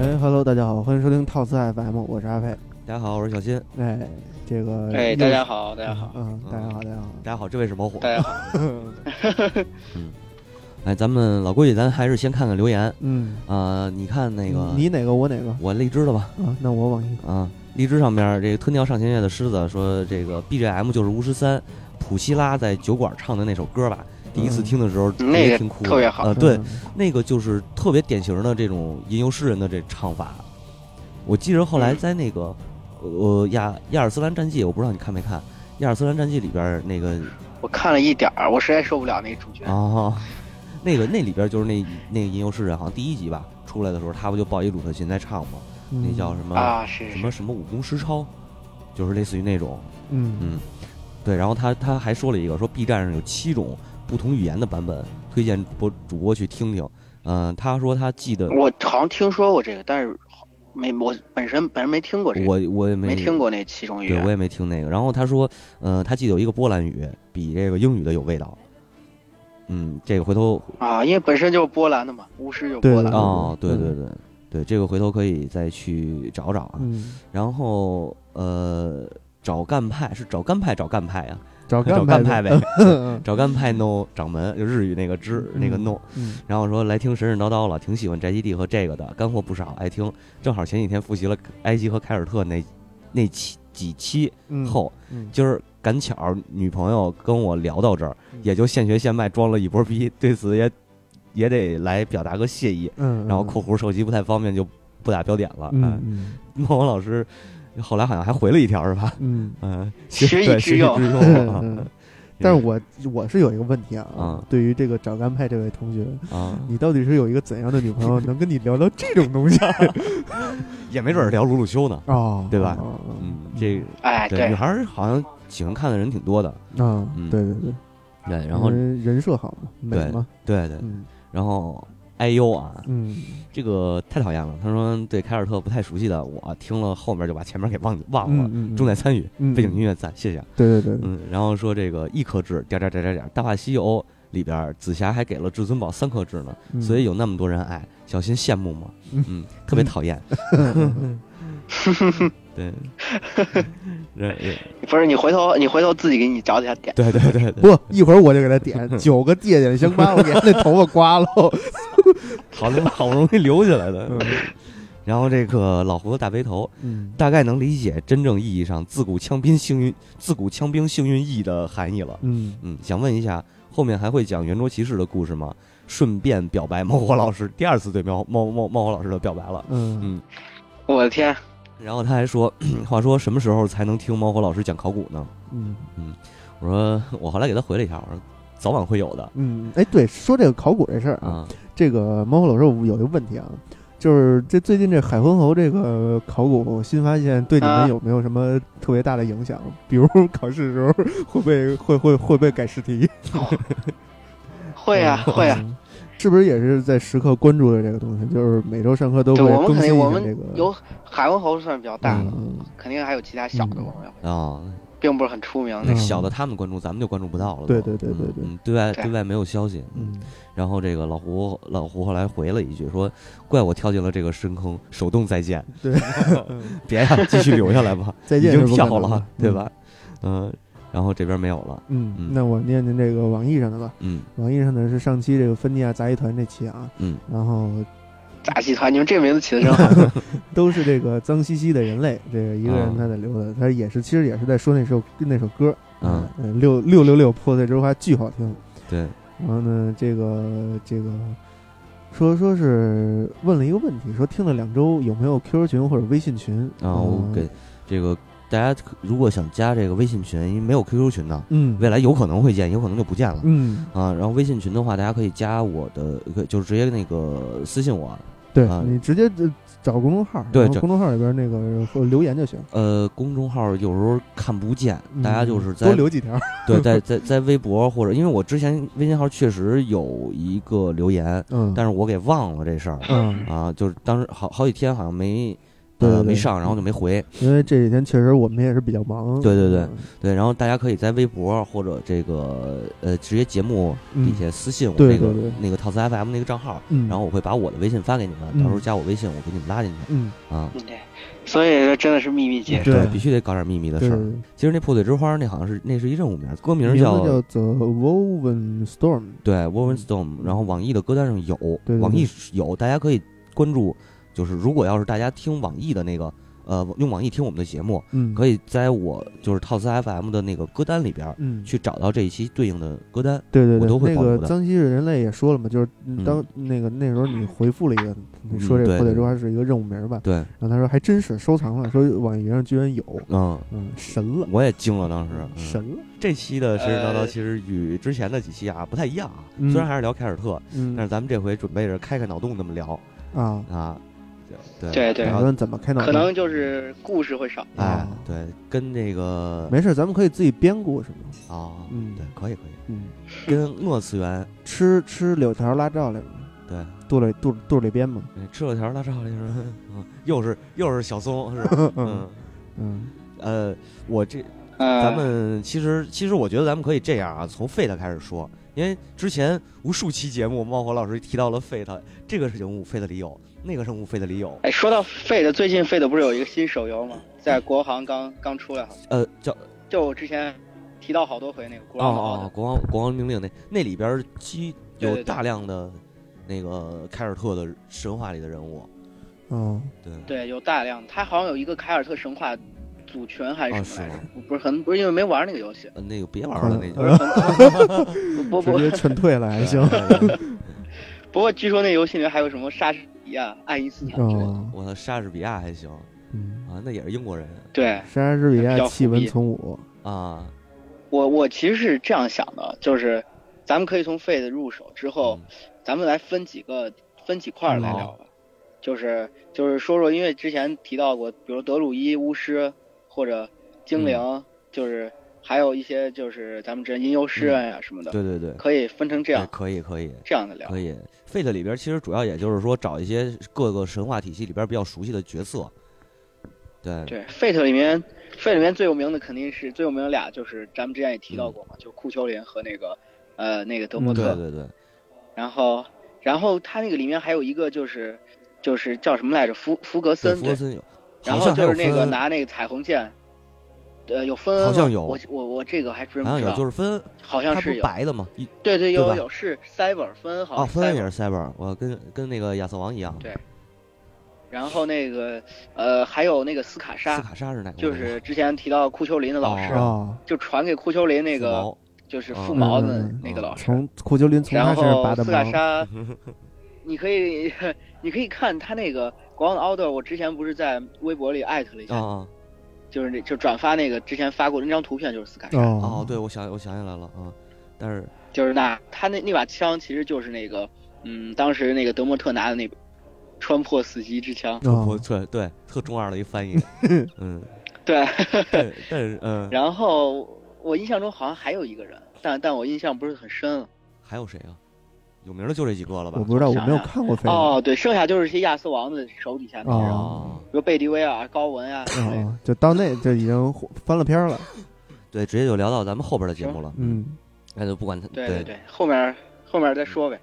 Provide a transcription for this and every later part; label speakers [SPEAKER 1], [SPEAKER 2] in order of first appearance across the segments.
[SPEAKER 1] 哎，Hello，大家好，欢迎收听套词 FM，我是阿佩。
[SPEAKER 2] 大家好，我是小新。
[SPEAKER 1] 哎，这个
[SPEAKER 3] 哎，
[SPEAKER 1] 又
[SPEAKER 3] 大家好，大家好，
[SPEAKER 1] 嗯，大家好，大家好，
[SPEAKER 2] 大家好，这位是毛虎。
[SPEAKER 3] 大家好，
[SPEAKER 2] 哎，咱们老规矩，咱还是先看看留言
[SPEAKER 1] 嗯，
[SPEAKER 2] 啊、你看那个，
[SPEAKER 3] 嗯
[SPEAKER 1] 你哪个我哪个
[SPEAKER 2] 我荔枝的吧？
[SPEAKER 1] 啊？那我网易
[SPEAKER 2] 啊，荔枝上面这个吞掉上弦月的狮子说，这个 BGM 就是巫师三普希拉在酒馆唱的那首歌吧。第一次听的时候，
[SPEAKER 3] 嗯那个
[SPEAKER 2] 挺酷的，
[SPEAKER 3] 特别好
[SPEAKER 2] 呃，对
[SPEAKER 1] 嗯，
[SPEAKER 2] 那个就是特别典型的这种吟游诗人的这唱法。我记着后来
[SPEAKER 3] 嗯
[SPEAKER 2] 在那个呃亚亚尔斯兰战记，我不知道你看没看《亚尔斯兰战记》里边那个
[SPEAKER 3] 我看了一点儿，我实在受不了那个主角，
[SPEAKER 2] 哦，那个那里边就是那那个吟游诗人，好像第一集吧出来的时候，他不就抱一鲁特琴在唱吗？
[SPEAKER 1] 嗯
[SPEAKER 2] 那叫什么、
[SPEAKER 3] 啊，是
[SPEAKER 2] 什么什么武功实操，就是类似于那种。
[SPEAKER 1] 嗯
[SPEAKER 2] 嗯，对。然后他他还说了一个，说 B 站上有七种不同语言的版本，推荐播主播去听听。嗯、他说他记得
[SPEAKER 3] 我好像听说过这个，但是好没我本身本身没听过这个，
[SPEAKER 2] 我我也没
[SPEAKER 3] 没听，过那七种语
[SPEAKER 2] 对我
[SPEAKER 3] 言，
[SPEAKER 2] 也没听那个。然后他说，嗯、他记得有一个波兰语比这个英语的有味道。嗯，这个回头
[SPEAKER 3] 啊，因为本身就是波兰的嘛，巫师就是
[SPEAKER 1] 对
[SPEAKER 3] 波兰的，
[SPEAKER 2] 哦，对
[SPEAKER 1] 嗯
[SPEAKER 2] 对对对，这个回头可以再去找找啊。
[SPEAKER 1] 嗯，
[SPEAKER 2] 然后呃，找干派是找干派找干派啊，
[SPEAKER 1] 找
[SPEAKER 2] 找
[SPEAKER 1] 干
[SPEAKER 2] 干派
[SPEAKER 1] 呗，
[SPEAKER 2] 呗，
[SPEAKER 1] 嗯
[SPEAKER 2] 找干派 no 掌门，就日语那个之那个 no。，
[SPEAKER 1] 嗯
[SPEAKER 2] 然后说来听神神叨叨了，挺喜欢宅基地和这个的，干货不少，爱听。正好前几天复习了埃及和凯尔特那那期几期
[SPEAKER 1] 嗯，
[SPEAKER 2] 后，
[SPEAKER 1] 嗯
[SPEAKER 2] 今儿赶巧儿女朋友跟我聊到这儿，
[SPEAKER 1] 嗯
[SPEAKER 2] 也就现学现卖装了一波逼，对此也也得来表达个谢意。
[SPEAKER 1] 嗯，
[SPEAKER 2] 然后括弧手机不太方便就不打标点了。哎
[SPEAKER 1] 嗯
[SPEAKER 2] 孟文老师后来好像还回了一条是吧？
[SPEAKER 1] 嗯
[SPEAKER 2] 嗯，
[SPEAKER 3] 学以
[SPEAKER 2] 对
[SPEAKER 3] 致
[SPEAKER 2] 学以
[SPEAKER 3] 用
[SPEAKER 2] 致 用啊
[SPEAKER 1] 嗯， 但是我我是有一个问题啊
[SPEAKER 2] 啊，
[SPEAKER 1] 对于这个找干派这位同学，
[SPEAKER 2] 啊，
[SPEAKER 1] 你到底是有一个怎样的女 朋友，能跟你聊到这种东西
[SPEAKER 2] 也没准儿聊鲁鲁修呢。
[SPEAKER 1] 哦，
[SPEAKER 2] 对吧
[SPEAKER 1] 哦？哦
[SPEAKER 2] 嗯，这
[SPEAKER 3] 哎，
[SPEAKER 2] 对女
[SPEAKER 3] 对，
[SPEAKER 2] 孩儿好像喜欢看的人挺多的。
[SPEAKER 1] 啊，
[SPEAKER 2] 嗯
[SPEAKER 1] 对对对，
[SPEAKER 2] 对，然后
[SPEAKER 1] 人人设好嘛，美
[SPEAKER 2] 对
[SPEAKER 1] 嘛，
[SPEAKER 2] 对对，
[SPEAKER 1] 嗯
[SPEAKER 2] 然后。哎呦啊，
[SPEAKER 1] 嗯
[SPEAKER 2] 这个太讨厌了。他说对凯尔特不太熟悉的我，听了后面就把前面给忘忘了。
[SPEAKER 1] 嗯，
[SPEAKER 2] 啊重在参与，
[SPEAKER 1] 嗯
[SPEAKER 2] 背景音乐赞，谢谢啊。
[SPEAKER 1] 对对对，
[SPEAKER 2] 嗯，然后说这个一颗痣，点点点点点，《大话西游》里边儿紫霞还给了至尊宝三颗痣呢。
[SPEAKER 1] 嗯
[SPEAKER 2] 所以有那么多人爱，小心羡慕吗？
[SPEAKER 1] 嗯
[SPEAKER 2] 嗯，特别讨厌。对，对
[SPEAKER 3] 不是你回头你回头自己给你找点点，
[SPEAKER 2] 对对对对，
[SPEAKER 1] 不一会儿我就给他点 九个戒点香疤，我给他那头发刮了。
[SPEAKER 2] 好容易好不容易留下来的
[SPEAKER 1] 嗯。
[SPEAKER 2] 然后这个老胡子大背头，
[SPEAKER 1] 嗯
[SPEAKER 2] 大概能理解真正意义上自古枪兵幸运自古枪兵幸运意的含义了。
[SPEAKER 1] 嗯，
[SPEAKER 2] 嗯，想问一下，后面还会讲圆桌骑士的故事吗？顺便表白猫火老师，第二次对猫猫猫猫火老师的表白了。
[SPEAKER 1] 嗯
[SPEAKER 3] 我的天，
[SPEAKER 2] 然后他还说， 话说什么时候才能听猫火老师讲考古呢？
[SPEAKER 1] 嗯
[SPEAKER 2] 我说我后来给他回了一下，我说早晚会有的
[SPEAKER 1] 嗯，哎，对，说这个考古这事儿啊，
[SPEAKER 2] 啊，
[SPEAKER 1] 这个猫和老师我有一个问题啊，就是这最近这海昏侯这个考古新发现，对你
[SPEAKER 3] 啊
[SPEAKER 1] 们有没有什么特别大的影响？比如考试的时候会被会会会被改试题？
[SPEAKER 3] 会啊会啊，
[SPEAKER 1] 嗯，是不是也是在时刻关注着这个东西？就是每周上课都
[SPEAKER 3] 对
[SPEAKER 1] 会
[SPEAKER 3] 我们
[SPEAKER 1] 更
[SPEAKER 3] 肯
[SPEAKER 1] 新
[SPEAKER 3] 定我
[SPEAKER 1] 一下这
[SPEAKER 3] 们
[SPEAKER 1] 个。
[SPEAKER 3] 有海文侯算比较大的，
[SPEAKER 1] 嗯
[SPEAKER 3] 肯定还有其他小的
[SPEAKER 1] 嗯
[SPEAKER 3] 我们
[SPEAKER 2] 啊、哦，
[SPEAKER 3] 并不是很出名
[SPEAKER 2] 那
[SPEAKER 3] 的，
[SPEAKER 2] 小的他们关注，咱们就关注不到了。
[SPEAKER 1] 对
[SPEAKER 2] 都
[SPEAKER 1] 对对对对
[SPEAKER 2] 嗯，嗯对外
[SPEAKER 3] 对
[SPEAKER 2] 对外没有消息。
[SPEAKER 1] 嗯，
[SPEAKER 2] 然后这个老胡老胡后来回了一句说：“怪我跳进了这个深坑，手动 再见，
[SPEAKER 1] 对，嗯
[SPEAKER 2] 别呀、继续留下来吧，
[SPEAKER 1] 再
[SPEAKER 2] 已
[SPEAKER 1] 见
[SPEAKER 2] 经
[SPEAKER 1] 是不可
[SPEAKER 2] 跳
[SPEAKER 1] 能
[SPEAKER 2] 了
[SPEAKER 1] 的，
[SPEAKER 2] 对？吧？”嗯、然后这边没有了。
[SPEAKER 1] 嗯，
[SPEAKER 2] 嗯
[SPEAKER 1] 那我念念这个网易上的吧。
[SPEAKER 2] 嗯，
[SPEAKER 1] 网易上的是上期这个芬尼亚杂技团这期啊，
[SPEAKER 2] 嗯，
[SPEAKER 1] 然后
[SPEAKER 3] 杂技团，你们这名字起的真好，
[SPEAKER 1] 都是这个脏兮兮的人类，这个一个人
[SPEAKER 2] 啊
[SPEAKER 1] 他在留的，他也是其实也是在说那首那首歌，
[SPEAKER 2] 啊
[SPEAKER 1] 嗯，六六六六破碎之花巨好听。
[SPEAKER 2] 对，
[SPEAKER 1] 然后呢，这个这个说说是问了一个问题，说听了两周有没有 QQ 群或者微信群？
[SPEAKER 2] 然后啊我给
[SPEAKER 1] 嗯
[SPEAKER 2] 这个大家可如果想加这个微信群，因为没有 QQ 群呢，
[SPEAKER 1] 嗯
[SPEAKER 2] 未来有可能会建，有可能就不见了。
[SPEAKER 1] 嗯，
[SPEAKER 2] 啊，然后微信群的话，大家可以加我的，可就是直接那个私信我，
[SPEAKER 1] 对
[SPEAKER 2] 啊
[SPEAKER 1] 你直接呃找公众号，
[SPEAKER 2] 对
[SPEAKER 1] 然后
[SPEAKER 2] 找
[SPEAKER 1] 公众号里边那个或者留言就行。
[SPEAKER 2] 呃，公众号有时候看不见，大家就是
[SPEAKER 1] 嗯
[SPEAKER 2] 在、
[SPEAKER 1] 多留几条。
[SPEAKER 2] 对在在在微博或者，因为我之前微信号确实有一个留言，
[SPEAKER 1] 嗯，
[SPEAKER 2] 但是我给忘了这事儿
[SPEAKER 1] 嗯
[SPEAKER 2] 啊，就是当时好好几天好像没
[SPEAKER 1] 对对
[SPEAKER 2] 呃没
[SPEAKER 1] 对嗯
[SPEAKER 2] 上，然后就没回。
[SPEAKER 1] 因为这几天确实我们也是比较忙。
[SPEAKER 2] 对对对
[SPEAKER 1] 嗯，
[SPEAKER 2] 对，然后大家可以在微博或者这个呃直接节目底下私信我
[SPEAKER 1] 嗯对
[SPEAKER 2] 那个
[SPEAKER 1] 对对
[SPEAKER 2] 那个套词 FM 那个账号，
[SPEAKER 1] 嗯，
[SPEAKER 2] 然后我会把我的微信发给你们，
[SPEAKER 1] 嗯
[SPEAKER 2] 到时候加我微信，我给你们拉进去
[SPEAKER 1] 嗯，
[SPEAKER 2] 啊。
[SPEAKER 3] 嗯对，所以说真的是秘密结社，
[SPEAKER 1] 对
[SPEAKER 2] 必须得搞点秘密的
[SPEAKER 1] 对
[SPEAKER 2] 事
[SPEAKER 1] 对
[SPEAKER 2] 儿。
[SPEAKER 1] 对
[SPEAKER 2] 其实那破腿之花那好像是那是一任务名儿，歌
[SPEAKER 1] 名
[SPEAKER 2] 名儿
[SPEAKER 1] 字
[SPEAKER 2] 叫
[SPEAKER 1] 叫 The Woven Storm。
[SPEAKER 2] 对 w o r e n Storm，然后网易的歌单上有，
[SPEAKER 1] 嗯对对
[SPEAKER 2] 网易是有，大家可以关注。就是如果要是大家听网易的那个，呃，用网易听我们的节目，
[SPEAKER 1] 嗯，
[SPEAKER 2] 可
[SPEAKER 1] 以，
[SPEAKER 2] 以在我就是套词 FM 的那个歌单里边儿
[SPEAKER 1] 嗯，
[SPEAKER 2] 去找到这一期对应的歌单。
[SPEAKER 1] 对对
[SPEAKER 2] 我
[SPEAKER 1] 对，
[SPEAKER 2] 都会
[SPEAKER 1] 那
[SPEAKER 2] 保
[SPEAKER 1] 个
[SPEAKER 2] 留的
[SPEAKER 1] 脏兮人类也说了嘛，就是嗯
[SPEAKER 2] 嗯
[SPEAKER 1] 当那个那时候你回复了一个，你说
[SPEAKER 2] 嗯
[SPEAKER 1] 这
[SPEAKER 2] 对
[SPEAKER 1] 个《破
[SPEAKER 2] 对
[SPEAKER 1] 铁之花》是一个任务名儿吧？
[SPEAKER 2] 对，
[SPEAKER 1] 然后他说还真是收藏了，说网易云上居然有，
[SPEAKER 2] 嗯，
[SPEAKER 1] 嗯，神了，
[SPEAKER 2] 我也惊了，当时。嗯
[SPEAKER 1] 神了，
[SPEAKER 2] 这期的神神叨叨
[SPEAKER 3] 呃
[SPEAKER 2] 其实与之前的几期啊不太一样啊，
[SPEAKER 1] 嗯
[SPEAKER 2] 虽然还是聊凯尔特，但是
[SPEAKER 1] 嗯
[SPEAKER 2] 咱们这回准备着开开脑洞那么聊
[SPEAKER 1] 啊，
[SPEAKER 2] 啊。对
[SPEAKER 3] 对对啊
[SPEAKER 2] 然
[SPEAKER 1] 打
[SPEAKER 2] 后
[SPEAKER 1] 算怎么开脑
[SPEAKER 3] 可
[SPEAKER 1] 洞？
[SPEAKER 3] 能就是故事会少。
[SPEAKER 2] 哎
[SPEAKER 1] 哦，
[SPEAKER 2] 对，跟那个
[SPEAKER 1] 没事，咱们可以自己编故事嘛，
[SPEAKER 2] 啊，
[SPEAKER 1] 嗯
[SPEAKER 2] 对，可以可以，
[SPEAKER 1] 嗯，
[SPEAKER 2] 跟诺次元
[SPEAKER 1] 吃吃柳条拉罩来嘛，
[SPEAKER 2] 对。
[SPEAKER 1] 肚里肚肚里编嘛，
[SPEAKER 2] 吃了条拉少那时候， 嗯又是又是小松是，
[SPEAKER 1] 嗯
[SPEAKER 2] 嗯
[SPEAKER 1] 嗯
[SPEAKER 2] 呃，我这
[SPEAKER 3] 嗯，
[SPEAKER 2] 咱们其实其实我觉得咱们可以这样啊，从费特开始说，因为之前无数期节目，猫火老师提到了费特，这个是人物费特里有，那个人物费特里有，
[SPEAKER 3] 哎，说到 Fate，最近 Fate 不是有一个新手游吗？在国行刚刚出来，好像
[SPEAKER 2] 呃，叫
[SPEAKER 3] 就我之前提到好多回那个国
[SPEAKER 2] 哦
[SPEAKER 3] 行的奥
[SPEAKER 2] 哦，
[SPEAKER 3] 德
[SPEAKER 2] 国王国王命令那那里边儿基
[SPEAKER 3] 对
[SPEAKER 2] 有
[SPEAKER 3] 对对
[SPEAKER 2] 大量的那个凯尔特的神话里的人物，
[SPEAKER 1] 哦，
[SPEAKER 2] 对
[SPEAKER 3] 对，有大量，它好像有一个凯尔特神话组权还
[SPEAKER 2] 啊
[SPEAKER 3] 是
[SPEAKER 2] 是
[SPEAKER 3] 什么来着
[SPEAKER 2] 吗？
[SPEAKER 3] 我不是很不是因为没玩那个游戏，
[SPEAKER 2] 呃那个别玩 了那
[SPEAKER 3] 不是
[SPEAKER 2] 就，
[SPEAKER 3] 很不
[SPEAKER 1] 直
[SPEAKER 3] 不
[SPEAKER 1] 接劝退了还行，
[SPEAKER 3] 不过据说那游戏里面还有什么莎士比亚、爱因斯坦之类的。
[SPEAKER 1] 哦，
[SPEAKER 2] 我操，莎士比亚还行
[SPEAKER 1] 嗯。
[SPEAKER 2] 啊，那也是英国人
[SPEAKER 3] 对
[SPEAKER 1] 莎士比
[SPEAKER 3] 比
[SPEAKER 1] 亚
[SPEAKER 3] 较
[SPEAKER 1] 弃
[SPEAKER 3] 苦
[SPEAKER 1] 文
[SPEAKER 3] 逼
[SPEAKER 1] 从武，
[SPEAKER 2] 啊，
[SPEAKER 3] 我我其实是这样想的，就是咱们可以从 Fate 入手之后，
[SPEAKER 2] 嗯
[SPEAKER 3] 咱们来分几个分几块儿来聊吧，就是就是说说，因为之前提到过，比如德鲁伊巫师或者精灵，
[SPEAKER 2] 嗯
[SPEAKER 3] 就是还有一些就是咱们之前吟游诗人呀、什么的，
[SPEAKER 2] 对对对，
[SPEAKER 3] 可以啊分成这样
[SPEAKER 2] 哎可以可以。
[SPEAKER 3] 这样的聊。
[SPEAKER 2] 嗯可以，Fate 里边其实主要也就是说找一些各个神话体系里边比较熟悉的角色，对，
[SPEAKER 3] 对，Fate 里面 Fate 里面最有名的肯定是最有名的俩，就是咱们之前也提到过嘛，就库丘林和那个呃那个德莫
[SPEAKER 1] 嗯
[SPEAKER 3] 特。
[SPEAKER 2] 嗯对对对，
[SPEAKER 3] 然后，然后他那个里面还有一个就是，就是叫什么来着？福福格
[SPEAKER 2] 对
[SPEAKER 3] 森，
[SPEAKER 2] 福格
[SPEAKER 3] 对。
[SPEAKER 2] 森有，
[SPEAKER 3] 然
[SPEAKER 2] 好
[SPEAKER 3] 后
[SPEAKER 2] 像还
[SPEAKER 3] 就
[SPEAKER 2] 有
[SPEAKER 3] 是那个
[SPEAKER 2] 分，
[SPEAKER 3] 拿那个彩虹剑，呃，有分恩
[SPEAKER 2] 好
[SPEAKER 3] 吗
[SPEAKER 2] 像有
[SPEAKER 3] 我我我这个还真
[SPEAKER 2] 好像
[SPEAKER 3] 不知
[SPEAKER 2] 有
[SPEAKER 3] 道，
[SPEAKER 2] 就是分，
[SPEAKER 3] 好
[SPEAKER 2] 他
[SPEAKER 3] 像
[SPEAKER 2] 不
[SPEAKER 3] 是
[SPEAKER 2] 是
[SPEAKER 3] 有。
[SPEAKER 2] 白的吗？一
[SPEAKER 3] 对对，
[SPEAKER 2] 对
[SPEAKER 3] 有
[SPEAKER 2] 吧
[SPEAKER 3] 有是 Cyber 分恩
[SPEAKER 2] 啊，
[SPEAKER 3] 好
[SPEAKER 2] 分
[SPEAKER 3] 像是 Cyber。
[SPEAKER 2] 也是 Cyber，我跟跟那个亚瑟王一样，
[SPEAKER 3] 对然后那个呃，还有那个斯卡
[SPEAKER 2] 斯
[SPEAKER 3] 莎，
[SPEAKER 2] 卡莎是哪个？
[SPEAKER 3] 就是之前提到库丘林的老师，
[SPEAKER 2] 啊
[SPEAKER 1] 哦，
[SPEAKER 3] 就传给库丘林
[SPEAKER 2] 那
[SPEAKER 3] 那个就是
[SPEAKER 2] 啊
[SPEAKER 3] 附毛的
[SPEAKER 1] 嗯嗯嗯
[SPEAKER 3] 那个老师。
[SPEAKER 1] 从库丘林从他
[SPEAKER 3] 然
[SPEAKER 1] 身上拔
[SPEAKER 3] 后
[SPEAKER 1] 的
[SPEAKER 3] 斯卡
[SPEAKER 1] 毛，
[SPEAKER 3] 莎， 你可以你可以看他那个《国王的 order》，我之前不是在微博里艾特了一
[SPEAKER 2] 啊
[SPEAKER 3] 下，
[SPEAKER 2] 啊
[SPEAKER 3] 就是那就转发那个之前发过的那张图片，就是斯卡莎，
[SPEAKER 1] 哦
[SPEAKER 2] 哦，对，我想我想起来了啊，但是
[SPEAKER 3] 就是那他那那把枪其实就是那个嗯，当时那个德莫特拿的那穿破死寂之枪，
[SPEAKER 1] 哦
[SPEAKER 2] 我特对特中二的一翻 译，嗯，
[SPEAKER 3] 对，
[SPEAKER 2] 但但是嗯，
[SPEAKER 3] 然后我印象中好像还有一个人，但但我印象不是很深了。
[SPEAKER 2] 还有谁啊？有名的就这几个了吧
[SPEAKER 1] 我？不知道，我
[SPEAKER 3] 想
[SPEAKER 1] 没有
[SPEAKER 3] 想
[SPEAKER 1] 看过飞哦
[SPEAKER 3] 哦，对，剩下就是些亚瑟王的手底下那些人，
[SPEAKER 1] 哦
[SPEAKER 2] 啊，
[SPEAKER 3] 比如贝迪威尔、高文
[SPEAKER 2] 嗯
[SPEAKER 3] 啊之类的。
[SPEAKER 1] 哦就到那就已经翻了篇儿了，
[SPEAKER 2] 对，直接就聊到咱们后边的节目了，
[SPEAKER 1] 嗯
[SPEAKER 2] 那就不管他，
[SPEAKER 3] 对
[SPEAKER 2] 对
[SPEAKER 3] 对，后面儿后面儿再说呗。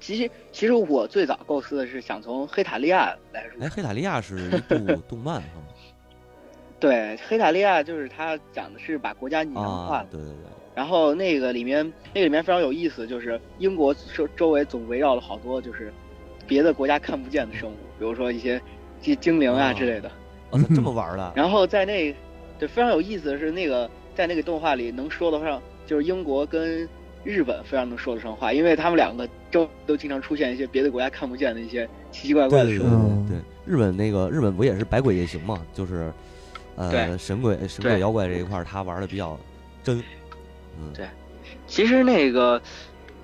[SPEAKER 3] 其实其实我最早构思的是想从黑塔利亚来入
[SPEAKER 2] 哎，黑塔利亚是一 部动漫哈
[SPEAKER 3] 对，黑塔利亚就是它讲的是把国家拟人化
[SPEAKER 2] 啊
[SPEAKER 3] 了，，
[SPEAKER 2] 对对对，
[SPEAKER 3] 然后那个里面那个里面非常有意思，就是英国周周围总围绕了好多就是别的国家看不见的生物，比如说一些精精灵啊
[SPEAKER 2] 啊
[SPEAKER 3] 之类的。
[SPEAKER 2] 哦，他这么玩的，
[SPEAKER 3] 然后在那对非常有意思的是那个在那个动画里能说得上，就是英国跟日本非常能说得上话，因为他们两个都都经常出现一些别的国家看不见的一些奇奇怪怪
[SPEAKER 2] 对对
[SPEAKER 3] 的
[SPEAKER 2] 对
[SPEAKER 3] 事
[SPEAKER 2] 对
[SPEAKER 3] 物。
[SPEAKER 1] 嗯
[SPEAKER 2] 对对，日本那个日本不也是百鬼夜行嘛，就是呃
[SPEAKER 3] 对
[SPEAKER 2] 神鬼神鬼
[SPEAKER 3] 对
[SPEAKER 2] 妖怪这一块儿，他玩的比较真，嗯，
[SPEAKER 3] 对其实那个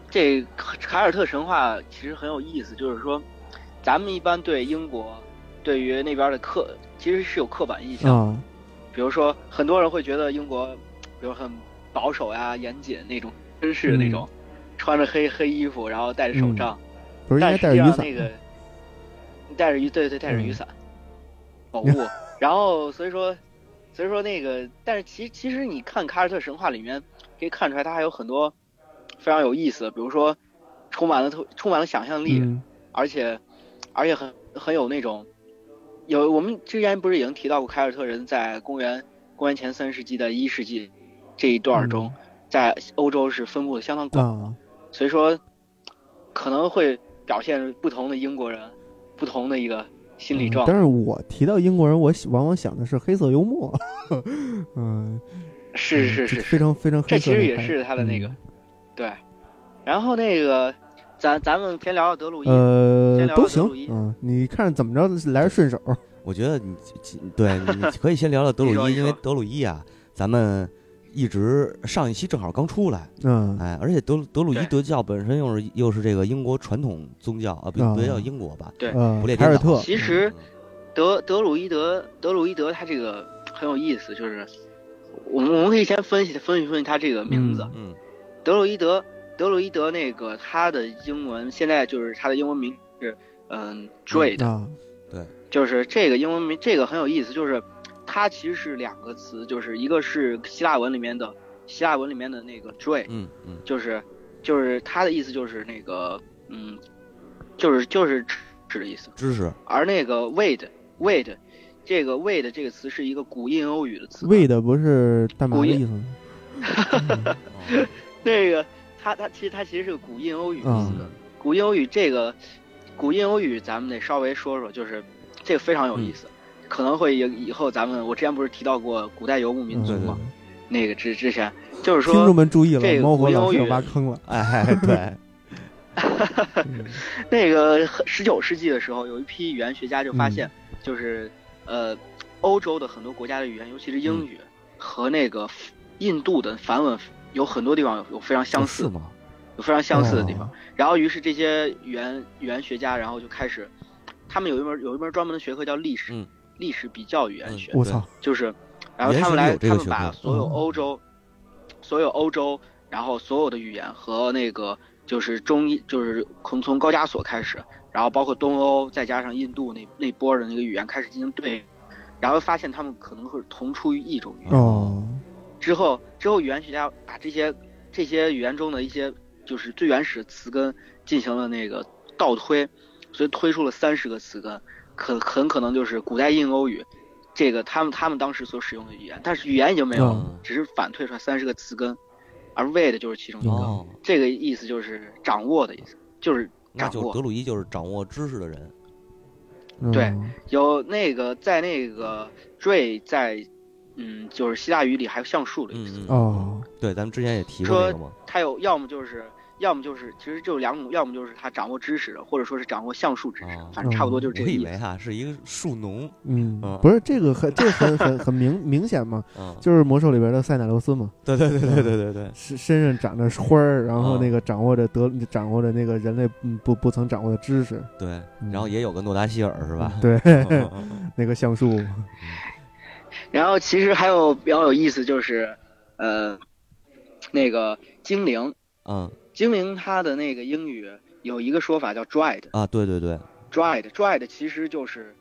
[SPEAKER 3] 这凯尔特神话其实很有意思，就是说咱们一般对英国对于那边的刻其实是有刻板印象，
[SPEAKER 1] 啊
[SPEAKER 3] 比如说很多人会觉得英国，比如很保守呀、严谨那种绅士那种，穿着黑黑衣服，然后戴着手杖。
[SPEAKER 1] 不是应
[SPEAKER 3] 但
[SPEAKER 1] 该
[SPEAKER 3] 实
[SPEAKER 1] 带
[SPEAKER 3] 际
[SPEAKER 1] 着雨
[SPEAKER 3] 上
[SPEAKER 1] 伞
[SPEAKER 3] 那个带着雨，对对，带着雨
[SPEAKER 1] 嗯
[SPEAKER 3] 伞。宝 物。然后所以说，所以说那个，但是其其实你看《凯尔特神话》里面可以看出来，它还有很多非常有意思的，比如说充满了特充满了想象力，
[SPEAKER 1] 嗯
[SPEAKER 3] 而且而且很很有那种有我们之前不是已经提到过凯尔特人在公元公元前三世纪的一世纪这一段中，
[SPEAKER 1] 嗯
[SPEAKER 3] 在欧洲是分布的相当广，
[SPEAKER 1] 啊，
[SPEAKER 3] 所以说可能会表现不同的英国人不同的一个心理
[SPEAKER 1] 嗯
[SPEAKER 3] 状态。
[SPEAKER 1] 但是我提到英国人，我喜往往想的是黑色幽默， 嗯，
[SPEAKER 3] 是是是
[SPEAKER 1] 就是非常非常黑
[SPEAKER 3] 这
[SPEAKER 1] 色
[SPEAKER 3] 其
[SPEAKER 1] 那派。
[SPEAKER 3] 实也是他的那个
[SPEAKER 1] 嗯
[SPEAKER 3] 对。然后那个，咱咱们先聊聊德鲁伊，先
[SPEAKER 1] 呃，
[SPEAKER 3] 聊聊
[SPEAKER 1] 都
[SPEAKER 3] 德
[SPEAKER 1] 行
[SPEAKER 3] 鲁伊，
[SPEAKER 1] 嗯，你看怎么着来着顺手，
[SPEAKER 2] 我觉得你对，你可以先聊聊德
[SPEAKER 3] 你
[SPEAKER 2] 鲁
[SPEAKER 3] 说
[SPEAKER 2] 伊，
[SPEAKER 3] 你
[SPEAKER 2] 因为
[SPEAKER 3] 说
[SPEAKER 2] 德鲁伊啊，咱们一直上一期正好刚出来，
[SPEAKER 1] 嗯，
[SPEAKER 2] 哎，而且德鲁德鲁伊
[SPEAKER 3] 对
[SPEAKER 2] 德教本身又是又是这个英国传统宗教啊，不
[SPEAKER 1] 啊
[SPEAKER 2] 不叫英国吧，
[SPEAKER 3] 对
[SPEAKER 1] 呃
[SPEAKER 2] 不列，
[SPEAKER 1] 凯
[SPEAKER 2] 颠
[SPEAKER 1] 尔
[SPEAKER 2] 岛
[SPEAKER 1] 特，
[SPEAKER 3] 其实德德鲁伊德德鲁伊德他这个很有意思，就是我们我们可以先分析分析分析他这个名字。
[SPEAKER 1] 嗯
[SPEAKER 2] 嗯，
[SPEAKER 3] 德鲁伊德德鲁伊德那个他的英文现在就是他的英文名是嗯 Dread，、
[SPEAKER 1] 啊，
[SPEAKER 3] 就是这个英文名这个很有意思，就是它其实是两个词，就是一个是希腊文里面的希腊文里面的那个 Dread，
[SPEAKER 2] 嗯嗯
[SPEAKER 3] 就是就是他的意思就是那个嗯，就是就是指的意思。
[SPEAKER 2] 知 识
[SPEAKER 3] 而那个 wait wait 这个 wait 这个词是一个古印欧语的词。
[SPEAKER 1] 喂的不是大麻
[SPEAKER 3] 古
[SPEAKER 1] 的
[SPEAKER 3] 印
[SPEAKER 1] 意思吗？嗯
[SPEAKER 3] 那个它它其实它其实是个古印欧语的词。
[SPEAKER 1] 嗯
[SPEAKER 3] 古印欧语这个古印欧语咱们得稍微说说，就是这个非常
[SPEAKER 1] 嗯
[SPEAKER 3] 有意思，可能会以以后咱们我之前不是提到过古代游牧民族
[SPEAKER 2] 对对
[SPEAKER 3] 吗？
[SPEAKER 1] 嗯
[SPEAKER 3] 那个之之前就是
[SPEAKER 1] 听众
[SPEAKER 3] 说
[SPEAKER 1] 们注意
[SPEAKER 3] 这
[SPEAKER 1] 了，
[SPEAKER 3] 个
[SPEAKER 1] 猫火
[SPEAKER 3] 古
[SPEAKER 1] 老
[SPEAKER 3] 英
[SPEAKER 1] 师
[SPEAKER 3] 语
[SPEAKER 1] 要挖坑了。
[SPEAKER 2] 哎对，
[SPEAKER 1] 嗯
[SPEAKER 3] 那个十九世纪的时候，有一批语言学家就
[SPEAKER 1] 嗯
[SPEAKER 3] 发现，就是呃欧洲的很多国家的语言，尤其是
[SPEAKER 1] 嗯
[SPEAKER 3] 英语、和那个印度的梵文有很多地方有有非常相似
[SPEAKER 2] 哦是。吗？
[SPEAKER 3] 有非常 相似的
[SPEAKER 1] 哦
[SPEAKER 3] 地方。然后，于是这些语言语言学家，然后就开始，他们有一门有一门专门的学科叫历史，
[SPEAKER 2] 嗯
[SPEAKER 3] 历史比较语言学，
[SPEAKER 1] 我操，
[SPEAKER 3] 就是，然后他们
[SPEAKER 2] 语
[SPEAKER 3] 来，
[SPEAKER 2] 言学里有这个
[SPEAKER 3] 他们把
[SPEAKER 2] 学科
[SPEAKER 3] 所有
[SPEAKER 1] 嗯
[SPEAKER 3] 欧洲，所有欧洲，然后所有的语言和那个就是中医，就是从从高加索开始，然后包括东欧，再加上印度那那波儿的那个语言开始进行对比，然后发现他们可能会同出于一种语言。
[SPEAKER 1] 哦，
[SPEAKER 3] 之后，之后语言学家把这些这些语言中的一些就是最原始的词根进行了那个倒推，所以推出了三十个词根，可很可能就是古代印欧语，这个他们他们当时所使用的语言，但是语言已经没有了，
[SPEAKER 2] 嗯
[SPEAKER 3] 只是反推出来三十个词根，而 wait 就是其中一个，
[SPEAKER 2] 哦，
[SPEAKER 3] 这个意思就是掌握的意思，就是
[SPEAKER 2] 那
[SPEAKER 3] 掌
[SPEAKER 2] 就
[SPEAKER 3] 握
[SPEAKER 2] 德。鲁伊就是掌握知识的人，
[SPEAKER 1] 嗯
[SPEAKER 3] 对有那个在那个 dre 在，嗯，就是希腊语里还有橡树的意思。
[SPEAKER 2] 嗯嗯
[SPEAKER 1] 哦，
[SPEAKER 2] 对，咱们之前也提过这个嘛，
[SPEAKER 3] 他有要么就是，要么就是，其实就两种，要么就是他掌握知识的，或者说是掌握橡树知识，
[SPEAKER 2] 哦
[SPEAKER 3] 反正差不多就是
[SPEAKER 2] 我
[SPEAKER 3] 这个
[SPEAKER 2] 以
[SPEAKER 3] 意思。
[SPEAKER 2] 为啊是一个树农，
[SPEAKER 1] 嗯
[SPEAKER 2] 嗯，
[SPEAKER 1] 不是这个很，这个很很很明明显嘛，
[SPEAKER 2] 嗯，
[SPEAKER 1] 就是魔兽里边的塞纳留斯嘛，
[SPEAKER 2] 对对对对对
[SPEAKER 3] 嗯
[SPEAKER 2] 对对，
[SPEAKER 1] 身身上长着花儿，然后
[SPEAKER 2] 嗯
[SPEAKER 1] 那个掌握着德，掌握着那个人类嗯不不曾掌握的知识，
[SPEAKER 2] 对，
[SPEAKER 1] 嗯
[SPEAKER 2] 然后也有个诺达希尔是吧？
[SPEAKER 1] 对，
[SPEAKER 2] 嗯嗯嗯
[SPEAKER 1] 那个橡树，
[SPEAKER 3] 然后其实还有比较有意思就是，呃，那个精灵，
[SPEAKER 2] 嗯
[SPEAKER 3] 精灵它的那个英语有一个说法叫 dried，dried，dried
[SPEAKER 2] 啊，对对对，
[SPEAKER 3] 其实就是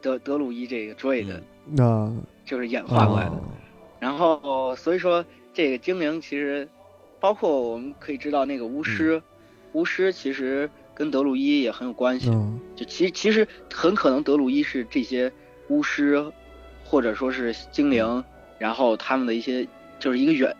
[SPEAKER 3] 德德鲁伊这个 dried、
[SPEAKER 2] 嗯
[SPEAKER 1] 那
[SPEAKER 3] 就是演化过来的。
[SPEAKER 1] 哦
[SPEAKER 3] 然后所以说这个精灵其实，包括我们可以知道那个
[SPEAKER 2] 嗯
[SPEAKER 3] 巫师，巫师其实跟德鲁伊也很有关系。
[SPEAKER 2] 哦
[SPEAKER 1] 嗯
[SPEAKER 3] 就其其实很可能德鲁伊是这些巫师，或者说是
[SPEAKER 2] 嗯
[SPEAKER 3] 精灵，然后他们的一些就是一个远，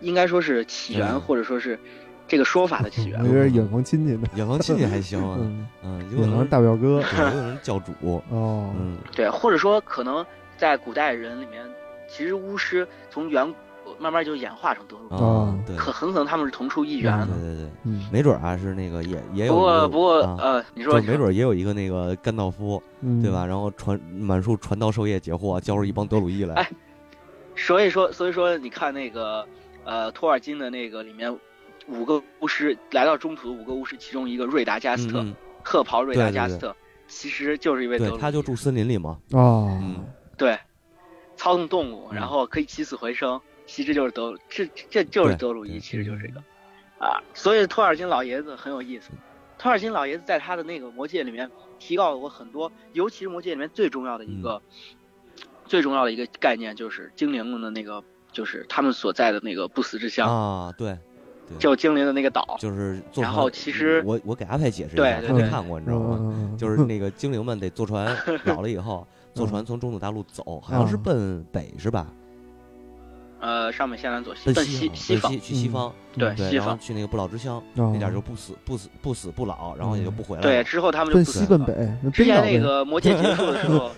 [SPEAKER 3] 应该说是起源，
[SPEAKER 2] 嗯
[SPEAKER 3] 或者说是这个说法的起源
[SPEAKER 1] 有。点远房亲戚呢，
[SPEAKER 2] 远房亲戚还行啊，
[SPEAKER 1] 嗯，
[SPEAKER 2] 嗯，有可
[SPEAKER 1] 远
[SPEAKER 2] 能
[SPEAKER 1] 房大表哥，
[SPEAKER 2] 对有可能是教主，
[SPEAKER 1] 哦，
[SPEAKER 2] 嗯
[SPEAKER 3] 对，或者说可能在古代人里面，其实巫师从远古慢慢就演化成德鲁伊，
[SPEAKER 2] 啊，对
[SPEAKER 3] 可很可能他们是同出一源
[SPEAKER 2] 对
[SPEAKER 3] 的。
[SPEAKER 2] 对对，
[SPEAKER 1] 嗯
[SPEAKER 2] 没准儿啊是那个也也有
[SPEAKER 3] 不
[SPEAKER 2] 一
[SPEAKER 3] 过
[SPEAKER 2] 个
[SPEAKER 3] 不过、
[SPEAKER 2] 啊
[SPEAKER 3] 呃，你说
[SPEAKER 2] 就没准儿也有一个那个甘道夫，
[SPEAKER 1] 嗯，
[SPEAKER 2] 对吧？？然后传满树传道授业解惑，教出一帮德鲁伊来。
[SPEAKER 3] 哎所以说，所以说，你看那个，呃，托尔金的那个里面，五个巫师来到中途，五个巫师其中一个瑞达加斯特，
[SPEAKER 2] 嗯，嗯
[SPEAKER 3] 褐袍瑞达
[SPEAKER 2] 对对
[SPEAKER 3] 加斯特，其实就是一位德
[SPEAKER 2] 对
[SPEAKER 3] 鲁，伊
[SPEAKER 2] 他就住森林里嘛。
[SPEAKER 1] 哦，
[SPEAKER 2] 嗯
[SPEAKER 3] 对，操纵动物，
[SPEAKER 2] 嗯
[SPEAKER 3] 然后可以起死回生，其实就是德鲁，这这就是
[SPEAKER 2] 对
[SPEAKER 3] 德鲁伊，
[SPEAKER 2] 对嗯
[SPEAKER 3] 其实就是这个，啊，所以托尔金老爷子很有意思，托尔金老爷子在他的那个《魔戒》里面提到过很多，尤其是《魔戒》里面最重要的
[SPEAKER 2] 嗯
[SPEAKER 3] 一个、最重要的一个概念，就是精灵的那个，就是他们所在的那个不死之乡，
[SPEAKER 2] 啊，对，
[SPEAKER 3] 叫精灵的那个岛。
[SPEAKER 2] 就是坐船。
[SPEAKER 3] 然后其实
[SPEAKER 2] 我我给阿派解释一
[SPEAKER 3] 对
[SPEAKER 2] 下，
[SPEAKER 3] 对
[SPEAKER 2] 他没
[SPEAKER 1] 对
[SPEAKER 2] 看过，你知道吗？
[SPEAKER 1] 嗯，
[SPEAKER 2] 就是那个精灵们得坐 船了了以后，
[SPEAKER 3] 嗯
[SPEAKER 2] 坐船从中土大陆走，好像是
[SPEAKER 1] 嗯
[SPEAKER 2] 奔北是吧？
[SPEAKER 3] 呃，上面下南左西，
[SPEAKER 2] 奔
[SPEAKER 3] 奔
[SPEAKER 2] 西啊
[SPEAKER 3] 西西
[SPEAKER 2] 奔
[SPEAKER 3] 方，
[SPEAKER 2] 西去
[SPEAKER 1] 嗯
[SPEAKER 2] 西
[SPEAKER 1] 哦
[SPEAKER 2] 方，
[SPEAKER 3] 对
[SPEAKER 2] 对，
[SPEAKER 3] 西
[SPEAKER 2] 然后
[SPEAKER 3] 方，
[SPEAKER 2] 去那个不老之乡，
[SPEAKER 1] 那
[SPEAKER 2] 那点儿就不死不死不死不老，然后也就不回来了。
[SPEAKER 3] 对，之后他们就
[SPEAKER 1] 奔
[SPEAKER 3] 不死
[SPEAKER 1] 西
[SPEAKER 3] 了啊
[SPEAKER 1] 奔北。。那
[SPEAKER 3] 之
[SPEAKER 1] 冰
[SPEAKER 3] 前
[SPEAKER 1] 岛
[SPEAKER 3] 那
[SPEAKER 1] 呗
[SPEAKER 3] 个魔戒结束的时 候，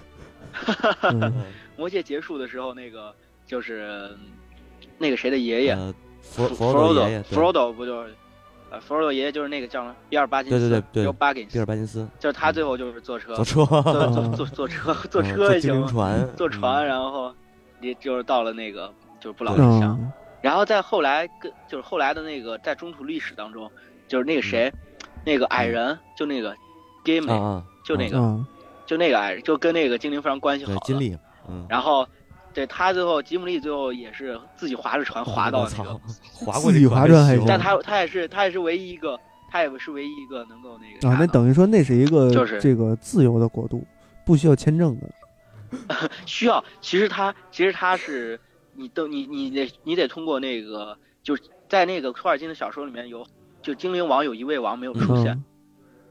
[SPEAKER 1] 嗯
[SPEAKER 3] 魔戒结束的时候，那个就是嗯那个谁的爷爷，
[SPEAKER 2] 呃，佛佛
[SPEAKER 3] 佛
[SPEAKER 2] 罗
[SPEAKER 3] 罗
[SPEAKER 2] 多爷爷，
[SPEAKER 3] 多，佛
[SPEAKER 2] 对
[SPEAKER 3] 罗多不就是，呃，佛罗多爷爷就是那个叫什么比尔巴金斯，
[SPEAKER 2] 对对对对
[SPEAKER 3] 比尔巴金
[SPEAKER 2] 比
[SPEAKER 3] 斯
[SPEAKER 2] 尔，巴金斯
[SPEAKER 3] 就是他最后就是坐车
[SPEAKER 2] 坐，车，
[SPEAKER 3] 坐
[SPEAKER 1] 嗯
[SPEAKER 3] 坐坐 坐车，坐
[SPEAKER 2] 嗯
[SPEAKER 3] 车也
[SPEAKER 2] 精灵
[SPEAKER 3] 行吗，
[SPEAKER 2] 船，
[SPEAKER 3] 坐船，
[SPEAKER 2] 嗯，
[SPEAKER 3] 然后也就是到了那个就是不老之乡，
[SPEAKER 1] 嗯，
[SPEAKER 3] 然后再后来跟就是后来的那个在中土历史当中，就是那个谁，那个矮人，就那个 g a m
[SPEAKER 2] 嗯啊
[SPEAKER 3] e
[SPEAKER 2] 啊，
[SPEAKER 3] 就那
[SPEAKER 2] 嗯
[SPEAKER 3] 个
[SPEAKER 1] 嗯
[SPEAKER 3] 就那个矮人，就跟那个精灵非常关系好
[SPEAKER 2] 对
[SPEAKER 3] 的，
[SPEAKER 2] 金历，嗯，
[SPEAKER 3] 然后，对他最后吉姆利最后也是自己划着船划到
[SPEAKER 2] 我
[SPEAKER 3] 那
[SPEAKER 2] 操，，
[SPEAKER 3] 个
[SPEAKER 2] 哦划
[SPEAKER 1] 自
[SPEAKER 2] 过去
[SPEAKER 1] 己
[SPEAKER 2] 可
[SPEAKER 1] 划
[SPEAKER 2] 还
[SPEAKER 1] 船还
[SPEAKER 2] 行
[SPEAKER 3] 但他他也是他也是唯一一个，他也是唯一一个能够那个
[SPEAKER 1] 啊，
[SPEAKER 3] 啥
[SPEAKER 1] 那
[SPEAKER 3] 的
[SPEAKER 1] 等于说那是一个
[SPEAKER 3] 就是
[SPEAKER 1] 这个自由的国度，不需要签证的。
[SPEAKER 3] 需要，其实他其实他是你都你你得你得通过那个就是在那个托尔金的小说里面有就精灵王有一位王没有出现，
[SPEAKER 1] 嗯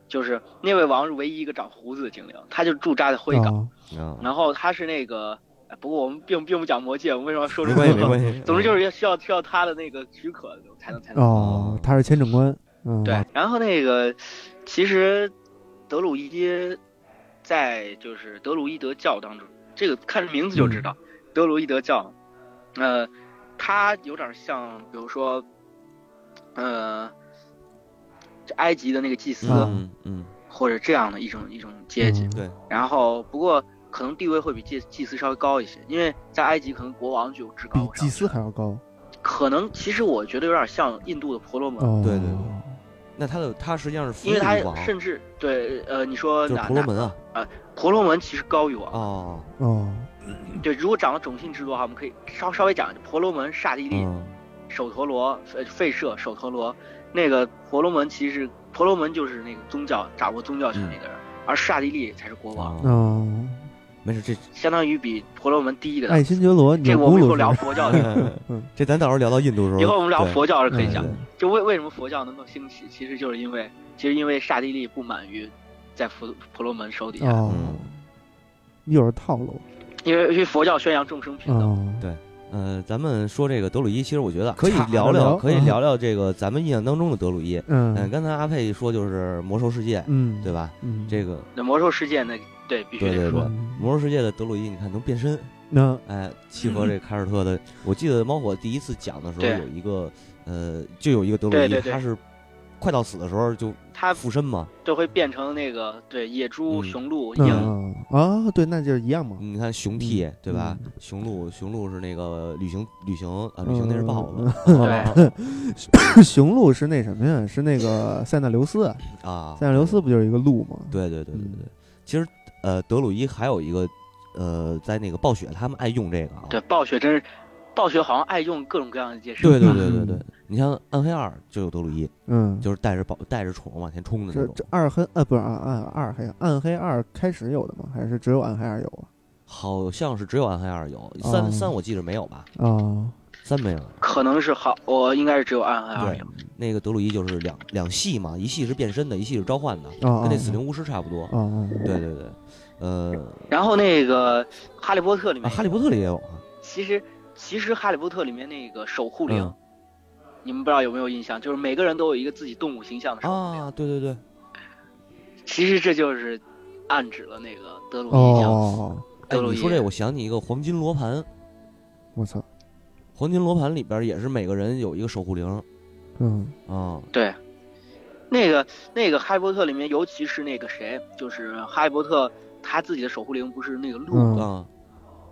[SPEAKER 3] 就是那位王是唯一一个长胡子的精灵，他就驻扎在灰港，
[SPEAKER 1] 啊，
[SPEAKER 2] 嗯
[SPEAKER 3] 然后他是那个，哎不过我们并并不讲魔戒，我们为什么要说出
[SPEAKER 2] 没关系
[SPEAKER 3] 这
[SPEAKER 2] 没
[SPEAKER 3] 个
[SPEAKER 2] 关系，
[SPEAKER 3] 总之就是是要需要需要他的那个许可才能才能。
[SPEAKER 1] 哦，他是签证官，嗯，
[SPEAKER 3] 嗯对，然后那个，其实德鲁伊在就是德鲁伊德教当中，这个看名字就
[SPEAKER 1] 嗯
[SPEAKER 3] 知道，德鲁伊德教，呃，它有点像，比如说，呃，这埃及的那个祭司，
[SPEAKER 1] 啊
[SPEAKER 2] 嗯嗯，
[SPEAKER 3] 或者这样的一种一种阶级。
[SPEAKER 1] 嗯
[SPEAKER 2] 对，
[SPEAKER 3] 然后，不过可能地位会比祭祭司稍微高一些，因为在埃及可能国王具有至高
[SPEAKER 1] 比
[SPEAKER 3] 无上
[SPEAKER 1] 祭司
[SPEAKER 3] 权
[SPEAKER 1] 还要高。
[SPEAKER 3] 可能其实我觉得有点像印度的婆罗门。
[SPEAKER 1] 哦，
[SPEAKER 2] 对对对那他的他实际上是服
[SPEAKER 3] 因为他
[SPEAKER 2] 役王，
[SPEAKER 3] 甚至对呃，你说
[SPEAKER 2] 就是
[SPEAKER 3] 哪
[SPEAKER 2] 婆罗门啊，
[SPEAKER 3] 婆罗门其实高于王。
[SPEAKER 2] 哦，
[SPEAKER 1] 哦，
[SPEAKER 3] 对，如果讲了种姓制度的话，我们可以稍稍微讲一下婆罗门、刹帝利、
[SPEAKER 2] 嗯
[SPEAKER 3] 首陀罗、呃吠舍、首陀罗。那个婆罗门其实婆罗门就是那个宗教掌握宗教权力的人，
[SPEAKER 2] 嗯
[SPEAKER 3] 而刹帝利才是国王，
[SPEAKER 2] 哦，
[SPEAKER 1] 哦，
[SPEAKER 2] 没事，这
[SPEAKER 3] 相当于比婆罗门低一个
[SPEAKER 2] 哎
[SPEAKER 3] 档
[SPEAKER 1] 爱
[SPEAKER 3] 次。
[SPEAKER 1] 新觉罗，你
[SPEAKER 3] 这个我
[SPEAKER 1] 咕
[SPEAKER 3] 们以后
[SPEAKER 1] 噜
[SPEAKER 3] 聊
[SPEAKER 1] 是
[SPEAKER 3] 佛教的，
[SPEAKER 1] 嗯
[SPEAKER 2] 这咱到时候聊到印度的时候，
[SPEAKER 3] 以后我们聊
[SPEAKER 2] 对
[SPEAKER 3] 佛教是可以
[SPEAKER 2] 嗯
[SPEAKER 3] 讲
[SPEAKER 2] 对。
[SPEAKER 3] 就为为什么佛教能够兴起，其实就是因为其实因为刹帝利不满于在婆婆罗门手底下，嗯
[SPEAKER 1] 哦，又是套路
[SPEAKER 3] 因为因为佛教宣扬众生平等。
[SPEAKER 1] 哦，
[SPEAKER 2] 呃，咱们说这个德鲁伊，其实我觉得可以
[SPEAKER 1] 岔着
[SPEAKER 2] 聊聊，
[SPEAKER 1] 聊
[SPEAKER 2] 可以
[SPEAKER 1] 嗯
[SPEAKER 2] 聊聊这个咱们印象当中的德鲁伊。嗯，
[SPEAKER 1] 嗯
[SPEAKER 2] 刚才阿佩说就是魔兽世界，
[SPEAKER 1] 嗯，
[SPEAKER 2] 对吧？
[SPEAKER 1] 嗯，
[SPEAKER 2] 这个
[SPEAKER 3] 那魔兽世界那对必须
[SPEAKER 2] 对对
[SPEAKER 3] 得说
[SPEAKER 2] 对，
[SPEAKER 1] 嗯
[SPEAKER 2] 魔兽世界的德鲁伊，你看能变身，
[SPEAKER 1] 那
[SPEAKER 2] 哎，契
[SPEAKER 1] 嗯
[SPEAKER 2] 合这凯尔特的。我记得猫火第一次讲的时候
[SPEAKER 3] 对
[SPEAKER 2] 有一个，呃，就有一个德鲁
[SPEAKER 3] 对
[SPEAKER 2] 伊，
[SPEAKER 3] 对对
[SPEAKER 2] 他是快到死的时候就
[SPEAKER 3] 它
[SPEAKER 2] 附身嘛。
[SPEAKER 3] 就会变成那个对野猪、
[SPEAKER 2] 嗯
[SPEAKER 3] 雄鹿、
[SPEAKER 1] 那
[SPEAKER 3] 鹰，
[SPEAKER 1] 啊，对，那就是一样嘛。
[SPEAKER 2] 你看雄
[SPEAKER 1] 嗯
[SPEAKER 2] T 对吧？雄鹿，雄鹿是那个旅行，旅行啊，旅行
[SPEAKER 1] 嗯
[SPEAKER 2] 那是豹子嗯
[SPEAKER 3] 对，
[SPEAKER 1] 雄鹿是那什么呀？是那个塞纳留斯啊，
[SPEAKER 3] 哦
[SPEAKER 2] 啊。
[SPEAKER 1] 塞纳留斯不就是一个鹿吗？
[SPEAKER 2] 对对对对
[SPEAKER 1] 嗯
[SPEAKER 2] 对，其实呃，德鲁伊还有一个呃，在那个暴雪他们爱用这个啊。
[SPEAKER 3] 对暴雪真是，暴雪好像爱用各种各样的解释。
[SPEAKER 2] 对对
[SPEAKER 1] 嗯
[SPEAKER 2] 对对对，你像暗黑二就有德鲁伊，
[SPEAKER 1] 嗯，
[SPEAKER 2] 就是带着宝带着宠物往前冲的
[SPEAKER 1] 这
[SPEAKER 2] 那种
[SPEAKER 1] 这，二黑呃不是啊暗二黑暗黑二开始有的吗？还是只有暗黑二有啊？
[SPEAKER 2] 好像是只有暗黑二有，
[SPEAKER 1] 哦
[SPEAKER 2] 三三我记着没有吧？
[SPEAKER 1] 啊，
[SPEAKER 2] 三没有。
[SPEAKER 3] 可能是好，我应该是只有暗啊暗而
[SPEAKER 2] 对
[SPEAKER 3] 已。，
[SPEAKER 2] 那个德鲁伊就是两两系嘛，一系是变身的，一系是召唤的，
[SPEAKER 1] 哦
[SPEAKER 2] 跟那死灵巫师差不多。
[SPEAKER 1] 啊啊，
[SPEAKER 2] 对对对，呃，
[SPEAKER 3] 然后那个《哈利波特》里
[SPEAKER 2] 啊
[SPEAKER 3] 面，
[SPEAKER 2] 哈利波特里也有啊。
[SPEAKER 3] 其实其实《哈利波特》里面那个守护灵
[SPEAKER 2] 嗯，
[SPEAKER 3] 你们不知道有没有印象？就是每个人都有一个自己动物形象的守护灵，
[SPEAKER 2] 啊，对对对，
[SPEAKER 3] 其实这就是暗指了那个德鲁伊像
[SPEAKER 1] 哦，
[SPEAKER 2] 哎，
[SPEAKER 3] 德鲁
[SPEAKER 2] 你
[SPEAKER 3] 伊
[SPEAKER 2] 说这，我想起一个黄金罗盘，
[SPEAKER 1] 我操，
[SPEAKER 2] 黄金罗盘里边也是每个人有一个守护灵
[SPEAKER 1] 嗯
[SPEAKER 2] 啊，
[SPEAKER 3] 对。那个那个《哈利波特》里面，尤其是那个谁，就是哈利波特他自己的守护灵不是那个鹿
[SPEAKER 1] 嗯
[SPEAKER 2] 啊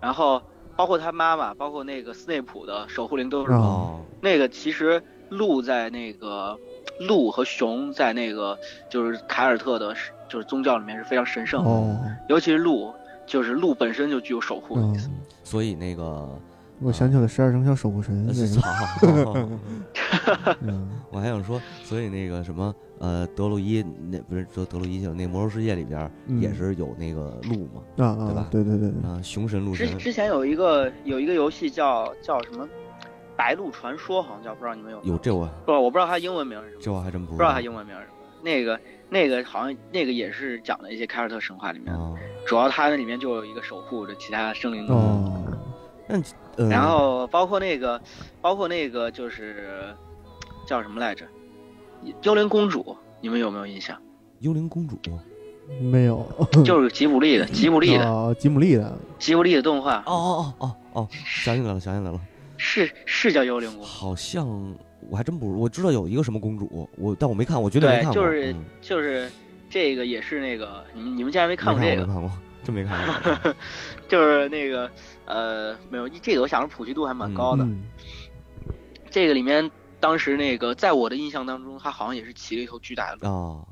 [SPEAKER 3] 然后包括他妈妈，包括那个斯内普的守护灵都是、
[SPEAKER 1] 啊
[SPEAKER 2] 啊，
[SPEAKER 3] 那个。其实鹿在那个鹿和熊在那个就是凯尔特的，就是宗教里面是非常神圣的，
[SPEAKER 1] 哦，
[SPEAKER 3] 尤其是鹿，就是鹿本身就具有守护的意思。
[SPEAKER 1] 嗯
[SPEAKER 2] 所以那个
[SPEAKER 1] 我想起了十二生肖守护神
[SPEAKER 2] 呃
[SPEAKER 1] 那
[SPEAKER 2] 是
[SPEAKER 1] 个，
[SPEAKER 2] 操！
[SPEAKER 1] 嗯，
[SPEAKER 2] 我还想说，所以那个什么，呃，德鲁伊那不是德德鲁伊就是那魔兽世界里边儿
[SPEAKER 1] 嗯
[SPEAKER 2] 也是有那个鹿嘛，
[SPEAKER 1] 啊
[SPEAKER 2] 对吧
[SPEAKER 1] 啊，对对对对，
[SPEAKER 2] 啊，熊神鹿
[SPEAKER 3] 之
[SPEAKER 2] 神
[SPEAKER 3] 之前有一个有一个游戏叫叫什么《白鹿传说》，好像叫，不知道你们有没
[SPEAKER 2] 有这我
[SPEAKER 3] 不知道，我不知道它英文名是什么，
[SPEAKER 2] 这我还真不
[SPEAKER 3] 不
[SPEAKER 2] 知
[SPEAKER 3] 知道它
[SPEAKER 2] 道
[SPEAKER 3] 英文名是什么。那个那个好像那个也是讲的一些凯尔特神话里面，
[SPEAKER 2] 啊。
[SPEAKER 3] 主要它那里面就有一个守护着其他生灵的
[SPEAKER 2] 哦
[SPEAKER 1] 哦，
[SPEAKER 2] 嗯
[SPEAKER 3] 然后包括那个，包括那个就是叫什么来着，《幽灵公主》，你们有没有印象？
[SPEAKER 2] 幽灵公主
[SPEAKER 1] 没有，
[SPEAKER 2] 嗯
[SPEAKER 3] 就是吉卜力的，吉卜力的，
[SPEAKER 1] 啊，吉姆利的，
[SPEAKER 3] 吉卜力的动画
[SPEAKER 2] 哦，哦哦哦哦，想起来了，想起来了，
[SPEAKER 3] 是是叫《幽灵公主》，
[SPEAKER 2] 好像我还真不我知道有一个什么公主，我但我没看，我绝对没
[SPEAKER 3] 对
[SPEAKER 2] 看过，
[SPEAKER 3] 就是
[SPEAKER 2] 嗯
[SPEAKER 3] 就是这个也是那个，你们你们竟然没看过
[SPEAKER 2] 没
[SPEAKER 3] 这
[SPEAKER 2] 看过，
[SPEAKER 3] 个
[SPEAKER 2] 没，看过，真没看过。嗯
[SPEAKER 3] 就是那个呃，没有这个，我想着普及度还蛮高的。
[SPEAKER 1] 嗯，
[SPEAKER 3] 这个里面当时那个，在我的印象当中，他好像也是骑了一头巨大的鹿。
[SPEAKER 2] 啊，
[SPEAKER 1] 哦，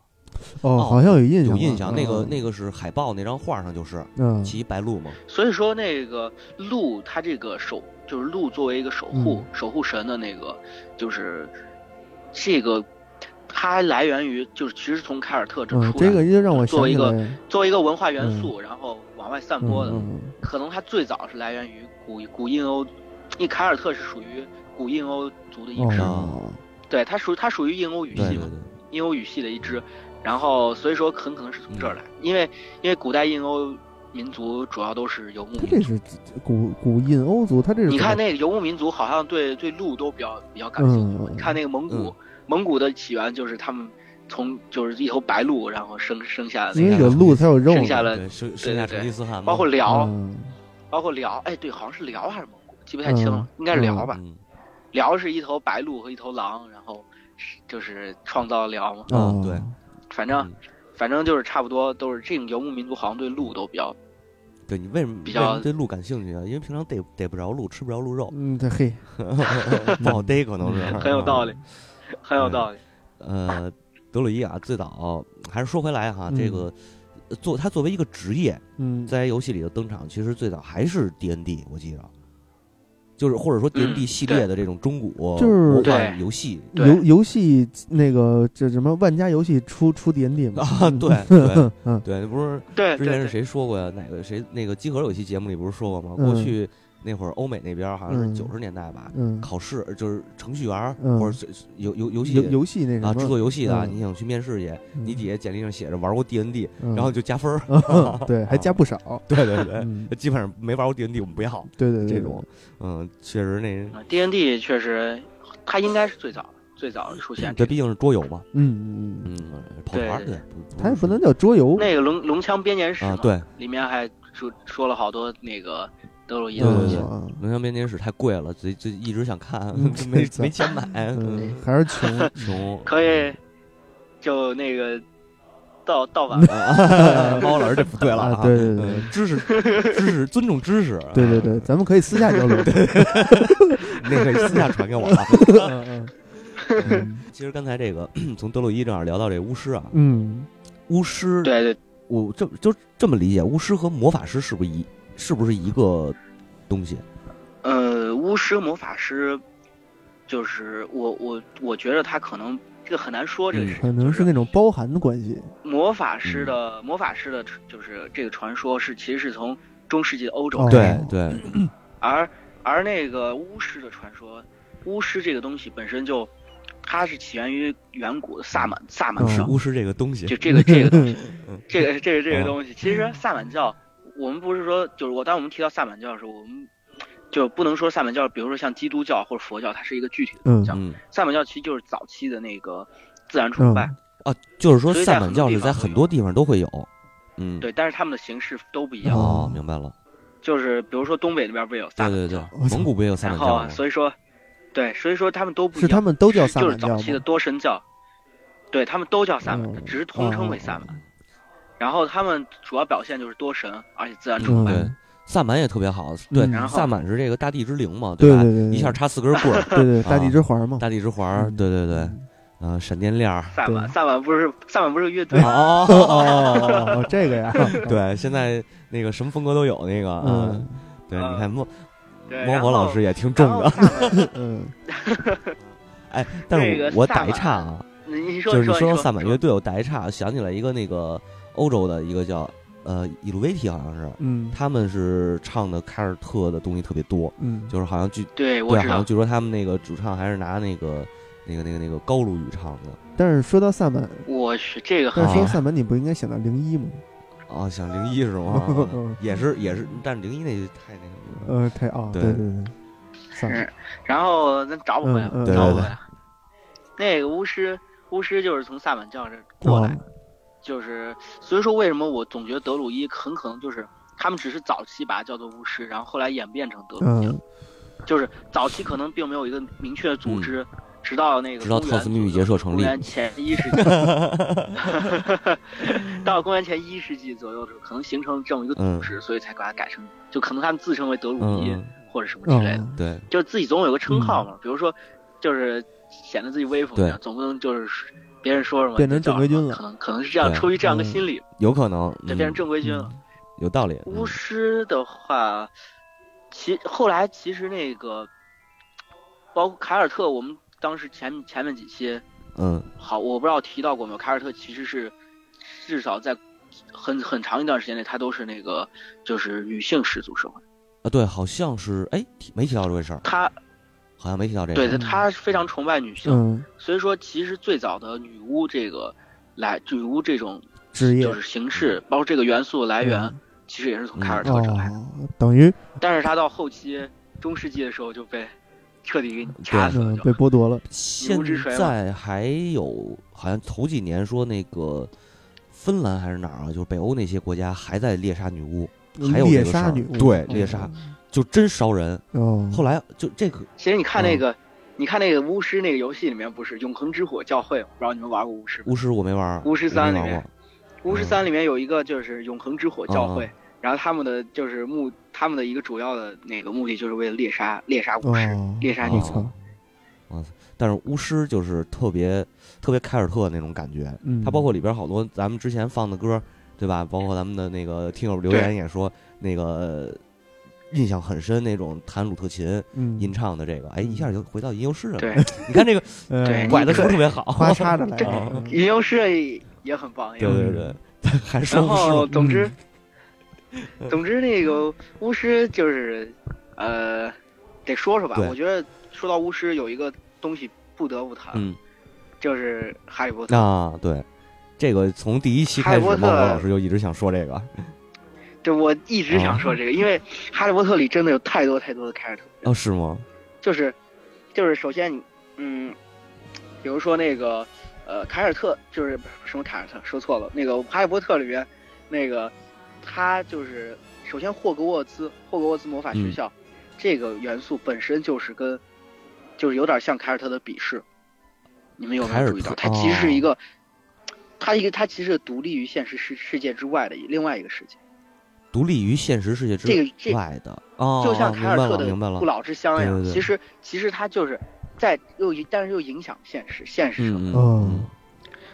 [SPEAKER 2] 哦
[SPEAKER 1] 好像有印象
[SPEAKER 2] 有
[SPEAKER 1] 吧，
[SPEAKER 2] 印象，那个
[SPEAKER 1] 嗯
[SPEAKER 2] 那个是海报那张画上就是
[SPEAKER 1] 嗯，
[SPEAKER 2] 骑白鹿嘛，
[SPEAKER 3] 所以说，那个鹿，它这个守就是鹿作为一个守护、
[SPEAKER 1] 嗯
[SPEAKER 3] 守护神的那个，就是这个，它来源于就是其实从凯尔特这
[SPEAKER 1] 嗯，
[SPEAKER 3] 出来
[SPEAKER 1] 这
[SPEAKER 3] 的，
[SPEAKER 1] 个就让我
[SPEAKER 3] 作
[SPEAKER 1] 想
[SPEAKER 3] 为
[SPEAKER 1] 起
[SPEAKER 3] 一个
[SPEAKER 1] 来，
[SPEAKER 3] 作为一个文化元素，然后往外散
[SPEAKER 1] 嗯
[SPEAKER 3] 播的。
[SPEAKER 1] 嗯
[SPEAKER 3] 可能它最早是来源于古古印欧，因为凯尔特是属于古印欧族的一
[SPEAKER 1] 嗯
[SPEAKER 3] 支，
[SPEAKER 2] 啊
[SPEAKER 1] 哦，
[SPEAKER 3] 对，它属于它属于印欧语
[SPEAKER 2] 对
[SPEAKER 3] 系
[SPEAKER 2] 对
[SPEAKER 3] 嘛，
[SPEAKER 2] 对，
[SPEAKER 3] 印欧语系的一支，然后所以说很可能是从这儿来，
[SPEAKER 1] 嗯
[SPEAKER 3] 因为因为古代印欧民族主要都是游牧
[SPEAKER 1] 他
[SPEAKER 3] 民
[SPEAKER 1] 这
[SPEAKER 3] 族。
[SPEAKER 1] 是古古印欧族，他这是
[SPEAKER 3] 你看
[SPEAKER 1] 怎么
[SPEAKER 3] 那个游牧民族好像对对鹿都比较比较感兴趣。
[SPEAKER 1] 嗯
[SPEAKER 3] 你看那个蒙古，蒙古的起源就是他们从就是一头白鹿，然后生生啊下的
[SPEAKER 1] 因
[SPEAKER 3] 那
[SPEAKER 1] 为
[SPEAKER 3] 个，
[SPEAKER 1] 有鹿才有肉嘛，
[SPEAKER 3] 剩下了
[SPEAKER 2] 对生生下成吉思汗嘛，
[SPEAKER 3] 包括辽，
[SPEAKER 1] 嗯
[SPEAKER 3] 包括辽，哎，对，好像是辽还是蒙古，记不太清了，应该是辽吧。
[SPEAKER 2] 嗯
[SPEAKER 3] 辽是一头白鹿和一头狼，然后是就是创造辽嘛。
[SPEAKER 2] 啊
[SPEAKER 1] 哦
[SPEAKER 2] 对
[SPEAKER 3] 反正
[SPEAKER 2] 嗯
[SPEAKER 3] 反正就是差不多都是这种游牧民族，好像对鹿都比较
[SPEAKER 2] 对你为什么
[SPEAKER 3] 比
[SPEAKER 2] 为什么
[SPEAKER 3] 较
[SPEAKER 2] 对鹿感兴趣啊？因为平常逮逮不着鹿，吃不着 鹿肉，
[SPEAKER 1] 嗯，对嘿，
[SPEAKER 2] 不好逮，可能是
[SPEAKER 3] 很有道理。
[SPEAKER 2] 啊，
[SPEAKER 3] 很有道理。
[SPEAKER 2] 呃，德鲁伊啊，最早还是说回来哈，
[SPEAKER 1] 嗯
[SPEAKER 2] 这个呃作他作为一个职业，
[SPEAKER 1] 嗯，
[SPEAKER 2] 在游戏里的登场，其实最早还是 D N D，我记得，就是或者说 D N D
[SPEAKER 3] 嗯
[SPEAKER 2] 系列的这种中古
[SPEAKER 1] 就是
[SPEAKER 2] 魔幻游戏
[SPEAKER 3] 对
[SPEAKER 1] 游游戏那个这什么万家游戏出出 D N D 嘛，
[SPEAKER 2] 啊，对对
[SPEAKER 1] 嗯嗯
[SPEAKER 2] 对，那不是
[SPEAKER 3] 对
[SPEAKER 2] 之
[SPEAKER 3] 对
[SPEAKER 2] 前是
[SPEAKER 3] 对，
[SPEAKER 2] 谁说过呀？哪个谁那个集合有一期节目里不是说过吗？
[SPEAKER 1] 嗯
[SPEAKER 2] 过去那会儿欧美那边好像是
[SPEAKER 1] 嗯
[SPEAKER 2] 九十年代吧，
[SPEAKER 1] 嗯，
[SPEAKER 2] 考试就是程序员儿
[SPEAKER 1] 嗯
[SPEAKER 2] 或者是是游游游戏
[SPEAKER 1] 游游戏那什么
[SPEAKER 2] 啊制作游戏的啊，
[SPEAKER 1] 嗯
[SPEAKER 2] 你想去面试去，你底
[SPEAKER 1] 底，
[SPEAKER 2] 下简历上写着玩过 D N D，
[SPEAKER 1] 嗯
[SPEAKER 2] 然后啊就加分儿。
[SPEAKER 1] 对还加不少，
[SPEAKER 2] 对对对，
[SPEAKER 1] 嗯，
[SPEAKER 2] 基本上没玩过 D N D 我们不要
[SPEAKER 1] 对对对
[SPEAKER 2] 这种，。嗯，确实那
[SPEAKER 3] ，D N D 确实，它应该是最早最早出现这
[SPEAKER 2] 这
[SPEAKER 3] 个。
[SPEAKER 2] 毕竟是桌游嘛，
[SPEAKER 1] 嗯嗯嗯，
[SPEAKER 2] 嗯，跑团儿
[SPEAKER 3] 对
[SPEAKER 2] 对，不
[SPEAKER 1] 它也不
[SPEAKER 2] 是
[SPEAKER 1] 能叫桌游，
[SPEAKER 3] 那个龙龙枪编年史
[SPEAKER 2] 啊
[SPEAKER 3] 嘛，，
[SPEAKER 2] 对，
[SPEAKER 3] 里面还说说了好多那个德鲁伊
[SPEAKER 1] 对
[SPEAKER 3] 的
[SPEAKER 2] 对
[SPEAKER 3] 东
[SPEAKER 2] 对
[SPEAKER 3] 西
[SPEAKER 2] 对。
[SPEAKER 1] 啊
[SPEAKER 2] 《龙翔编年史》太贵了，所以就一直想看
[SPEAKER 1] 嗯，
[SPEAKER 2] 没
[SPEAKER 1] 对
[SPEAKER 2] 没钱买，
[SPEAKER 1] 嗯，还是穷，
[SPEAKER 2] 穷。
[SPEAKER 3] 可以，就那个盗 盗版
[SPEAKER 2] 啊，猫老师这不 对了
[SPEAKER 1] 啊对对对
[SPEAKER 2] 嗯知识知识尊重知识，啊
[SPEAKER 1] 对对对，，咱们可以私下交 流，
[SPEAKER 2] 那个私下传给我啊。
[SPEAKER 1] 嗯嗯
[SPEAKER 2] 其实刚才这个从德鲁伊这儿聊到这巫师啊，
[SPEAKER 1] 嗯，
[SPEAKER 2] 巫师，
[SPEAKER 3] 对对
[SPEAKER 2] 我这就这么理解，巫师和魔法师是不是一是不是一个东西？
[SPEAKER 3] 呃，巫师、魔法师，就是我我我觉得他可能这个很难说这个
[SPEAKER 2] 嗯
[SPEAKER 3] 事情，
[SPEAKER 1] 可能
[SPEAKER 3] 就是
[SPEAKER 1] 那种包含的关系，
[SPEAKER 3] 魔法师的、魔法师的，就是这个传说是其实是从中世纪的欧洲
[SPEAKER 1] 哦
[SPEAKER 3] 开始，
[SPEAKER 2] 对对，
[SPEAKER 3] 而而那个巫师的传说，巫师这个东西本身就，它是起源于远古的萨满萨满
[SPEAKER 1] 嗯
[SPEAKER 3] 教，
[SPEAKER 2] 巫师这个东西
[SPEAKER 3] 就，这个这个东西
[SPEAKER 2] 嗯，
[SPEAKER 3] 这个这个这
[SPEAKER 2] 啊
[SPEAKER 3] 个东西，其实萨满教，我们不是说就是我当我们提到萨满教的时候，我们就不能说萨满教，比如说像基督教或者佛教，它是一个具体的
[SPEAKER 1] 嗯
[SPEAKER 3] 宗教。
[SPEAKER 2] 嗯
[SPEAKER 3] 萨满教其实就是早期的那个自然崇拜，
[SPEAKER 2] 啊，就是说
[SPEAKER 3] 所以在
[SPEAKER 2] 萨满教是在很多地方都会有，嗯，
[SPEAKER 3] 对，但是他们的形式都不一样。
[SPEAKER 2] 哦，明白了，
[SPEAKER 3] 就是比如说东北那边不也有萨
[SPEAKER 2] 对
[SPEAKER 3] 满教，
[SPEAKER 2] 对对
[SPEAKER 1] 我，操
[SPEAKER 2] 蒙古不也有萨
[SPEAKER 3] 然
[SPEAKER 2] 满
[SPEAKER 3] 后
[SPEAKER 2] 教
[SPEAKER 3] 啊，
[SPEAKER 2] 吗？
[SPEAKER 3] 所以说，对，所以说他们都不一
[SPEAKER 1] 是
[SPEAKER 3] 样。
[SPEAKER 1] 他们都叫萨
[SPEAKER 3] 就是
[SPEAKER 1] 满教
[SPEAKER 3] 早
[SPEAKER 1] 吗
[SPEAKER 3] 期？的多神教，对他们都叫萨满，
[SPEAKER 1] 嗯哦
[SPEAKER 3] 只是通称为萨满。然后他们主要表现就是多神，而且自然崇
[SPEAKER 1] 嗯
[SPEAKER 3] 拜。
[SPEAKER 2] 对，萨满也特别好，对
[SPEAKER 1] 嗯然，
[SPEAKER 3] 后
[SPEAKER 2] 萨满是这个大地之灵嘛，
[SPEAKER 1] 嗯对
[SPEAKER 2] 吧
[SPEAKER 1] 对对？对
[SPEAKER 2] 一下插四根棍儿，
[SPEAKER 1] 对对，大地之环嘛，
[SPEAKER 2] 大地之环儿，
[SPEAKER 1] 嗯
[SPEAKER 2] 对对对，啊，闪电链儿，
[SPEAKER 3] 萨满，
[SPEAKER 1] 对
[SPEAKER 3] 萨满不是萨满不是乐队，
[SPEAKER 1] 哦 哦哦，这个呀，
[SPEAKER 2] 对，现在那个什么风格都有那个，呃
[SPEAKER 1] 嗯，
[SPEAKER 2] 对，
[SPEAKER 3] 嗯
[SPEAKER 2] 你看莫
[SPEAKER 3] 对，
[SPEAKER 2] 猫
[SPEAKER 3] 然
[SPEAKER 2] 火老
[SPEAKER 3] 后
[SPEAKER 2] 师也挺重的。
[SPEAKER 3] 的。
[SPEAKER 1] 嗯，
[SPEAKER 2] 哎， 但
[SPEAKER 3] 这
[SPEAKER 2] 是
[SPEAKER 3] 个
[SPEAKER 2] 我我
[SPEAKER 3] 萨
[SPEAKER 2] 打一
[SPEAKER 3] 满
[SPEAKER 2] 岔啊，
[SPEAKER 3] 你 你说
[SPEAKER 2] 就是你
[SPEAKER 3] 说
[SPEAKER 2] 说
[SPEAKER 3] 你
[SPEAKER 2] 到萨满乐队，我打一岔，想起来一个那个欧洲的一个叫呃伊鲁维提，好像是，
[SPEAKER 1] 嗯
[SPEAKER 2] 他们是唱的凯尔特的东西特别多，
[SPEAKER 1] 嗯，
[SPEAKER 2] 就是好像据
[SPEAKER 3] 对，
[SPEAKER 2] 对，
[SPEAKER 3] 我
[SPEAKER 2] 好
[SPEAKER 3] 知道
[SPEAKER 2] 像。据说他们那个主唱还是拿那个那个那个那个高卢语唱的
[SPEAKER 1] 但是说到萨满，
[SPEAKER 3] 我去，这个很
[SPEAKER 1] 但是
[SPEAKER 2] 啊
[SPEAKER 1] 说到萨满，你不应该想到零一吗？
[SPEAKER 2] 啊，像零一是吗？啊 也是也是，但是零一那就太那什么了。
[SPEAKER 1] 呃，太啊，
[SPEAKER 2] 对
[SPEAKER 1] 对对对，萨满哦
[SPEAKER 3] 是，然后咱找不回来
[SPEAKER 1] 嗯嗯嗯
[SPEAKER 3] 了，
[SPEAKER 1] 对
[SPEAKER 3] 找
[SPEAKER 2] 对
[SPEAKER 3] 不
[SPEAKER 2] 对
[SPEAKER 3] 回来了。那个巫师，巫师就是从萨满教这过
[SPEAKER 1] 哦
[SPEAKER 3] 来的，就是所以说为什么我总觉得德鲁伊很可能就是他们只是早期把它叫做巫师，然后后来演变成德鲁伊了，
[SPEAKER 1] 嗯
[SPEAKER 3] 就是早期可能并没有一个明确的组织，直到那个
[SPEAKER 2] 嗯直到
[SPEAKER 3] 公
[SPEAKER 2] 特
[SPEAKER 3] 元
[SPEAKER 2] 斯密语结社成
[SPEAKER 3] 公
[SPEAKER 2] 立，
[SPEAKER 3] 元前一世纪， 到公元前一世纪左右的时候，可能形成这么一个组织，所以才把它改成，就可能他们自称为德鲁伊、
[SPEAKER 2] 嗯，
[SPEAKER 3] 或者什么之类的，
[SPEAKER 1] 嗯，
[SPEAKER 2] 对，
[SPEAKER 3] 就自己总有个称号嘛，比如说，就是显得自己威风一样，
[SPEAKER 2] 对
[SPEAKER 3] 总不能就是别人说什么
[SPEAKER 1] 变成
[SPEAKER 3] 就叫
[SPEAKER 1] 正规
[SPEAKER 3] 什么
[SPEAKER 1] 军了
[SPEAKER 3] 可能可能是这样，
[SPEAKER 2] 对
[SPEAKER 3] 出于这样的
[SPEAKER 1] 嗯
[SPEAKER 3] 心理，
[SPEAKER 2] 有可能
[SPEAKER 3] 就变成
[SPEAKER 2] 嗯
[SPEAKER 3] 正规军了。
[SPEAKER 2] 有道理。嗯
[SPEAKER 3] 巫师的话，其后来其实那个，包括凯尔特，我们当时前前面几期
[SPEAKER 2] 嗯
[SPEAKER 3] 好，我不知道提到过没有，凯尔特其实是至少在很很长一段时间内，他都是那个就是女性氏族社会，
[SPEAKER 2] 啊，对，好像是哎提没提到这回事儿，
[SPEAKER 3] 他
[SPEAKER 2] 好像没提到这个
[SPEAKER 3] 对
[SPEAKER 2] 事
[SPEAKER 3] 他
[SPEAKER 2] 儿。
[SPEAKER 3] 他非常崇拜女性，
[SPEAKER 1] 嗯，
[SPEAKER 3] 所以说其实最早的女巫这个来女巫这种
[SPEAKER 1] 职业
[SPEAKER 3] 就是形式，包括这个元素的来源，
[SPEAKER 1] 嗯
[SPEAKER 3] 其实也是从凯尔特这来的，
[SPEAKER 1] 哦，等于
[SPEAKER 3] 但是他到后期中世纪的时候就被彻底给你掐死了
[SPEAKER 1] 嗯
[SPEAKER 3] 就，
[SPEAKER 1] 被剥夺了，
[SPEAKER 2] 现
[SPEAKER 3] 女巫之锤嘛
[SPEAKER 2] 在还有好像头几年说那个芬兰还是哪儿啊，就是北欧那些国家还在猎杀女巫，还有这
[SPEAKER 1] 猎
[SPEAKER 2] 个事
[SPEAKER 1] 杀
[SPEAKER 2] 儿
[SPEAKER 1] 女巫，嗯
[SPEAKER 2] 对猎杀就真烧人。
[SPEAKER 1] 哦，
[SPEAKER 2] 后来就这个
[SPEAKER 3] 其实你看
[SPEAKER 2] 嗯
[SPEAKER 3] 那个，你看那个巫师那个游戏里面不是永恒之火教会吗，不知道你们玩过巫师吗？
[SPEAKER 2] 巫师我没玩儿，
[SPEAKER 3] 巫师三
[SPEAKER 2] 我
[SPEAKER 3] 里
[SPEAKER 2] 没玩
[SPEAKER 3] 面
[SPEAKER 2] 过，
[SPEAKER 3] 巫师三里面有一个就是永恒之火教
[SPEAKER 2] 嗯
[SPEAKER 3] 会，然后他们的就是目他们的一个主要的那个目的就是为了猎杀猎杀巫师，
[SPEAKER 1] 哦，
[SPEAKER 3] 猎杀
[SPEAKER 2] 女
[SPEAKER 1] 我
[SPEAKER 2] 巫
[SPEAKER 1] 操，
[SPEAKER 2] 但是巫师就是特别特别凯尔特那种感觉，
[SPEAKER 1] 嗯，
[SPEAKER 2] 它包括里边好多咱们之前放的歌，对吧？包括咱们的那个听友留
[SPEAKER 3] 对
[SPEAKER 2] 言也说，那个印象很深那种弹鲁特琴
[SPEAKER 1] 嗯
[SPEAKER 2] 吟唱的这个，哎，
[SPEAKER 1] 嗯
[SPEAKER 2] 一下就回到吟游诗人
[SPEAKER 3] 对哎
[SPEAKER 2] 了。 你看这个
[SPEAKER 1] 呃
[SPEAKER 2] 拐的
[SPEAKER 3] 时
[SPEAKER 2] 是
[SPEAKER 3] 候
[SPEAKER 2] 不是特别好？
[SPEAKER 1] 花叉着来
[SPEAKER 3] 对
[SPEAKER 1] 啊，嗯
[SPEAKER 3] 吟游诗也很棒，也
[SPEAKER 2] 对
[SPEAKER 3] 很
[SPEAKER 2] 对对，还说
[SPEAKER 3] 嗯
[SPEAKER 2] 嗯
[SPEAKER 3] 然
[SPEAKER 2] 不
[SPEAKER 3] 后
[SPEAKER 2] 是
[SPEAKER 3] 总之，总之那个巫师就是，呃，得说说吧。
[SPEAKER 2] 对
[SPEAKER 3] 我觉得说到巫师有一个东西不得不谈，
[SPEAKER 2] 嗯
[SPEAKER 3] 就是《哈利波特》
[SPEAKER 2] 啊，对，这个从第一期开始，
[SPEAKER 3] 哈
[SPEAKER 2] 猫
[SPEAKER 3] 利波特
[SPEAKER 2] 火老师就一直想说这个，
[SPEAKER 3] 对，我一直想说这
[SPEAKER 2] 嗯
[SPEAKER 3] 个，因为《哈利波特》里真的有太多太多的凯尔特，
[SPEAKER 2] 哦，是吗？
[SPEAKER 3] 就是，就是首先你，嗯，比如说那个，呃，凯尔特就是不是什么凯尔特，说错了，那个《哈利波特》里面，那个他就是首先霍格沃兹，霍格沃兹魔法
[SPEAKER 2] 嗯
[SPEAKER 3] 学校、这个元素本身就是跟，就是有点像凯尔特的鄙视，你们有没
[SPEAKER 2] 凯尔特
[SPEAKER 3] 有注意到？它其实是
[SPEAKER 2] 哦
[SPEAKER 3] 一个，它一个它其实是独立于现实世世界之外的另外一个世界，
[SPEAKER 2] 独立于现实世界
[SPEAKER 3] 这个
[SPEAKER 2] 之
[SPEAKER 3] 这
[SPEAKER 2] 外的哦，
[SPEAKER 3] 就像
[SPEAKER 2] 哦
[SPEAKER 3] 凯尔特的
[SPEAKER 2] 明白了，
[SPEAKER 3] 不
[SPEAKER 2] 明白了，
[SPEAKER 3] 老之乡一
[SPEAKER 2] 对
[SPEAKER 3] 样，
[SPEAKER 2] 对对
[SPEAKER 3] 其实其实它就是在又一但是又影响现实现实生活，
[SPEAKER 2] 嗯嗯
[SPEAKER 1] 哦
[SPEAKER 2] 嗯，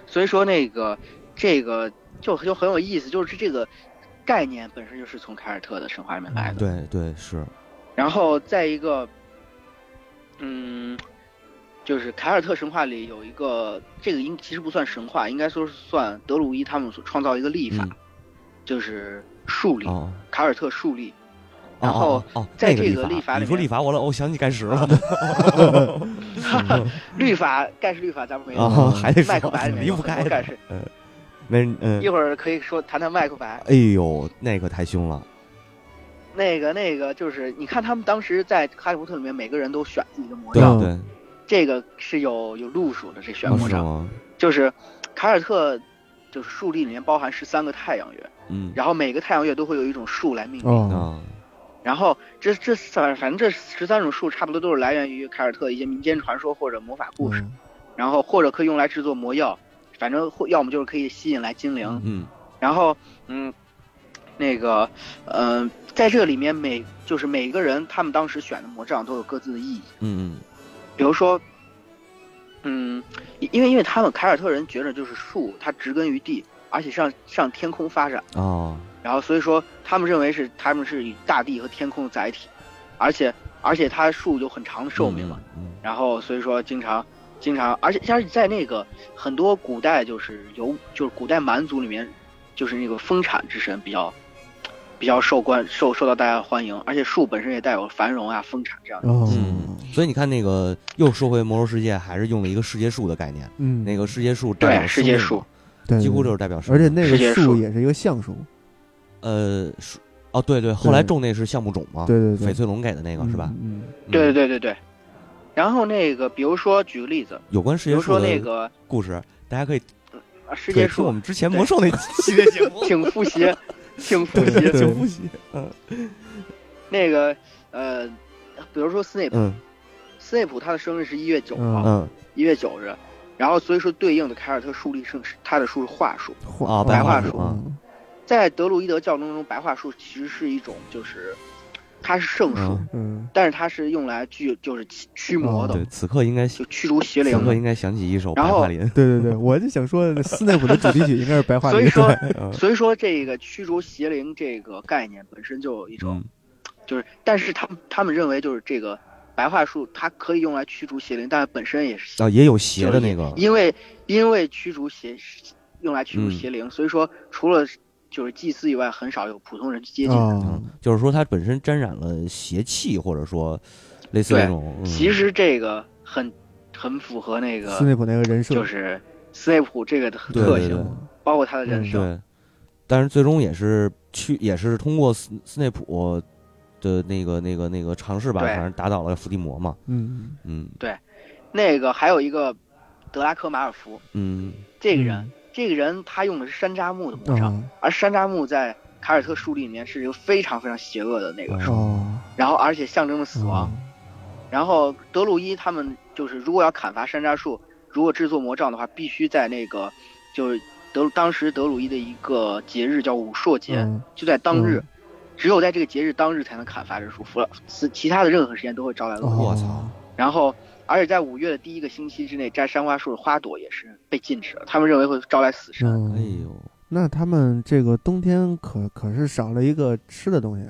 [SPEAKER 3] 所以说那个这个就就很有意思，就是这个概念本身就是从凯尔特的神话里面来的。
[SPEAKER 2] 嗯对对是，
[SPEAKER 3] 然后再一个，嗯，就是凯尔特神话里有一个这个应其实不算神话，应该说是算德鲁伊他们所创造一个历法，
[SPEAKER 2] 嗯
[SPEAKER 3] 就是树立、
[SPEAKER 2] 哦。
[SPEAKER 3] 凯尔特树立。
[SPEAKER 2] 哦
[SPEAKER 3] 然后
[SPEAKER 2] 哦哦
[SPEAKER 3] 在
[SPEAKER 2] 那
[SPEAKER 3] 这
[SPEAKER 2] 立
[SPEAKER 3] 个立法里
[SPEAKER 2] 你说
[SPEAKER 3] 面嗯
[SPEAKER 2] 立法，我老我想起干什了
[SPEAKER 3] 律法盖世律法咱们没有嗯
[SPEAKER 2] 啊，还得
[SPEAKER 3] 麦克
[SPEAKER 2] 说
[SPEAKER 3] 白里面
[SPEAKER 2] 离
[SPEAKER 3] 有
[SPEAKER 2] 不
[SPEAKER 3] 很
[SPEAKER 2] 开
[SPEAKER 3] 多盖
[SPEAKER 2] 的
[SPEAKER 3] 世，
[SPEAKER 2] 嗯， 没人嗯
[SPEAKER 3] 一，会儿可以说谈谈麦克白。
[SPEAKER 2] 哎呦，那可太凶
[SPEAKER 3] 哦
[SPEAKER 2] 了，
[SPEAKER 3] 那个那个就是，你看他们当时在《哈利波特》里面，每个人都选自己的魔
[SPEAKER 2] 对
[SPEAKER 3] 杖，
[SPEAKER 1] 嗯
[SPEAKER 2] 对，
[SPEAKER 3] 这个是有有路数的。这选
[SPEAKER 2] 哦
[SPEAKER 3] 魔
[SPEAKER 2] 是
[SPEAKER 3] 杖、
[SPEAKER 2] 吗？
[SPEAKER 3] 就是凯尔特，就是树立里面包含十三个太阳月，
[SPEAKER 2] 嗯，
[SPEAKER 3] 然后每个太阳月都会有一种树来命名。
[SPEAKER 1] 哦，
[SPEAKER 2] 啊，
[SPEAKER 3] 然后这这反反正这十三种树差不多都是来源于凯尔特一些民间传说或者魔法故事，
[SPEAKER 1] 嗯
[SPEAKER 3] 然后或者可以用来制作魔药，反正或要么就是可以吸引来精灵，
[SPEAKER 2] 嗯
[SPEAKER 3] 然后，嗯，那个，嗯、在这里面每就是每个人他们当时选的魔杖都有各自的意义。
[SPEAKER 2] 嗯
[SPEAKER 3] 比如说，嗯，因因为因为他们凯尔特人觉得就是树它植根于地，而且上上天空发展，
[SPEAKER 2] 嗯，哦，
[SPEAKER 3] 然后所以说他们认为是他们是以大地和天空的载体，而且而且它树有很长的寿命嘛，
[SPEAKER 2] 嗯，
[SPEAKER 3] 然后所以说经常经常，而且而且在那个很多古代就是游就是古代蛮族里面，就是那个丰产之神比较比较受关受受到大家欢迎，而且树本身也带有繁荣啊丰产这样的。
[SPEAKER 1] 哦，
[SPEAKER 2] 嗯嗯，所以你看那个又说回魔兽世界，还是用了一个世界树的概念，
[SPEAKER 1] 嗯，
[SPEAKER 2] 那
[SPEAKER 1] 个
[SPEAKER 2] 个世界树代表
[SPEAKER 3] 对
[SPEAKER 2] 生
[SPEAKER 3] 世界
[SPEAKER 2] 命
[SPEAKER 3] 树
[SPEAKER 2] 嘛
[SPEAKER 1] 对，，
[SPEAKER 2] 几乎就是是代表生
[SPEAKER 1] 嗯而且
[SPEAKER 2] 命，
[SPEAKER 1] 那
[SPEAKER 3] 世界
[SPEAKER 1] 个
[SPEAKER 3] 树
[SPEAKER 1] 树也是一个橡树，
[SPEAKER 2] 呃树哦对对，后来
[SPEAKER 1] 对
[SPEAKER 2] 种那是橡木种嘛，
[SPEAKER 1] 对对对，
[SPEAKER 2] 啊翡翠龙给的那个是吧？
[SPEAKER 1] 嗯，
[SPEAKER 3] 对对
[SPEAKER 2] 对，
[SPEAKER 3] 对对对。然后那个，比如说举个例子，
[SPEAKER 2] 有关世
[SPEAKER 3] 比
[SPEAKER 2] 界
[SPEAKER 3] 如
[SPEAKER 2] 树
[SPEAKER 3] 说
[SPEAKER 2] 的
[SPEAKER 3] 那个
[SPEAKER 2] 故事，大家可以
[SPEAKER 3] 啊世界
[SPEAKER 2] 对听我
[SPEAKER 3] 树，
[SPEAKER 2] 们之前
[SPEAKER 3] 对
[SPEAKER 2] 魔兽那系列节目
[SPEAKER 3] 请 复习，请复
[SPEAKER 1] 对
[SPEAKER 3] 习
[SPEAKER 1] 对
[SPEAKER 2] 请复习，
[SPEAKER 3] 那个呃，比如说斯内普，
[SPEAKER 2] 嗯
[SPEAKER 3] 斯内普他的生日是一月九
[SPEAKER 1] 嗯
[SPEAKER 3] 号，
[SPEAKER 2] 嗯
[SPEAKER 3] 一月九日，然后所以说对应的凯尔特树立圣他的树是桦树，
[SPEAKER 1] 嗯画画
[SPEAKER 2] 啊白
[SPEAKER 3] 桦
[SPEAKER 2] 树啊
[SPEAKER 1] 嗯
[SPEAKER 3] 在德鲁伊德教中中，白桦树其实是一种就是它是圣树，
[SPEAKER 2] 嗯，
[SPEAKER 1] 嗯，
[SPEAKER 3] 但是它是用来具就是驱驱魔的，
[SPEAKER 2] 对，此刻应该此
[SPEAKER 3] 就驱逐邪灵
[SPEAKER 2] 刻
[SPEAKER 3] 的。
[SPEAKER 2] 应该响起一首《
[SPEAKER 3] 然
[SPEAKER 2] 白
[SPEAKER 3] 后
[SPEAKER 2] 桦林》
[SPEAKER 1] 对对对，我就想说斯内普的主题曲应该是白桦
[SPEAKER 3] 所
[SPEAKER 1] 林，
[SPEAKER 3] 以说
[SPEAKER 1] 对，
[SPEAKER 2] 嗯
[SPEAKER 3] 所以说这个驱逐邪灵这个概念本身就有一种
[SPEAKER 2] 嗯
[SPEAKER 3] 就是，但是他们他们认为就是这个白桦树它可以用来驱逐邪灵，但是本身也是
[SPEAKER 2] 啊，也有邪的那个，
[SPEAKER 3] 因为因为驱逐邪用来驱逐
[SPEAKER 2] 嗯
[SPEAKER 3] 邪灵，所以说除了就是祭司以外，很少有普通人去接近它。
[SPEAKER 1] 啊
[SPEAKER 2] 嗯，就是说它本身沾染了邪气，或者说类似
[SPEAKER 3] 对
[SPEAKER 2] 那种，嗯
[SPEAKER 3] 其实这个很很符合那个
[SPEAKER 1] 斯内普那个人设
[SPEAKER 3] 就是斯内普这个的
[SPEAKER 2] 对
[SPEAKER 3] 特
[SPEAKER 2] 对
[SPEAKER 3] 性，
[SPEAKER 2] 对嗯
[SPEAKER 3] 包括他的人设。
[SPEAKER 2] 对，但是最终也是去，也是通过斯斯内普的那个那个那个尝试吧，
[SPEAKER 3] 对
[SPEAKER 2] 反正打倒了伏地魔嘛，
[SPEAKER 1] 嗯，
[SPEAKER 2] 嗯
[SPEAKER 3] 那个还有一个德拉科马尔福
[SPEAKER 2] 嗯
[SPEAKER 3] 这个人，这个人他用的是山楂木的
[SPEAKER 1] 嗯
[SPEAKER 3] 魔杖，而山楂木在凯尔特树立里面是一个非常非常邪恶的那
[SPEAKER 2] 嗯
[SPEAKER 3] 个
[SPEAKER 1] 啊
[SPEAKER 3] 树，
[SPEAKER 1] 哦，
[SPEAKER 3] 然后而且象征着死亡。然后德鲁伊他们就是，如果要砍伐山楂树，如果制作魔杖的话，必须在那个就是德当时德鲁伊的一个节日叫武朔节，
[SPEAKER 1] 嗯
[SPEAKER 3] 就在当日，
[SPEAKER 1] 嗯
[SPEAKER 3] 只有在这个节日当日才能砍伐这树，除了其其他的任何时间都会招来恶
[SPEAKER 1] 哦
[SPEAKER 3] 魔。
[SPEAKER 2] 我操，
[SPEAKER 3] 然后，而且在五月的第一个星期之内摘山花树的花朵也是被禁止的，他们认为会招来死神。
[SPEAKER 1] 嗯
[SPEAKER 2] 哎呦
[SPEAKER 1] 那他们这个冬天可可是少了一个吃的东西，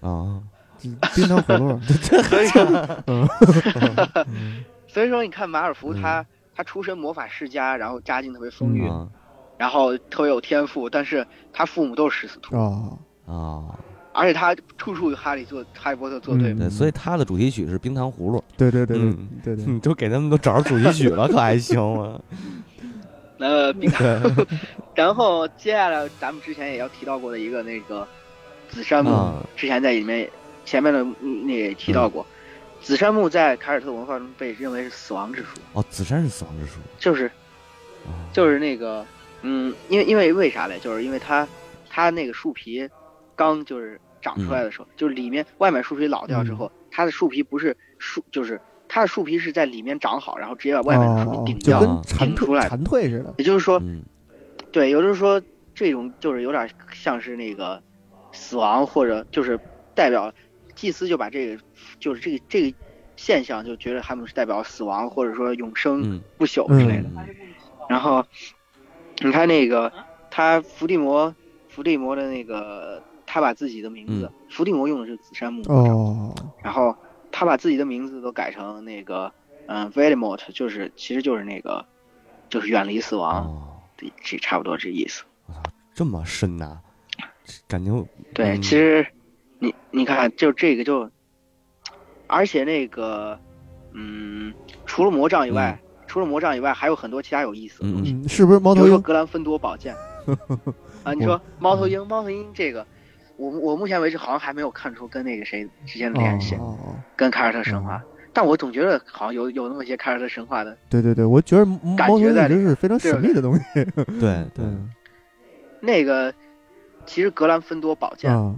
[SPEAKER 2] 啊，
[SPEAKER 1] 就冰糖葫 芦。
[SPEAKER 3] 所以说，
[SPEAKER 1] 嗯
[SPEAKER 3] 所以说你看马尔福
[SPEAKER 2] 嗯
[SPEAKER 3] 他、他出身魔法世家，然后家境特别丰
[SPEAKER 1] 嗯
[SPEAKER 3] 裕，
[SPEAKER 2] 啊
[SPEAKER 3] 然后特别有天赋，但是他父母都是食死徒。
[SPEAKER 1] 哦，
[SPEAKER 2] 啊，
[SPEAKER 3] 而且他处处与哈利做哈利波特作对
[SPEAKER 1] 嗯
[SPEAKER 2] 对，所以他的主题曲是冰糖葫芦，
[SPEAKER 1] 对对对对
[SPEAKER 2] 嗯
[SPEAKER 1] 对对，
[SPEAKER 2] 你都给他们都找着主题曲 了，可还行吗？
[SPEAKER 3] 呃，并
[SPEAKER 2] 对，
[SPEAKER 3] 然后接下来咱们之前也要提到过的一个那个紫杉木，
[SPEAKER 2] 啊
[SPEAKER 3] 之前在里面前面的嗯那也提到过，紫杉木在凯尔特文化中被认为是死亡之树，
[SPEAKER 2] 哦，紫杉是死亡之树，
[SPEAKER 3] 就是
[SPEAKER 2] 啊
[SPEAKER 3] 就是那个嗯，因为因为为啥嘞？就是因为它它那个树皮刚就是长出来的时
[SPEAKER 1] 嗯
[SPEAKER 3] 候，就是里面外面树皮老掉之后，它的树皮不是树就是。它的树皮是在里面长好，然后直接把外面的树
[SPEAKER 1] 哦
[SPEAKER 3] 皮顶
[SPEAKER 1] 就
[SPEAKER 3] 掉，
[SPEAKER 1] 跟蝉
[SPEAKER 3] 顶出来
[SPEAKER 1] 蜕蝉蜕似的。
[SPEAKER 3] 也就是说，
[SPEAKER 2] 嗯
[SPEAKER 3] 对，有的时候说这种就是有点像是那个死亡，或者就是代表祭司就把这个就是这个这个现象就觉得他们是代表死亡，或者说永生
[SPEAKER 2] 嗯
[SPEAKER 3] 不朽之类的。
[SPEAKER 1] 嗯，
[SPEAKER 3] 然后你看那个他伏地魔，伏地魔的那个他把自己的名字，
[SPEAKER 2] 嗯
[SPEAKER 3] 伏地魔用的是紫杉木，
[SPEAKER 1] 哦，
[SPEAKER 3] 然后他把自己的名字都改成那个嗯 v e l m o t 就是其实就是那个就是远离死亡，
[SPEAKER 2] 哦，
[SPEAKER 3] 这这差不多这意思。
[SPEAKER 2] 这么深呐、感觉
[SPEAKER 3] 对，
[SPEAKER 2] 嗯
[SPEAKER 3] 其实你你看，就这个就，而且那个，嗯，除了魔杖以外，除了魔杖以外，还有很多其他有意思的东西，
[SPEAKER 1] 嗯，是不是猫
[SPEAKER 3] 比
[SPEAKER 1] 头
[SPEAKER 3] 如说
[SPEAKER 1] 鹰？
[SPEAKER 3] 格兰芬多 宝剑啊，
[SPEAKER 1] 嗯
[SPEAKER 3] 你说猫头鹰，猫头鹰这个，我我目前为止好像还没有看出跟那个谁之间的联系，
[SPEAKER 1] 哦哦，哦
[SPEAKER 3] 跟凯尔特神话，但我总觉得好像有有那么些凯尔特神话的
[SPEAKER 1] 对对对，我觉得猫
[SPEAKER 3] 感
[SPEAKER 1] 头鹰
[SPEAKER 3] 觉在
[SPEAKER 1] 一直
[SPEAKER 3] 里
[SPEAKER 1] 是非常
[SPEAKER 3] 对
[SPEAKER 1] 神
[SPEAKER 3] 不对
[SPEAKER 1] 秘的东西。
[SPEAKER 2] 对对，
[SPEAKER 1] 嗯
[SPEAKER 3] 那个，其实格兰芬多宝剑，
[SPEAKER 1] 啊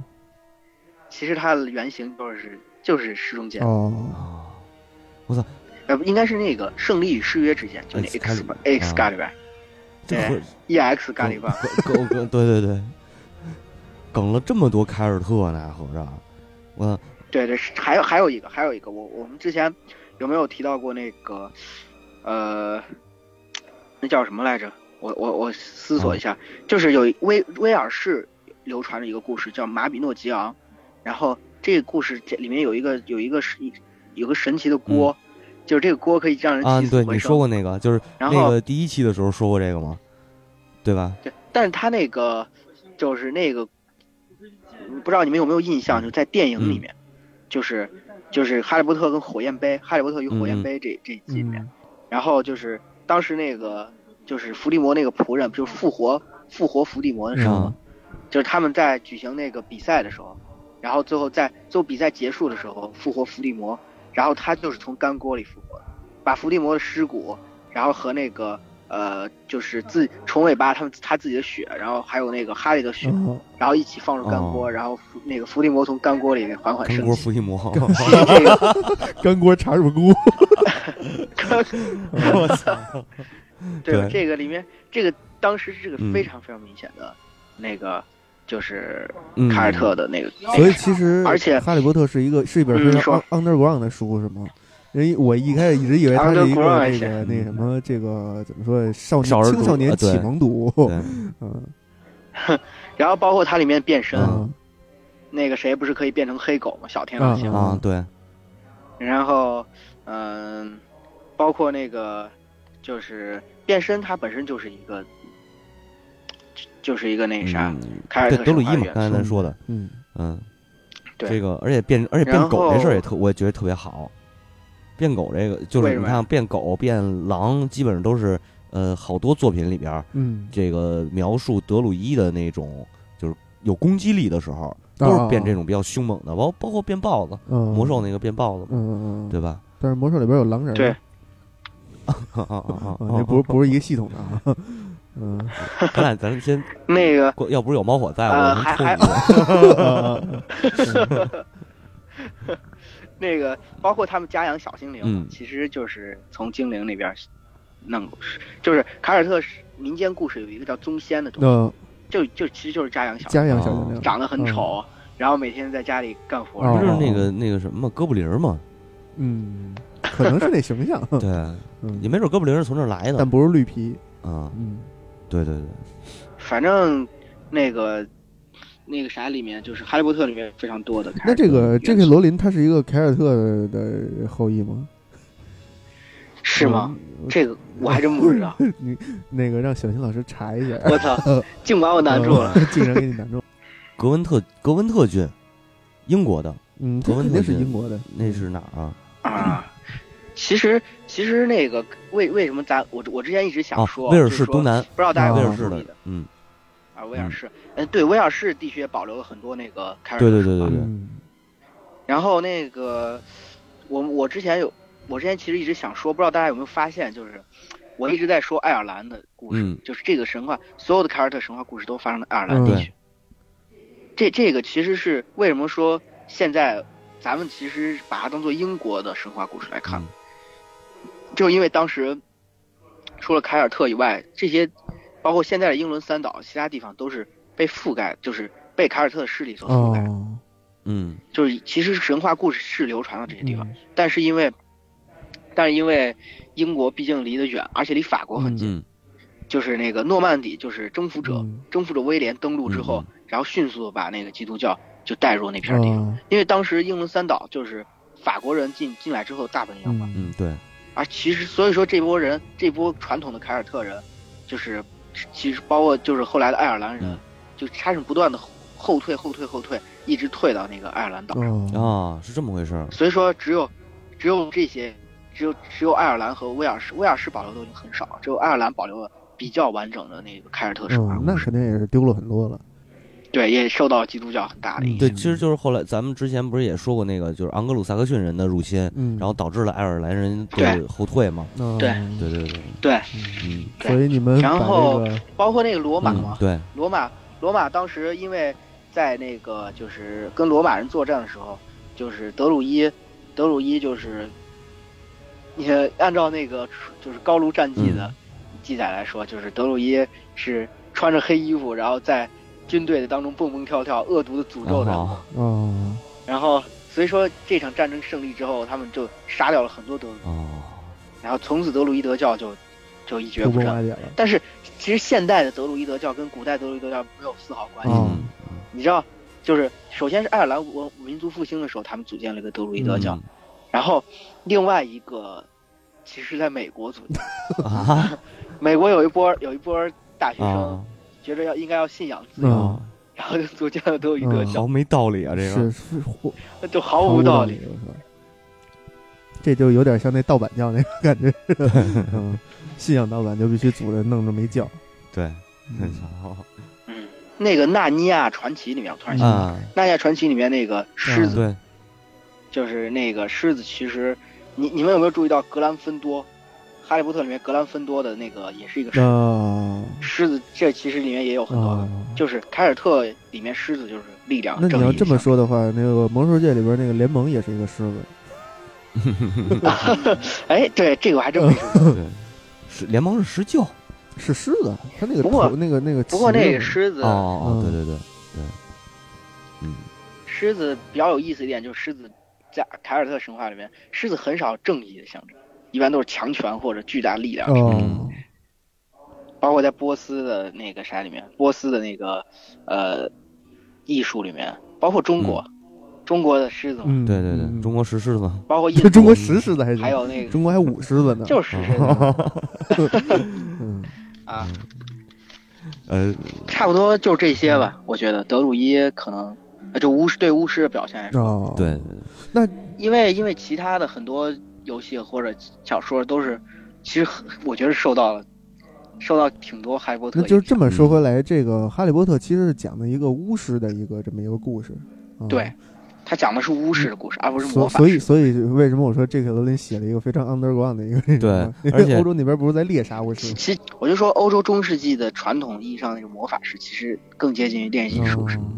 [SPEAKER 3] 其实它的原型就是就是石中剑。
[SPEAKER 1] 哦，
[SPEAKER 2] 啊，
[SPEAKER 3] 呃，不应该是那个胜利与誓约之间，就那 X
[SPEAKER 2] 呃 Excalibur 啊
[SPEAKER 3] X 咖喱吧
[SPEAKER 2] 这
[SPEAKER 3] 对
[SPEAKER 2] 和
[SPEAKER 3] e X 咖喱吧，
[SPEAKER 2] 梗梗梗对对对，梗了这么多凯尔特呢，合着我
[SPEAKER 3] 对对，是还有还有一个，还有一个，我我们之前有没有提到过那个，呃，那叫什么来着？我我我思索一
[SPEAKER 2] 哦
[SPEAKER 3] 下，就是有一威威尔士流传着一个故事叫马比诺吉昂，然后这个故事这里面有一个有一个是有个神奇的锅，就是这个锅可以让人
[SPEAKER 2] 嗯啊，
[SPEAKER 3] 起死
[SPEAKER 2] 对，
[SPEAKER 3] 回
[SPEAKER 2] 你说
[SPEAKER 3] 生。
[SPEAKER 2] 过那个，就是
[SPEAKER 3] 然
[SPEAKER 2] 那
[SPEAKER 3] 后
[SPEAKER 2] 个第一期的时候说过这个吗？对吧？
[SPEAKER 3] 对，但是他那个就是那个，嗯不知道你们有没有印象，就在电影里面，就是就是《哈利波特》跟《火焰杯》，《哈利波特与火焰杯这》这一集里面，
[SPEAKER 1] 嗯
[SPEAKER 3] 然后就是当时那个就是伏地魔那个仆人，就是复活复活伏地魔的时候，
[SPEAKER 2] 啊，
[SPEAKER 3] 就是他们在举行那个比赛的时候，然后最后在最后比赛结束的时候复活伏地魔，然后他就是从干锅里复活的，把伏地魔的尸骨，然后和那个呃就是自虫尾巴他们他自己的血，然后还有那个哈利的血，
[SPEAKER 1] 哦，
[SPEAKER 3] 然后一起放入干锅，
[SPEAKER 2] 哦
[SPEAKER 3] 然后伏那个伏地魔从干锅里面缓缓
[SPEAKER 2] 干
[SPEAKER 3] 升
[SPEAKER 2] 锅
[SPEAKER 3] 起。
[SPEAKER 2] 伏地 魔，
[SPEAKER 3] 这个
[SPEAKER 1] 干锅茶乳菇，
[SPEAKER 2] 我操！
[SPEAKER 3] 对吧
[SPEAKER 2] 对
[SPEAKER 3] 这个里面这个当时是这个
[SPEAKER 2] 嗯
[SPEAKER 3] 非常非常明显的，那个就是
[SPEAKER 2] 嗯
[SPEAKER 3] 凯尔特的那个，那
[SPEAKER 1] 所
[SPEAKER 3] 个
[SPEAKER 1] 以其实，
[SPEAKER 3] 而且
[SPEAKER 1] 《哈利波特》是一个是一本
[SPEAKER 3] 嗯
[SPEAKER 1] 非
[SPEAKER 3] 你
[SPEAKER 1] 常
[SPEAKER 3] 说
[SPEAKER 1] un- underground 的书，是吗？人一我一开始一直以为它是一
[SPEAKER 3] Underground 嗯
[SPEAKER 1] 个那
[SPEAKER 3] 是
[SPEAKER 1] 个那什么，这个怎么说少
[SPEAKER 2] 少
[SPEAKER 1] 年
[SPEAKER 2] 儿
[SPEAKER 1] 青
[SPEAKER 2] 读
[SPEAKER 1] 少年
[SPEAKER 2] 啊对
[SPEAKER 1] 启蒙读，
[SPEAKER 2] 对，
[SPEAKER 1] 嗯
[SPEAKER 3] 然后包括它里面变身，
[SPEAKER 2] 嗯
[SPEAKER 1] 啊
[SPEAKER 3] 那个谁不是可以变成黑狗吗？小天狼星。
[SPEAKER 1] 嗯
[SPEAKER 2] 啊，对，
[SPEAKER 3] 然后，嗯、包括那个就是变身，它本身就是一个，就就是一个那啥，
[SPEAKER 2] 嗯
[SPEAKER 3] 凯尔
[SPEAKER 2] 对，
[SPEAKER 3] 特
[SPEAKER 2] 德鲁伊
[SPEAKER 3] 神话
[SPEAKER 2] 嘛，
[SPEAKER 3] 元
[SPEAKER 2] 刚才
[SPEAKER 1] 素
[SPEAKER 2] 咱说的，
[SPEAKER 1] 嗯，
[SPEAKER 2] 嗯，
[SPEAKER 3] 对
[SPEAKER 2] 这个，而且变，而且变
[SPEAKER 3] 然
[SPEAKER 2] 狗这事儿也
[SPEAKER 3] 后
[SPEAKER 2] 特，我也觉得特别好。变狗这个，就
[SPEAKER 3] 为
[SPEAKER 2] 是
[SPEAKER 3] 什
[SPEAKER 2] 你
[SPEAKER 3] 么
[SPEAKER 2] 看变狗、变狼，基本上都是呃好多作品里边儿
[SPEAKER 1] 嗯，
[SPEAKER 2] 这个描述德鲁伊的那种，就是有攻击力的时候，都
[SPEAKER 1] 啊
[SPEAKER 2] 是变这种比较凶猛的，包包括变豹子，魔
[SPEAKER 1] 魔
[SPEAKER 2] 兽，那个变豹子嘛，
[SPEAKER 1] 嗯嗯嗯，
[SPEAKER 2] 对吧？
[SPEAKER 1] 但是魔兽里边有狼人，
[SPEAKER 3] 对
[SPEAKER 1] 啊，
[SPEAKER 2] 啊啊啊啊！
[SPEAKER 1] 哦这不是不是一个系统的啊，嗯，
[SPEAKER 2] 咱俩咱先，
[SPEAKER 3] 那个
[SPEAKER 2] 过要不是有猫火在，
[SPEAKER 3] 呃
[SPEAKER 2] 哎我能
[SPEAKER 3] 还
[SPEAKER 2] 抽
[SPEAKER 3] 还
[SPEAKER 2] 你的。
[SPEAKER 3] 那个，包括他们家养小精灵，
[SPEAKER 2] 嗯
[SPEAKER 3] 其实就是从精灵那边弄过，就是凯尔特民间故事有一个叫宗仙的东西，
[SPEAKER 2] 嗯
[SPEAKER 1] 那
[SPEAKER 3] 就就其实就是家养小精
[SPEAKER 1] 家养小精灵
[SPEAKER 3] 灵，长得很
[SPEAKER 1] 嗯
[SPEAKER 3] 丑，然后每天在家里干活，
[SPEAKER 1] 哦
[SPEAKER 2] 不是那个那个什么哥布林儿嘛？
[SPEAKER 1] 嗯，可能是那形象，
[SPEAKER 2] 对，也
[SPEAKER 1] 嗯，
[SPEAKER 2] 没准哥布林是从这儿来的
[SPEAKER 1] 但。不是绿皮，
[SPEAKER 2] 啊，
[SPEAKER 1] 嗯
[SPEAKER 2] 对对对，
[SPEAKER 3] 反正那个那个啥里面，就是《哈利波特》里面非常多的。
[SPEAKER 1] 那这个
[SPEAKER 3] 这
[SPEAKER 1] J.K. 罗琳他是一个凯尔特的后裔吗？
[SPEAKER 3] 是吗？
[SPEAKER 1] 嗯？
[SPEAKER 3] 这个我还真不 知道。
[SPEAKER 1] 你嗯那个让小新老师查 一下，
[SPEAKER 3] 我操，竟把我难住了。
[SPEAKER 1] 嗯，竟然给你难住了。
[SPEAKER 2] 格温特格温特郡，英国的，
[SPEAKER 1] 嗯，
[SPEAKER 2] 格
[SPEAKER 1] 这
[SPEAKER 2] 温
[SPEAKER 1] 肯
[SPEAKER 2] 特
[SPEAKER 1] 定是
[SPEAKER 2] 郡
[SPEAKER 1] 英国的，
[SPEAKER 2] 那
[SPEAKER 3] 嗯
[SPEAKER 2] 是哪儿啊？
[SPEAKER 3] 啊，其实其实那个为为什么咱我我之前一直想
[SPEAKER 2] 啊，
[SPEAKER 3] 说
[SPEAKER 2] 威尔
[SPEAKER 3] 就是
[SPEAKER 2] 士
[SPEAKER 3] 说
[SPEAKER 2] 东南，
[SPEAKER 3] 不知道大家有
[SPEAKER 2] 威
[SPEAKER 1] 哦
[SPEAKER 3] 没有
[SPEAKER 2] 尔士
[SPEAKER 3] 注意
[SPEAKER 2] 的，嗯，
[SPEAKER 3] 啊，威尔士，嗯，对，威尔士地区也保留了很多那个凯尔特
[SPEAKER 2] 对对
[SPEAKER 3] 神
[SPEAKER 2] 对
[SPEAKER 3] 话
[SPEAKER 2] 对对，
[SPEAKER 1] 嗯
[SPEAKER 3] 然后那个，我我之前有，我之前其实一直想说，不知道大家有没有发现，就是我一直在说爱尔兰的故事，
[SPEAKER 2] 嗯
[SPEAKER 3] 就是这个神话，所有的凯尔特神话故事都发生在爱尔兰
[SPEAKER 1] 嗯
[SPEAKER 3] 地区。这这个其实是为什么说现在咱们其实把它当做英国的神话故事来看，
[SPEAKER 2] 嗯
[SPEAKER 3] 就因为当时除了凯尔特以外，这些包括现在的英伦三岛，其他地方都是被覆盖，就是被凯尔特的势力所覆盖。
[SPEAKER 1] 哦，
[SPEAKER 2] 嗯
[SPEAKER 3] 就是其实神话故事是流传到这些地方，
[SPEAKER 1] 嗯
[SPEAKER 3] 但是因为，但是因为英国毕竟离得远，而且离法国很近，
[SPEAKER 2] 嗯
[SPEAKER 3] 就是那个诺曼底就是征服者，
[SPEAKER 1] 嗯
[SPEAKER 3] 征服者威廉登陆之后，
[SPEAKER 2] 嗯
[SPEAKER 3] 然后迅速地把那个基督教就带入那片地方，
[SPEAKER 1] 啊，
[SPEAKER 3] 因为当时英伦三岛就是法国人进进来之后大本营嘛，
[SPEAKER 1] 嗯
[SPEAKER 2] 嗯，对，
[SPEAKER 3] 而其实所以说这波人这波传统的凯尔特人，就是其实包括就是后来的爱尔兰人，
[SPEAKER 2] 嗯
[SPEAKER 3] 就开始不断的后退后退后退，一直退到那个爱尔兰岛上。
[SPEAKER 1] 哦，
[SPEAKER 2] 啊，是这么回事儿，
[SPEAKER 3] 所以说只有只有这些，只有只有爱尔兰和威尔士，威尔士保留的已经很少了，只有爱尔兰保留了比较完整的那个凯尔特神话
[SPEAKER 1] 嗯，那
[SPEAKER 3] 故事。
[SPEAKER 1] 肯定也是丢了很多了，
[SPEAKER 3] 对，也受到基督教很大的影响。
[SPEAKER 2] 对，其实就是后来咱们之前不是也说过那个，就是盎格鲁撒克逊人的入侵，
[SPEAKER 1] 嗯，
[SPEAKER 2] 然后导致了爱尔兰人
[SPEAKER 3] 对
[SPEAKER 2] 的后退嘛，
[SPEAKER 1] 嗯
[SPEAKER 3] 对
[SPEAKER 2] 对对对，
[SPEAKER 3] 对，
[SPEAKER 2] 嗯
[SPEAKER 3] 对
[SPEAKER 1] 所以你们把
[SPEAKER 3] 然后
[SPEAKER 1] 这个
[SPEAKER 3] 包括那个罗马
[SPEAKER 2] 嗯
[SPEAKER 3] 嘛，
[SPEAKER 2] 对，
[SPEAKER 3] 罗马罗马当时因为在那个就是跟罗马人作战的时候，就是德鲁伊，德鲁伊就是，也按照那个就是高卢战记
[SPEAKER 1] 嗯
[SPEAKER 3] 的记载来说，就是德鲁伊是穿着黑衣服，然后在军队的当中蹦蹦跳跳，恶毒的诅咒
[SPEAKER 2] 然
[SPEAKER 3] 着，
[SPEAKER 2] 后
[SPEAKER 1] 哦，
[SPEAKER 3] 然后所以说这场战争胜利之后，他们就杀掉了很多德鲁伊，
[SPEAKER 2] 哦，
[SPEAKER 3] 然后从此德鲁伊德教就就一蹶
[SPEAKER 1] 土
[SPEAKER 3] 不
[SPEAKER 1] 崩
[SPEAKER 3] 振。
[SPEAKER 1] 瓦解了，
[SPEAKER 3] 但是其实现代的德鲁伊德教跟古代德鲁伊德教没有丝毫关系。
[SPEAKER 1] 哦
[SPEAKER 2] 嗯
[SPEAKER 3] 你知道，就是首先是爱尔兰文民族复兴的时候，他们组建了一个德鲁伊德教，
[SPEAKER 2] 嗯
[SPEAKER 3] 然后另外一个其实在美国组建，
[SPEAKER 2] 啊
[SPEAKER 3] 美国有一波有一波大学生
[SPEAKER 2] 啊
[SPEAKER 3] 觉得要应该要信仰自由，
[SPEAKER 1] 嗯
[SPEAKER 2] 啊！
[SPEAKER 3] 然后就组建了德鲁伊德教，
[SPEAKER 2] 好没道理啊，这个
[SPEAKER 1] 是是或
[SPEAKER 3] 那就毫
[SPEAKER 1] 毫
[SPEAKER 3] 无
[SPEAKER 1] 无
[SPEAKER 3] 道
[SPEAKER 1] 理
[SPEAKER 3] 理。，
[SPEAKER 1] 我说这就有点像那盗版教那个感觉， 嗯，信仰盗版就必须组织弄这么一教，
[SPEAKER 2] 对，
[SPEAKER 1] 嗯
[SPEAKER 2] 很好
[SPEAKER 3] 嗯，那个《纳尼亚传奇》里面，我突然想，
[SPEAKER 2] 啊，
[SPEAKER 3] 纳尼亚传奇》里面那个嗯狮子，
[SPEAKER 2] 对，
[SPEAKER 3] 就是那个狮子，其实你你们有没有注意到格兰芬多？《哈利波特》里面格兰芬多的那个也是一个狮
[SPEAKER 1] 那
[SPEAKER 3] 子，狮子这其实里面也有很多
[SPEAKER 1] 啊，
[SPEAKER 3] 就是凯尔特里面狮子就是力量。
[SPEAKER 1] 那你要
[SPEAKER 3] 正义
[SPEAKER 1] 这么
[SPEAKER 3] 象
[SPEAKER 1] 说的话，那个魔兽界里边那个联盟也是一个狮子，
[SPEAKER 3] 征，哎，对这个我还
[SPEAKER 1] 哦
[SPEAKER 3] 真没注意。
[SPEAKER 2] 对，是联盟是施救
[SPEAKER 1] 是狮子，它那个
[SPEAKER 3] 不过
[SPEAKER 1] 头那个那个
[SPEAKER 3] 不过
[SPEAKER 1] 鳍
[SPEAKER 3] 那
[SPEAKER 1] 是
[SPEAKER 3] 个狮子，
[SPEAKER 2] 哦哦，对
[SPEAKER 1] 嗯
[SPEAKER 2] 对对对，嗯，
[SPEAKER 3] 狮子比较有意思一点，就是狮子在凯尔特神话里面，狮子很少有正义的象征，一般都是强权或者巨大力量。
[SPEAKER 1] 哦，
[SPEAKER 3] 嗯包括在波斯的那个啥里面，波斯的那个呃艺术里面，包括中国，中国的狮子嘛，
[SPEAKER 1] 嗯，
[SPEAKER 2] 对对对，
[SPEAKER 1] 嗯
[SPEAKER 2] 中国实施嘛，
[SPEAKER 3] 包括印
[SPEAKER 1] 这 中
[SPEAKER 3] 度
[SPEAKER 1] 国，十狮子还行
[SPEAKER 3] 还，有那个
[SPEAKER 1] 中国还哦舞狮子呢，
[SPEAKER 3] 就是狮子
[SPEAKER 1] 嗯
[SPEAKER 3] 啊，
[SPEAKER 2] 呃，
[SPEAKER 3] 差不多就这些
[SPEAKER 1] 嗯
[SPEAKER 3] 吧。我觉得德鲁伊可能。呃就巫师对巫师的表现来说，
[SPEAKER 1] 哦，
[SPEAKER 2] 对，对对
[SPEAKER 3] 因为因为其他的很多游戏或者小说都是，其实很我觉得受到了，受到挺多哈利波特
[SPEAKER 1] 那
[SPEAKER 3] 影响。
[SPEAKER 1] 就是这么说
[SPEAKER 2] 嗯
[SPEAKER 1] 回来，这个《哈利波特》其实是讲的一个巫师的一个这么一个故事。啊
[SPEAKER 3] 对，，他讲的是巫师的故事，而不是魔
[SPEAKER 1] 所
[SPEAKER 3] 法。
[SPEAKER 1] 所以所以为什么我说这个罗琳写了一个非常 underground 的一个啊
[SPEAKER 2] 对
[SPEAKER 1] 因
[SPEAKER 2] 而且
[SPEAKER 1] 为欧洲那边不是在猎杀巫
[SPEAKER 3] 其
[SPEAKER 1] 师吗？
[SPEAKER 3] 其我就说，欧洲中世纪的传统意义上那个魔法师，其实更接近于炼金术士。
[SPEAKER 1] 嗯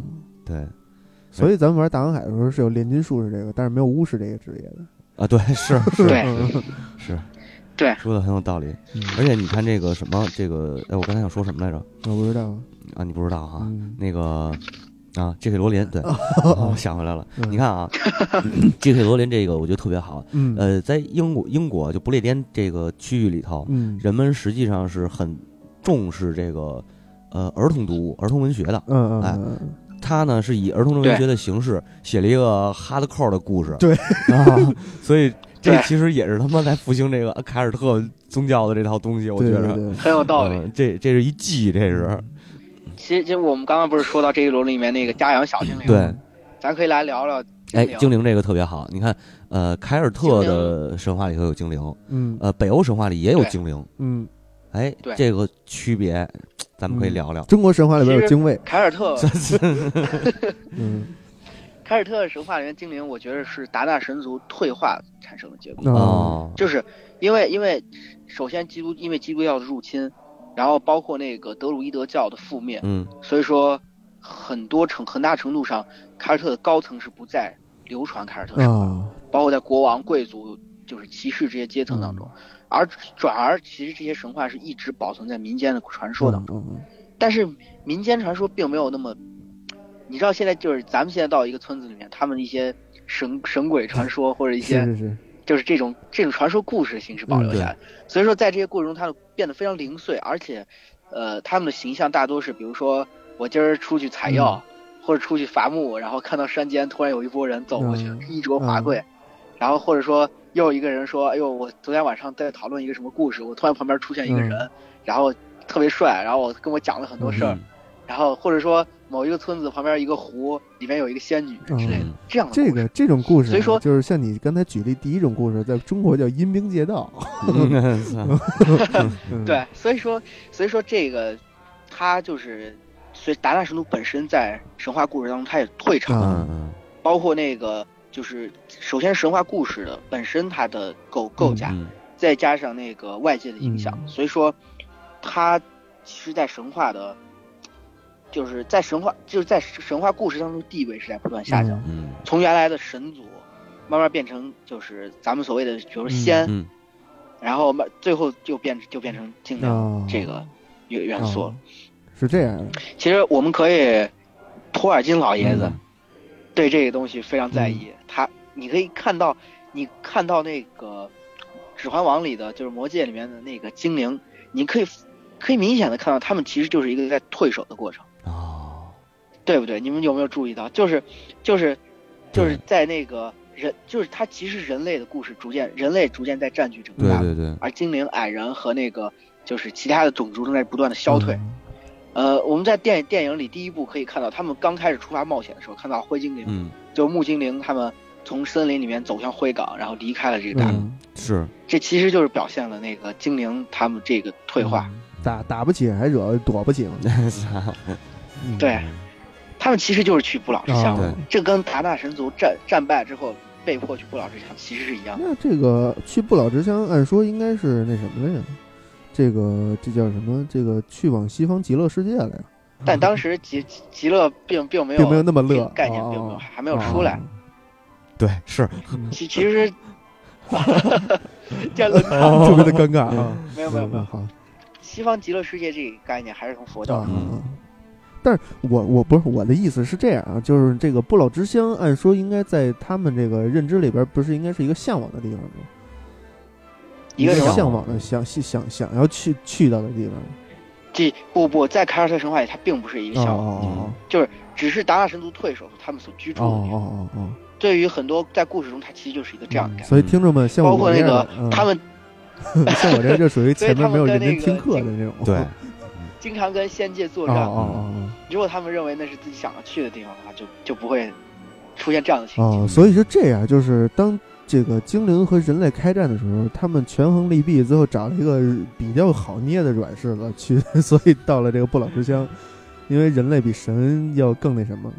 [SPEAKER 2] 对
[SPEAKER 1] 所以咱们玩大航海的时候是有炼金术士这个，但是没有巫师这个职业的。嗯
[SPEAKER 2] 啊，对 是是
[SPEAKER 3] 对
[SPEAKER 2] 是，
[SPEAKER 3] 对
[SPEAKER 2] 说的很有道理。而且你看这个什么，这个哎，我刚才想说什么来着？
[SPEAKER 1] 我不知道
[SPEAKER 2] 啊，你不知道哈？
[SPEAKER 1] 嗯哦
[SPEAKER 2] 那个啊，J.K. 罗琳，对，我想回来了。
[SPEAKER 1] 嗯
[SPEAKER 2] 你看啊 ，J.K. 罗琳这个我觉得特别好。
[SPEAKER 1] 嗯
[SPEAKER 2] 呃，在英国英国就不列颠这个区域里头，
[SPEAKER 1] 嗯
[SPEAKER 2] 人们实际上是很重视这个呃儿童读物、儿童文学的。
[SPEAKER 1] 嗯
[SPEAKER 2] 哎
[SPEAKER 1] 嗯嗯，
[SPEAKER 2] 他呢是以儿童文学的形式写了一个 hardcore 的故事，
[SPEAKER 1] 对
[SPEAKER 2] 啊，所以这
[SPEAKER 3] 对
[SPEAKER 2] 其实也是他妈在复兴这个凯尔特宗教的这套东西，我觉
[SPEAKER 1] 对
[SPEAKER 2] 得。
[SPEAKER 1] 对对，
[SPEAKER 3] 很有道理。
[SPEAKER 2] 嗯这这是一记，这是
[SPEAKER 3] 其实，就我们刚刚不是说到这一轮里面那个家养小精灵，
[SPEAKER 2] 对，
[SPEAKER 3] 咱可以来聊聊
[SPEAKER 2] 哎，
[SPEAKER 3] 嗯精
[SPEAKER 2] 精
[SPEAKER 3] 灵。
[SPEAKER 2] 灵这个特别好。你看，呃，凯尔特的神话里头有精灵，
[SPEAKER 1] 嗯
[SPEAKER 2] 呃，北欧神话里也有
[SPEAKER 3] 对
[SPEAKER 2] 精灵。
[SPEAKER 1] 嗯，
[SPEAKER 2] 哎
[SPEAKER 3] 对，
[SPEAKER 2] 这个区别，咱们可以聊聊。
[SPEAKER 1] 中国神话里边有
[SPEAKER 3] 其实
[SPEAKER 1] 精卫，
[SPEAKER 3] 凯 尔特，
[SPEAKER 1] 嗯
[SPEAKER 3] 凯尔特神话里面精灵，我觉得是达纳神族退化产生的结果，
[SPEAKER 1] 啊
[SPEAKER 2] 哦，
[SPEAKER 3] 就是因为因为首先基督因为基督教的入侵，然后包括那个德鲁伊德教的覆灭，
[SPEAKER 2] 嗯，
[SPEAKER 3] 所以说很多程很大程度上，凯尔特的高层是不再流传凯尔特神话，
[SPEAKER 1] 啊
[SPEAKER 3] 包括在国王、贵族、就是骑士这些阶层当中，
[SPEAKER 1] 嗯
[SPEAKER 3] 而转而其实这些神话是一直保存在民间的传说当中，
[SPEAKER 1] 嗯嗯
[SPEAKER 3] 但是民间传说并没有那么，你知道现在就是咱们现在到一个村子里面，他们一些神神鬼传说或者一
[SPEAKER 1] 嗯
[SPEAKER 3] 些
[SPEAKER 1] 是是是，
[SPEAKER 3] 就是这种这种传说故事形式保留
[SPEAKER 1] 嗯
[SPEAKER 3] 下来。所以说，在这些过程中，它变得非常零碎，而且，呃，他们的形象大多是，比如说我今儿出去采药，
[SPEAKER 1] 嗯
[SPEAKER 3] 或者出去伐木，然后看到山间突然有一波人走过去，
[SPEAKER 1] 嗯
[SPEAKER 3] 衣着华贵，然后或者说又有一个人说，哎呦，我昨天晚上在讨论一个什么故事，我突然旁边出现一个人，
[SPEAKER 1] 嗯
[SPEAKER 3] 然后特别帅，然后我跟我讲了很多事儿，
[SPEAKER 2] 嗯
[SPEAKER 3] 然后或者说某一个村子旁边一个湖里面有一个仙女之类的，
[SPEAKER 2] 嗯
[SPEAKER 3] 这样的故
[SPEAKER 1] 这
[SPEAKER 3] 事
[SPEAKER 1] 个这种故事啊，
[SPEAKER 3] 所以说
[SPEAKER 1] 就是像你刚才举例第一种故事，在中国叫阴兵借道，
[SPEAKER 2] 嗯
[SPEAKER 1] 嗯，
[SPEAKER 3] 对，所以说，所以说这个，他就是，所以达纳神族本身在神话故事当中，他也退场，
[SPEAKER 1] 啊
[SPEAKER 2] 嗯嗯
[SPEAKER 3] 包括那个就是，首先神话故事的本身它的构构架，
[SPEAKER 2] 嗯
[SPEAKER 3] 再加上那个外界的影响，
[SPEAKER 1] 嗯
[SPEAKER 3] 所以说，他其实，在神话的，就是在神话就是在神话故事当中地位是在不断下降，
[SPEAKER 1] 嗯
[SPEAKER 2] 嗯
[SPEAKER 3] 从原来的神族，慢慢变成就是咱们所谓的，比如说仙，
[SPEAKER 2] 嗯
[SPEAKER 3] 然后慢最后就变就变成精灵、
[SPEAKER 1] 哦
[SPEAKER 3] 嗯这个元元素了。
[SPEAKER 1] 哦是这样的，
[SPEAKER 3] 其实我们可以，托尔金老爷子
[SPEAKER 2] 嗯
[SPEAKER 3] 对这个东西非常在意。他，你可以看到，你看到那个《指环王》里的，就是魔戒里面的那个精灵，你可以可以明显的看到，他们其实就是一个在退守的过程。
[SPEAKER 2] 哦，
[SPEAKER 3] 对不对？你们有没有注意到？就是，就是，就是
[SPEAKER 2] 对
[SPEAKER 3] 在那个人，就是他其实人类的故事逐渐，人类逐渐在占据整个
[SPEAKER 2] 对
[SPEAKER 3] 大
[SPEAKER 2] 对
[SPEAKER 3] 陆，
[SPEAKER 2] 对，
[SPEAKER 3] 而精灵、矮人和那个就是其他的种族正在不断的消退。
[SPEAKER 1] 嗯
[SPEAKER 3] 呃，我们在电电影里第一部可以看到，他们刚开始出发冒险的时候，看到灰精灵，
[SPEAKER 2] 嗯
[SPEAKER 3] 就木精灵他们从森林里面走向灰港，然后离开了这个大陆。
[SPEAKER 2] 嗯是，
[SPEAKER 3] 这其实就是表现了那个精灵他们这个退化。
[SPEAKER 1] 嗯打打不起还惹躲不起嘛？嗯
[SPEAKER 3] 对他们其实就是去不老之乡了，
[SPEAKER 1] 啊
[SPEAKER 3] 这跟达纳神族战战败之后被迫去不老之乡其实是一样的。
[SPEAKER 1] 那这个去不老之乡，按说应该是那什么了呀？这个这叫什么？这个去往西方极乐世界了呀，
[SPEAKER 3] 但当时极极极乐并并没有
[SPEAKER 1] 嗯并没有那么乐
[SPEAKER 3] 这个概念
[SPEAKER 1] 哦
[SPEAKER 3] 并没有还没有出来。
[SPEAKER 2] 对是，
[SPEAKER 1] 嗯
[SPEAKER 3] 其其实， 这轮
[SPEAKER 1] 哦特别的尴尬啊！
[SPEAKER 3] 没 有没有没有，
[SPEAKER 1] 好
[SPEAKER 3] 西方极乐世界这个概念还是从佛教
[SPEAKER 1] 啊
[SPEAKER 3] 来的。
[SPEAKER 2] 嗯。
[SPEAKER 1] 但是我我不是我的意思是这样啊，就是这个不老之乡，按说应该在他们这个认知里边，不是应该是一个向往的地方吗？
[SPEAKER 3] 一个
[SPEAKER 2] 什么
[SPEAKER 1] 向往的想想想要去去到的地方。
[SPEAKER 3] 这不不，在凯尔特神话里，它并不是一个
[SPEAKER 1] 哦
[SPEAKER 3] 向往，
[SPEAKER 1] 哦
[SPEAKER 3] 只是达纳神族退守他们所居
[SPEAKER 1] 哦
[SPEAKER 3] 住的地方。
[SPEAKER 1] 哦哦嗯哦
[SPEAKER 3] 对于很多在故事中，它其实就是一个这样的概念。
[SPEAKER 1] 所以听众们像
[SPEAKER 3] 包
[SPEAKER 1] 我
[SPEAKER 3] 括
[SPEAKER 1] 这
[SPEAKER 3] 那
[SPEAKER 1] 样
[SPEAKER 3] 个
[SPEAKER 1] 的，嗯
[SPEAKER 3] 他们
[SPEAKER 1] 像我这就属于
[SPEAKER 3] 所以
[SPEAKER 1] 前面
[SPEAKER 3] 他们
[SPEAKER 1] 没有
[SPEAKER 3] 在
[SPEAKER 1] 认真
[SPEAKER 3] 那个
[SPEAKER 1] 听课的
[SPEAKER 3] 经
[SPEAKER 1] 那种。
[SPEAKER 2] 对
[SPEAKER 1] 哦，
[SPEAKER 3] 经常跟仙界 作
[SPEAKER 1] 哦
[SPEAKER 3] 战，
[SPEAKER 1] 哦
[SPEAKER 3] 如果他们认为那是自己想要去的地方的话，就就不会出现这样的情景。
[SPEAKER 1] 哦哦，所以是这样，就是当这个精灵和人类开战的时候，他们权衡利弊，最后找了一个比较好捏的软柿子去， 所以到了这个不老之乡，因为人类比神要更那什么。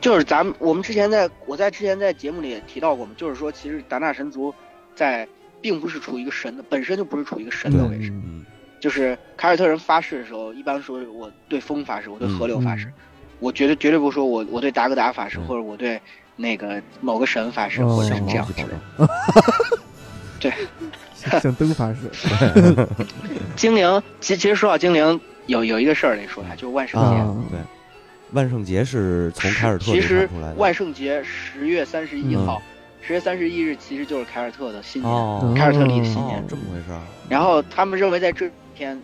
[SPEAKER 3] 就是咱们我们之前在我在之前在节目里也提到过嘛，就是说其实达纳神族在并不是处于一个神的本身就不是处于一个神的位置，
[SPEAKER 1] 嗯
[SPEAKER 2] 嗯
[SPEAKER 3] 就是凯尔特人发誓的时候，一般说我对风发誓，我对河流发誓，我绝对绝对不说我我对达格达发誓，
[SPEAKER 2] 嗯
[SPEAKER 3] 或者我对那个某个神发誓，
[SPEAKER 1] 哦
[SPEAKER 3] 或者
[SPEAKER 2] 向
[SPEAKER 3] 是
[SPEAKER 2] 往
[SPEAKER 3] 这样
[SPEAKER 2] 去
[SPEAKER 3] 之
[SPEAKER 2] 保
[SPEAKER 3] 类的
[SPEAKER 2] 证。
[SPEAKER 1] 像像灯嗯发誓
[SPEAKER 3] 精灵，其其实说到精灵，有有一个事儿得说一下，就是万圣节。
[SPEAKER 1] 啊，
[SPEAKER 2] 对万圣节是嗯从凯尔特
[SPEAKER 3] 嗯其
[SPEAKER 2] 流
[SPEAKER 3] 实
[SPEAKER 2] 传出来的，嗯
[SPEAKER 3] 万圣节十月三十一号，十、月三十一日其实就是凯尔特的新年，
[SPEAKER 1] 嗯
[SPEAKER 2] 哦
[SPEAKER 3] 凯尔特历的新年。
[SPEAKER 2] 哦这么回事儿，
[SPEAKER 3] 然后他们认为在这天，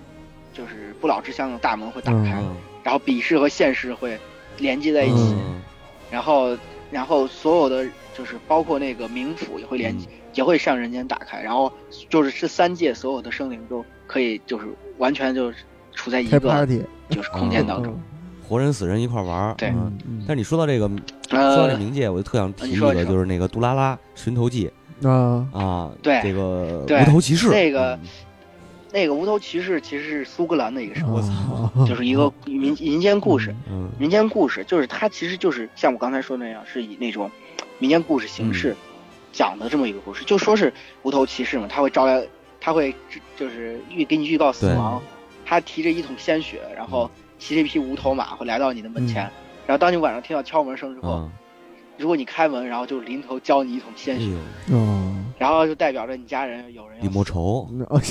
[SPEAKER 3] 就是不老之乡的大门会打开，
[SPEAKER 1] 嗯
[SPEAKER 2] 嗯
[SPEAKER 3] 然后彼世和现世会连接在一起，
[SPEAKER 2] 嗯
[SPEAKER 3] 然后然后所有的就是包括那个冥府也会连接，也会向人间打开，然后就是这三界所有的生灵都可以就是完全就是处在一
[SPEAKER 1] 开
[SPEAKER 3] 个
[SPEAKER 1] party，
[SPEAKER 3] 就是空间当中。
[SPEAKER 2] 活人死人一块儿玩儿。
[SPEAKER 3] 对
[SPEAKER 2] 嗯
[SPEAKER 1] 嗯嗯
[SPEAKER 2] 但你说到这个，说到这
[SPEAKER 3] 呃，
[SPEAKER 2] 冥界，我就特想提
[SPEAKER 3] 你
[SPEAKER 2] 一
[SPEAKER 3] 说
[SPEAKER 2] 个，
[SPEAKER 3] 你说
[SPEAKER 2] 就是那个杜拉拉寻头记
[SPEAKER 1] 啊，
[SPEAKER 2] 啊，
[SPEAKER 3] 对
[SPEAKER 2] 这个
[SPEAKER 3] 对
[SPEAKER 2] 无头骑士，
[SPEAKER 3] 那个
[SPEAKER 2] 嗯
[SPEAKER 3] 那个无头骑士其实是苏格兰的一个神
[SPEAKER 1] 哦
[SPEAKER 3] 话，
[SPEAKER 2] 我
[SPEAKER 1] 啊
[SPEAKER 2] 操
[SPEAKER 3] 就是一个民民间故事。
[SPEAKER 2] 嗯
[SPEAKER 3] 民间故事，就是它其实就是像我刚才说的那样，是以那种民间故事形式讲的这么一个故事。就说是无头骑士嘛，他会招来，他会就是预给你预告死亡，他提着一桶鲜血，然后骑着一匹无头马会来到你的门前。然后当你晚上听到敲门声之后，
[SPEAKER 2] 啊，
[SPEAKER 3] 如果你开门，然后就临头浇你一桶
[SPEAKER 2] 哎
[SPEAKER 3] 鲜血，
[SPEAKER 2] 呦，
[SPEAKER 1] 哦，
[SPEAKER 3] 然后就代表着你家人有人
[SPEAKER 2] 李
[SPEAKER 3] 要
[SPEAKER 2] 莫
[SPEAKER 3] 死。
[SPEAKER 2] 愁，
[SPEAKER 1] 那哦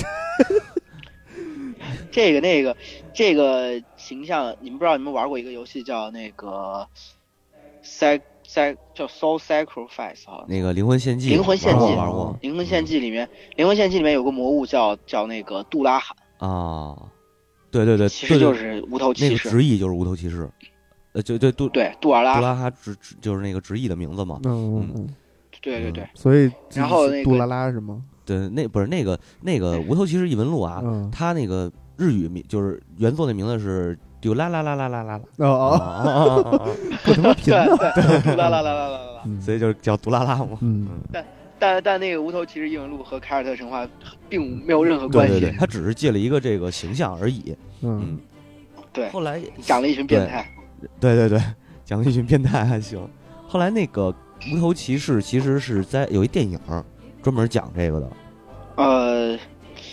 [SPEAKER 3] 这个那个这个形象，你们不知道你们玩过一个游戏叫那个 Sac Sac 叫 Soul Sacrifice 啊，
[SPEAKER 2] 那个灵魂献祭，
[SPEAKER 3] 灵魂献祭
[SPEAKER 2] 玩过玩过
[SPEAKER 3] 《灵魂献祭》里面，《灵魂献祭》里面有个魔物叫叫那个杜拉罕，
[SPEAKER 2] 啊，对对对，
[SPEAKER 3] 嗯其实就
[SPEAKER 2] 对
[SPEAKER 3] 是无头
[SPEAKER 2] 对那
[SPEAKER 3] 骑
[SPEAKER 2] 个
[SPEAKER 3] 士，
[SPEAKER 2] 直译就是无头骑士，呃，就对杜杜
[SPEAKER 3] 对啊杜尔拉，
[SPEAKER 2] 拉哈直直就是那个直译的名字嘛，
[SPEAKER 1] 嗯嗯，
[SPEAKER 3] 对对对，
[SPEAKER 1] 所以
[SPEAKER 3] 然后那个
[SPEAKER 1] 杜拉拉是吗？
[SPEAKER 2] 对，那不是那个那个无头骑士异闻录啊，
[SPEAKER 1] 嗯，
[SPEAKER 2] 他那个日语名就是原作的名字是就啦啦啦啦啦啦啦，
[SPEAKER 1] 哦哦，
[SPEAKER 2] 哦，
[SPEAKER 1] 我他妈贫
[SPEAKER 3] 对
[SPEAKER 1] 了，
[SPEAKER 3] 对，杜拉拉拉拉拉拉拉。
[SPEAKER 1] 嗯
[SPEAKER 2] 所以就是叫杜拉拉嘛。
[SPEAKER 1] 嗯
[SPEAKER 3] 但但那个无头骑士异闻录和凯尔特神话并没有任何
[SPEAKER 2] 对
[SPEAKER 3] 关
[SPEAKER 2] 对
[SPEAKER 3] 系
[SPEAKER 2] 对，，他只是借了一个这个形象而已。
[SPEAKER 1] 嗯
[SPEAKER 2] 嗯，，
[SPEAKER 3] 对，
[SPEAKER 2] 后来
[SPEAKER 3] 讲了一群变态，
[SPEAKER 2] 对对对，讲了一群变态还行。后来那个无头骑士其实是在有一电影儿专门讲这个的，
[SPEAKER 3] 呃，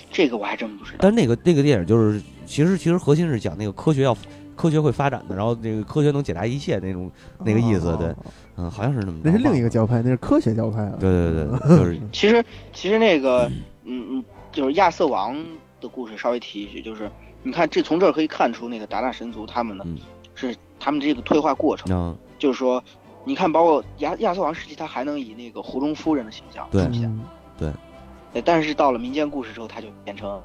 [SPEAKER 3] 这个我还真不知道。
[SPEAKER 2] 但那个那个电影就是其实其实核心是讲那个科学要科学会发展的，然后这个科学能解答一切那种，那个意思对嗯，好像是那么着。
[SPEAKER 1] 哦那是另一
[SPEAKER 2] 忘了
[SPEAKER 1] 个教派，那是科学教派啊。
[SPEAKER 2] 对对对，对，就是
[SPEAKER 3] 其实其实那个，嗯嗯，就是亚瑟王的故事稍微提一句，就是你看这从这儿可以看出那个达纳神族他们的
[SPEAKER 2] 嗯
[SPEAKER 3] 是他们这个退化过程。
[SPEAKER 2] 嗯，
[SPEAKER 3] 就是说，你看，包括亚亚瑟王时期，他还能以那个湖中夫人的形象
[SPEAKER 2] 对
[SPEAKER 3] 出现，
[SPEAKER 1] 嗯
[SPEAKER 3] 对但是到了民间故事之后，他就变成，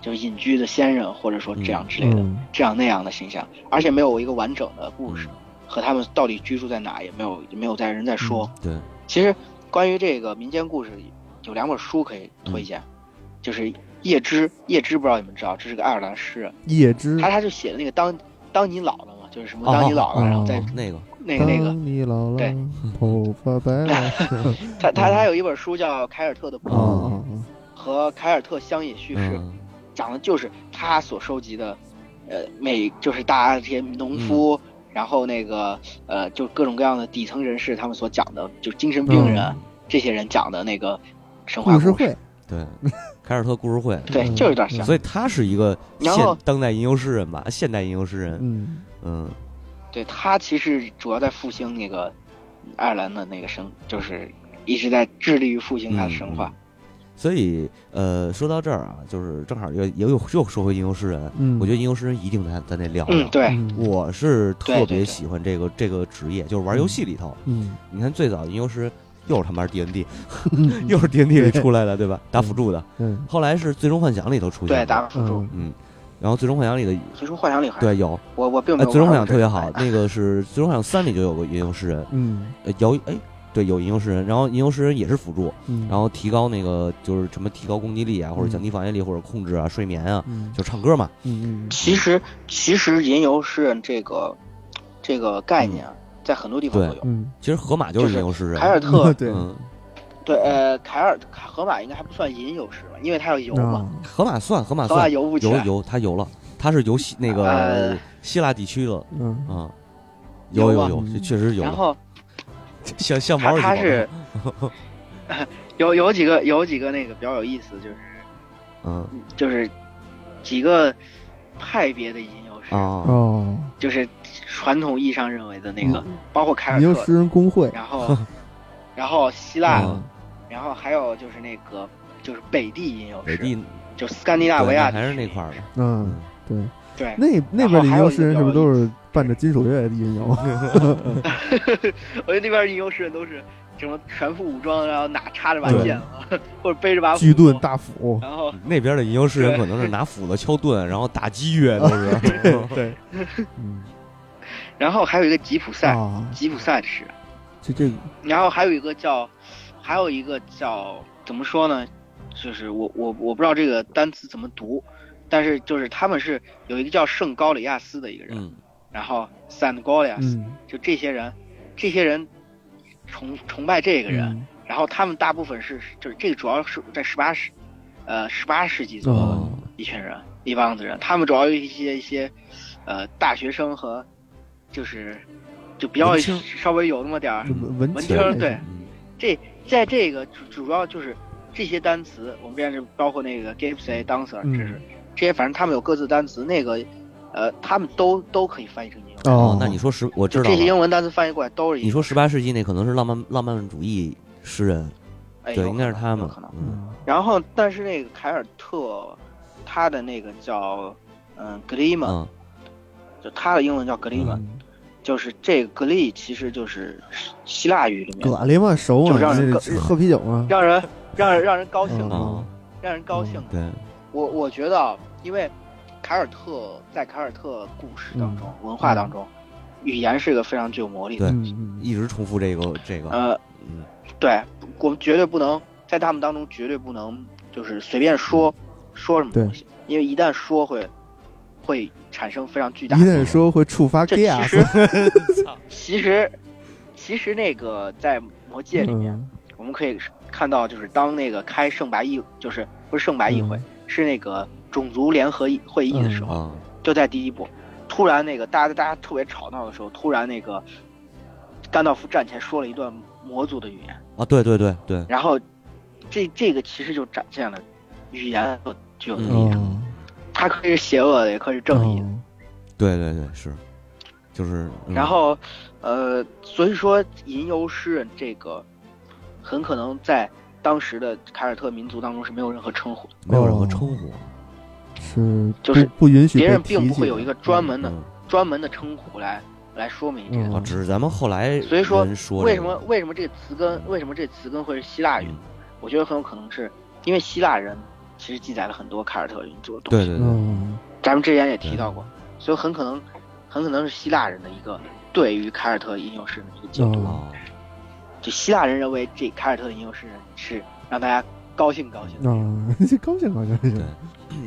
[SPEAKER 3] 就是隐居的先人，或者说这样之类的，
[SPEAKER 1] 嗯
[SPEAKER 3] 这样那样的形象，而且没有一个完整的故事
[SPEAKER 2] 嗯
[SPEAKER 3] 和他们到底居住在哪，也没有也没有在人在说。
[SPEAKER 2] 对，
[SPEAKER 3] 其实关于这个民间故事，有两本书可以推荐，就是叶芝，叶芝不知道你们知道，这是个爱尔兰诗人，
[SPEAKER 1] 叶芝，
[SPEAKER 3] 他他就写的那个当当你老了嘛，就是什么
[SPEAKER 2] 哦
[SPEAKER 3] 当你老
[SPEAKER 1] 嗯
[SPEAKER 3] 了，
[SPEAKER 1] 哦嗯
[SPEAKER 3] 然后再
[SPEAKER 1] 哦
[SPEAKER 2] 那个
[SPEAKER 3] 那个那个，
[SPEAKER 1] 当你老了
[SPEAKER 3] 对，
[SPEAKER 1] 头发白 了，
[SPEAKER 2] 嗯
[SPEAKER 3] 他他他有一本书叫《凯尔特的
[SPEAKER 1] 啊
[SPEAKER 3] 布
[SPEAKER 1] 啊
[SPEAKER 3] 偶
[SPEAKER 1] 啊！
[SPEAKER 3] 和《凯尔特乡野叙事》，
[SPEAKER 2] 嗯
[SPEAKER 3] 讲的就是他所收集的，呃，每就是大家这些农
[SPEAKER 1] 嗯
[SPEAKER 3] 夫，然后那个呃，就各种各样的底层人士，他们所讲的，就精神病人、
[SPEAKER 1] 嗯
[SPEAKER 3] 这些人讲的那个神话
[SPEAKER 1] 故
[SPEAKER 3] 故
[SPEAKER 1] 事会，
[SPEAKER 2] 对，凯尔特故事会，
[SPEAKER 3] 对，
[SPEAKER 1] 嗯
[SPEAKER 3] 就有点像。
[SPEAKER 2] 所以他是一个
[SPEAKER 3] 然
[SPEAKER 2] 现
[SPEAKER 3] 后
[SPEAKER 2] 当代吟游诗人吧，现代吟游诗人，
[SPEAKER 1] 嗯，
[SPEAKER 2] 嗯
[SPEAKER 3] 对他其实主要在复兴那个爱尔兰的那个神，就是一直在致力于复兴他的神话。
[SPEAKER 2] 所以呃，说到这儿啊，就是正好又又又又说回吟游诗人，
[SPEAKER 1] 嗯，
[SPEAKER 2] 我觉得吟游诗人一定咱咱得聊
[SPEAKER 3] 嗯，
[SPEAKER 2] 聊。
[SPEAKER 3] 对，
[SPEAKER 1] 嗯，
[SPEAKER 2] 我是特
[SPEAKER 3] 对对
[SPEAKER 2] 别
[SPEAKER 3] 对
[SPEAKER 2] 喜欢这个这个职业，就是玩游戏里头，
[SPEAKER 1] 嗯，
[SPEAKER 2] 你看最早吟游诗又是他妈 D N D，
[SPEAKER 1] 嗯
[SPEAKER 2] 又是 D N D 里出来的，对吧？打辅助的，
[SPEAKER 1] 嗯
[SPEAKER 2] 后来是最终幻想里头出现
[SPEAKER 3] 对
[SPEAKER 2] 的，
[SPEAKER 3] 打辅助。
[SPEAKER 1] 嗯
[SPEAKER 2] 嗯，然后最终幻想里的
[SPEAKER 3] 最终幻想里还
[SPEAKER 2] 对有，
[SPEAKER 3] 我我并没
[SPEAKER 2] 呃，
[SPEAKER 3] 有玩过这个。
[SPEAKER 2] 最终幻想特别好，那个是最终幻想三里就有个吟游诗人，
[SPEAKER 1] 嗯
[SPEAKER 2] 呃，摇哎，对，有吟游诗人，然后吟游诗人也是辅助，
[SPEAKER 1] 嗯，
[SPEAKER 2] 然后提高那个就是什么提高攻击力啊，或者降低防御力，或者控制啊、睡眠啊，
[SPEAKER 1] 嗯
[SPEAKER 2] 就唱歌嘛。
[SPEAKER 1] 嗯嗯
[SPEAKER 3] 其实其实吟游诗人这个这个概
[SPEAKER 2] 嗯
[SPEAKER 3] 念啊，在很多地方都有。
[SPEAKER 1] 嗯，
[SPEAKER 2] 其实河马就是吟游诗人，
[SPEAKER 3] 凯尔特
[SPEAKER 1] 对，
[SPEAKER 2] 嗯，
[SPEAKER 3] 对呃，凯尔凯河马应该还不算吟游诗吧，因为他要游嘛，
[SPEAKER 1] 啊
[SPEAKER 2] 河马算河马
[SPEAKER 3] 河马
[SPEAKER 2] 算，
[SPEAKER 3] 游不起
[SPEAKER 2] 游
[SPEAKER 3] 来。
[SPEAKER 2] 游他游了，他是游希那个
[SPEAKER 3] 呃
[SPEAKER 2] 希腊地区的
[SPEAKER 1] 嗯，
[SPEAKER 2] 啊，有
[SPEAKER 3] 游吧
[SPEAKER 2] 有嗯有，这确实游
[SPEAKER 3] 啊然
[SPEAKER 2] 了，
[SPEAKER 3] 后
[SPEAKER 2] 像像毛
[SPEAKER 3] 他
[SPEAKER 2] 主席
[SPEAKER 3] 他
[SPEAKER 2] 宝
[SPEAKER 3] 是 有有几个有几个那个比较有意思，就是
[SPEAKER 2] 嗯
[SPEAKER 3] 就是几个派别的吟游诗人，
[SPEAKER 2] 啊
[SPEAKER 1] 哦，
[SPEAKER 3] 就是传统意义上认为的那个，包括凯尔
[SPEAKER 1] 吟游
[SPEAKER 3] 特，
[SPEAKER 1] 诗人工会，
[SPEAKER 3] 然后然后希腊，
[SPEAKER 1] 啊
[SPEAKER 2] 嗯
[SPEAKER 3] 然后还有就是那个就是北地吟游
[SPEAKER 2] 北
[SPEAKER 3] 诗，
[SPEAKER 2] 地
[SPEAKER 3] 就斯堪的纳维亚
[SPEAKER 2] 对那还是那
[SPEAKER 3] 地区
[SPEAKER 2] 块儿的，
[SPEAKER 1] 嗯
[SPEAKER 2] 嗯，，
[SPEAKER 1] 对，
[SPEAKER 3] 对，
[SPEAKER 1] 那那边
[SPEAKER 3] 哎然后
[SPEAKER 1] 的吟
[SPEAKER 3] 还有
[SPEAKER 1] 游
[SPEAKER 3] 一
[SPEAKER 1] 诗
[SPEAKER 3] 个
[SPEAKER 1] 人是
[SPEAKER 3] 叫
[SPEAKER 1] 不是都是伴着金属乐吟游？
[SPEAKER 3] 我觉得那边吟游诗人都是什么全副武装，然后哪插着把
[SPEAKER 1] 对
[SPEAKER 3] 剑啊， 或者背着把
[SPEAKER 1] 巨
[SPEAKER 3] 斧
[SPEAKER 1] 盾、大 斧，，
[SPEAKER 3] 然后
[SPEAKER 2] 嗯那边的吟游诗人
[SPEAKER 3] 对
[SPEAKER 2] 可能是拿斧子敲盾，然后打击乐 都是
[SPEAKER 1] 对，嗯
[SPEAKER 3] 然后还有一个吉普赛，
[SPEAKER 1] 啊，
[SPEAKER 3] 吉普赛诗，
[SPEAKER 1] 这这个
[SPEAKER 3] 然后还有一个叫，还有一个叫怎么说呢？就是我我我不知道这个单词怎么读，但是就是他们是有一个叫圣高里亚斯的一个人，
[SPEAKER 2] 嗯
[SPEAKER 3] 然后 San Golias，、
[SPEAKER 1] 嗯，
[SPEAKER 3] 就这些人，这些人崇崇拜这个
[SPEAKER 1] 嗯
[SPEAKER 2] 嗯
[SPEAKER 3] 人，然后他们大部分是就是这个主要是在十八世，呃十八世纪左右的
[SPEAKER 1] 哦
[SPEAKER 3] 一群人，一帮子人，他们主要有一些一些，呃大学生和就是就比较
[SPEAKER 2] 文青
[SPEAKER 3] 稍微有那么点儿
[SPEAKER 1] 嗯，文文
[SPEAKER 3] 文
[SPEAKER 1] 青
[SPEAKER 3] 青
[SPEAKER 1] 儿
[SPEAKER 3] 儿
[SPEAKER 1] 那
[SPEAKER 3] 对
[SPEAKER 1] 种，
[SPEAKER 2] 嗯
[SPEAKER 3] 在这个主主要就是这些单词，我们这边是包括那个 Gipsy、Dancer，
[SPEAKER 1] 嗯
[SPEAKER 3] 这是这些，反正他们有各自单词，那个呃，他们都都可以翻译成英文。
[SPEAKER 1] 哦
[SPEAKER 2] 哦，那你说十，我知
[SPEAKER 3] 就
[SPEAKER 2] 道
[SPEAKER 3] 这些
[SPEAKER 2] 了。
[SPEAKER 3] 英文单词翻译过来都是一
[SPEAKER 2] 你说十八世纪那可能是浪漫浪漫主义诗人，
[SPEAKER 3] 哎
[SPEAKER 2] 对，
[SPEAKER 3] 有
[SPEAKER 2] 应该是
[SPEAKER 3] 可能
[SPEAKER 2] 他
[SPEAKER 3] 有
[SPEAKER 2] 们
[SPEAKER 3] 可能。
[SPEAKER 2] 嗯
[SPEAKER 3] 然后，但是那个凯尔特，他的那个叫嗯 Gleeman，、
[SPEAKER 2] 嗯
[SPEAKER 3] 就他的英文叫 Gleeman，、
[SPEAKER 1] 嗯，
[SPEAKER 3] 就是这个 Glee 其实就是希腊语里面的
[SPEAKER 1] 格雷嘛熟
[SPEAKER 3] 就
[SPEAKER 1] 嘛，
[SPEAKER 3] 让人
[SPEAKER 1] 那
[SPEAKER 3] 更
[SPEAKER 1] 喝啤酒嘛，
[SPEAKER 3] 让人让人让人高兴的，
[SPEAKER 1] 嗯
[SPEAKER 2] 啊，
[SPEAKER 3] 让人高兴的。
[SPEAKER 2] 对，
[SPEAKER 3] 我我觉得，啊，因为凯尔特在凯尔特故事当中、文化当中，语言是一个非常具有魔力的。
[SPEAKER 2] 对
[SPEAKER 1] 嗯嗯
[SPEAKER 2] 一直重复这个这个，
[SPEAKER 3] 呃，
[SPEAKER 2] 嗯
[SPEAKER 3] 对，我们绝对不能在他们当中绝对不能就是随便说说什么东西，因为一旦说会会产生非常巨大
[SPEAKER 1] 一
[SPEAKER 3] 的。
[SPEAKER 1] 旦说会触发啊
[SPEAKER 3] 这
[SPEAKER 1] gas，
[SPEAKER 3] 其实其实其实那个在魔戒里面，
[SPEAKER 1] 嗯
[SPEAKER 3] 我们可以看到，就是当那个开圣白议，就是不是圣白议会，
[SPEAKER 1] 嗯
[SPEAKER 3] 是那个种族联合议会议的时候。
[SPEAKER 2] 啊，
[SPEAKER 3] 就在第一部，突然那个大家大家特别吵闹的时候，突然那个甘道夫站前说了一段魔族的语言，
[SPEAKER 2] 啊，对对对对，
[SPEAKER 3] 然后这这个其实就展现了语言所具有的力
[SPEAKER 2] 嗯
[SPEAKER 3] 量，
[SPEAKER 1] 哦
[SPEAKER 3] 它可以是邪恶的，也可以是正义的。
[SPEAKER 1] 哦
[SPEAKER 2] 对对对是，就是，嗯
[SPEAKER 3] 然后，呃，所以说吟游诗人这个很可能在当时的凯尔特民族当中是没有任何称呼的，
[SPEAKER 2] 没有任何称呼，嗯
[SPEAKER 1] 是
[SPEAKER 3] 就是
[SPEAKER 1] 不不允许
[SPEAKER 3] 别人
[SPEAKER 1] 被提
[SPEAKER 3] 并不
[SPEAKER 1] 起
[SPEAKER 3] 会
[SPEAKER 1] 的
[SPEAKER 3] 有一个专门的、
[SPEAKER 2] 嗯
[SPEAKER 3] 专门的称呼来来说明这个
[SPEAKER 1] 嗯
[SPEAKER 2] 啊，只是咱们后来
[SPEAKER 3] 哦所以说
[SPEAKER 2] 人说
[SPEAKER 3] 为
[SPEAKER 2] 这
[SPEAKER 3] 什
[SPEAKER 2] 个
[SPEAKER 3] 么为什么这个词根为什么这个词根会是希腊语？
[SPEAKER 2] 嗯
[SPEAKER 3] 我觉得很有可能是因为希腊人其实记载了很多凯尔特人做的东
[SPEAKER 2] 对
[SPEAKER 3] 西。
[SPEAKER 2] 对对，
[SPEAKER 1] 嗯，
[SPEAKER 3] 咱们之前也提到过，所以很可能，很可能是希腊人的一个对于凯尔特吟游诗人的一个解读。
[SPEAKER 1] 哦
[SPEAKER 2] 哦，
[SPEAKER 3] 就希腊人认为这凯尔特吟游诗人是让大家高兴高兴的。
[SPEAKER 1] 啊，这 高兴高兴就行
[SPEAKER 2] 对，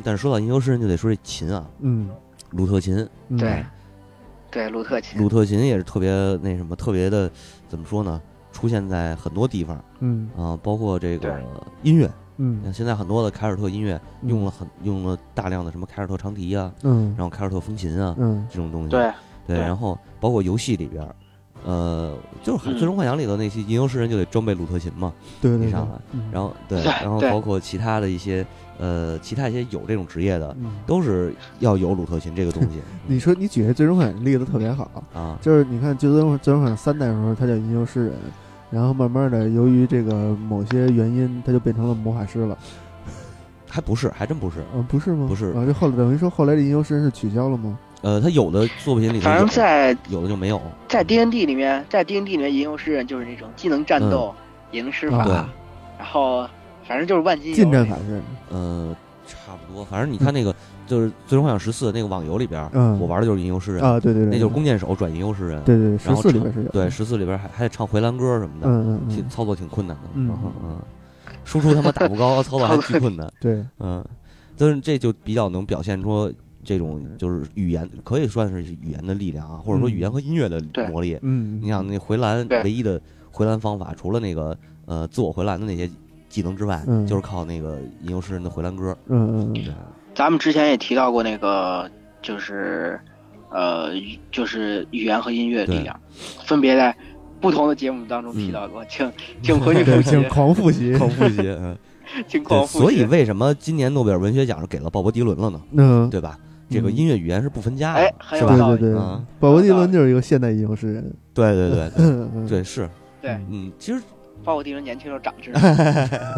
[SPEAKER 2] 但是说到吟游诗人，就得说这琴啊，
[SPEAKER 1] 嗯，
[SPEAKER 2] 鲁特琴，
[SPEAKER 1] 嗯
[SPEAKER 3] 对，对，鲁特琴
[SPEAKER 2] 鲁，特琴也是特别那什么，特别的怎么说呢？出现在很多地方
[SPEAKER 1] 嗯
[SPEAKER 2] 啊，包括这个
[SPEAKER 3] 对
[SPEAKER 2] 音乐，你
[SPEAKER 1] 嗯
[SPEAKER 2] 看现在很多的凯尔特音乐
[SPEAKER 1] 嗯
[SPEAKER 2] 用了很用了大量的什么凯尔特长笛啊，
[SPEAKER 1] 嗯
[SPEAKER 2] 然后凯尔特风琴啊
[SPEAKER 1] 嗯
[SPEAKER 2] 这种东西，
[SPEAKER 3] 对
[SPEAKER 2] 对，
[SPEAKER 3] 对
[SPEAKER 2] 然后包括游戏里边儿，呃，就是《
[SPEAKER 3] 嗯
[SPEAKER 2] 最终幻想》里头那些吟游诗人就得装备鲁特琴嘛，
[SPEAKER 1] 对对
[SPEAKER 2] 一
[SPEAKER 1] 对
[SPEAKER 2] 上来，
[SPEAKER 1] 嗯
[SPEAKER 2] 然后对，
[SPEAKER 3] 对
[SPEAKER 2] 然后
[SPEAKER 3] 对
[SPEAKER 2] 包括其他的一些呃，其他一些有这种职业的，
[SPEAKER 1] 嗯
[SPEAKER 2] 都是要有鲁特琴这个东 西
[SPEAKER 1] 你说你举这最终幻想的例子特别好，
[SPEAKER 2] 啊，
[SPEAKER 1] 就是你看最终最终幻想三代的时候，他叫吟游诗人，然后慢慢的由于这个某些原因，他就变成了魔法师了，
[SPEAKER 2] 还不是，还真不是，
[SPEAKER 1] 嗯，不是吗？
[SPEAKER 2] 不是
[SPEAKER 1] 啊，这后来等于说后来这吟游诗人是取消了吗？
[SPEAKER 2] 呃，他有的作品里头
[SPEAKER 3] 反
[SPEAKER 2] 有，
[SPEAKER 3] 正在
[SPEAKER 2] 有的就没有，
[SPEAKER 3] 在 D N D 里面，在 D N D 里面吟游诗人就是那种技能战斗、也能施法，
[SPEAKER 1] 啊
[SPEAKER 2] 嗯对，
[SPEAKER 3] 然后反正就是万金油
[SPEAKER 1] 近
[SPEAKER 3] 那
[SPEAKER 1] 战
[SPEAKER 3] 种
[SPEAKER 1] 法师，
[SPEAKER 2] 呃，差不多，反正你看那个就是《最终幻想十四》那个网游里边儿，
[SPEAKER 1] 嗯
[SPEAKER 2] 我玩的就是吟游诗人，
[SPEAKER 1] 啊，对对对，
[SPEAKER 2] 那就是弓箭手转吟游诗人，
[SPEAKER 1] 对对对，
[SPEAKER 2] 然
[SPEAKER 1] 十
[SPEAKER 2] 后
[SPEAKER 1] 四里
[SPEAKER 2] 唱
[SPEAKER 1] 边是有，
[SPEAKER 2] 对，十四里边还还得唱回蓝歌什么的，
[SPEAKER 1] 嗯嗯
[SPEAKER 2] 挺
[SPEAKER 1] 嗯，
[SPEAKER 2] 操作挺困难的，
[SPEAKER 1] 嗯
[SPEAKER 2] 然后嗯，输出他妈打不高，操作还巨困难，
[SPEAKER 1] 对，
[SPEAKER 2] 嗯，但是这就比较能表现出这种就是语言，可以算是语言的力量啊，或者说
[SPEAKER 1] 嗯
[SPEAKER 2] 语言和音乐的
[SPEAKER 3] 对
[SPEAKER 2] 魔力。
[SPEAKER 1] 嗯，
[SPEAKER 2] 你想那回蓝
[SPEAKER 3] 对
[SPEAKER 2] 唯一的回蓝方法，除了那个呃自我回蓝的那些技能之外，
[SPEAKER 1] 嗯
[SPEAKER 2] 就是靠那个吟游诗人的回蓝歌。
[SPEAKER 1] 嗯嗯嗯
[SPEAKER 2] 对
[SPEAKER 3] 咱们之前也提到过那个，就是，呃，就是语言和音乐力量，分别在不同的节目当中提到
[SPEAKER 2] 嗯
[SPEAKER 3] 过，请请回去
[SPEAKER 1] 对，
[SPEAKER 3] 复习
[SPEAKER 1] 请，狂复习，
[SPEAKER 2] 靠复习， 嗯，
[SPEAKER 3] 请狂
[SPEAKER 2] 对，
[SPEAKER 3] 复
[SPEAKER 2] 所以
[SPEAKER 3] 习。
[SPEAKER 2] 为什么今年诺贝尔文学奖是给了鲍勃迪伦了呢？
[SPEAKER 1] 嗯，
[SPEAKER 2] 对吧？这个
[SPEAKER 1] 嗯
[SPEAKER 2] 音乐语言是不分家
[SPEAKER 3] 哎
[SPEAKER 2] 的，，
[SPEAKER 3] 很
[SPEAKER 2] 是
[SPEAKER 3] 有
[SPEAKER 2] 吧？
[SPEAKER 1] 对
[SPEAKER 3] 道理。
[SPEAKER 1] 对对
[SPEAKER 2] 嗯，
[SPEAKER 1] 保罗·迪伦就是一个现代吟游诗人，
[SPEAKER 2] 对对对对
[SPEAKER 1] 嗯嗯
[SPEAKER 2] 对是，
[SPEAKER 3] 对
[SPEAKER 2] 嗯，其实
[SPEAKER 3] 包括地人年轻时候长知识，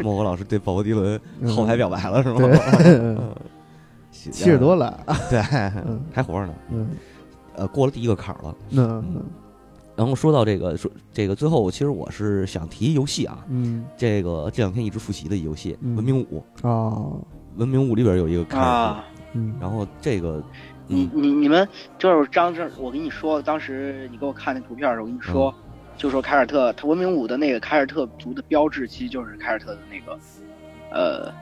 [SPEAKER 2] 莫文老师对鲍勃迪伦
[SPEAKER 1] 嗯
[SPEAKER 2] 嗯后排表白了是 吗？
[SPEAKER 1] 对，
[SPEAKER 2] 嗯行
[SPEAKER 1] 七十多了，
[SPEAKER 2] 对
[SPEAKER 1] 嗯，
[SPEAKER 2] 还活着呢。
[SPEAKER 1] 嗯
[SPEAKER 2] 呃，过了第一个坎儿了。
[SPEAKER 1] 那嗯
[SPEAKER 2] 然后说到这个，说这个最后，其实我是想提一游戏啊，
[SPEAKER 1] 嗯
[SPEAKER 2] 这个这两天一直复习的一游戏
[SPEAKER 1] 嗯
[SPEAKER 2] 《文明五》，《
[SPEAKER 1] 哦
[SPEAKER 2] 文明五》里边有一个坎儿
[SPEAKER 3] 啊，！
[SPEAKER 1] 嗯，
[SPEAKER 2] 然后这个，
[SPEAKER 3] 你
[SPEAKER 2] 嗯
[SPEAKER 3] 你你们就是张正，我跟你说，当时你给我看那图片的时候，我跟你说，
[SPEAKER 2] 嗯
[SPEAKER 3] 就说凯尔特，他文明五的那个凯尔特族的标志，其实就是凯尔特的那个，呃，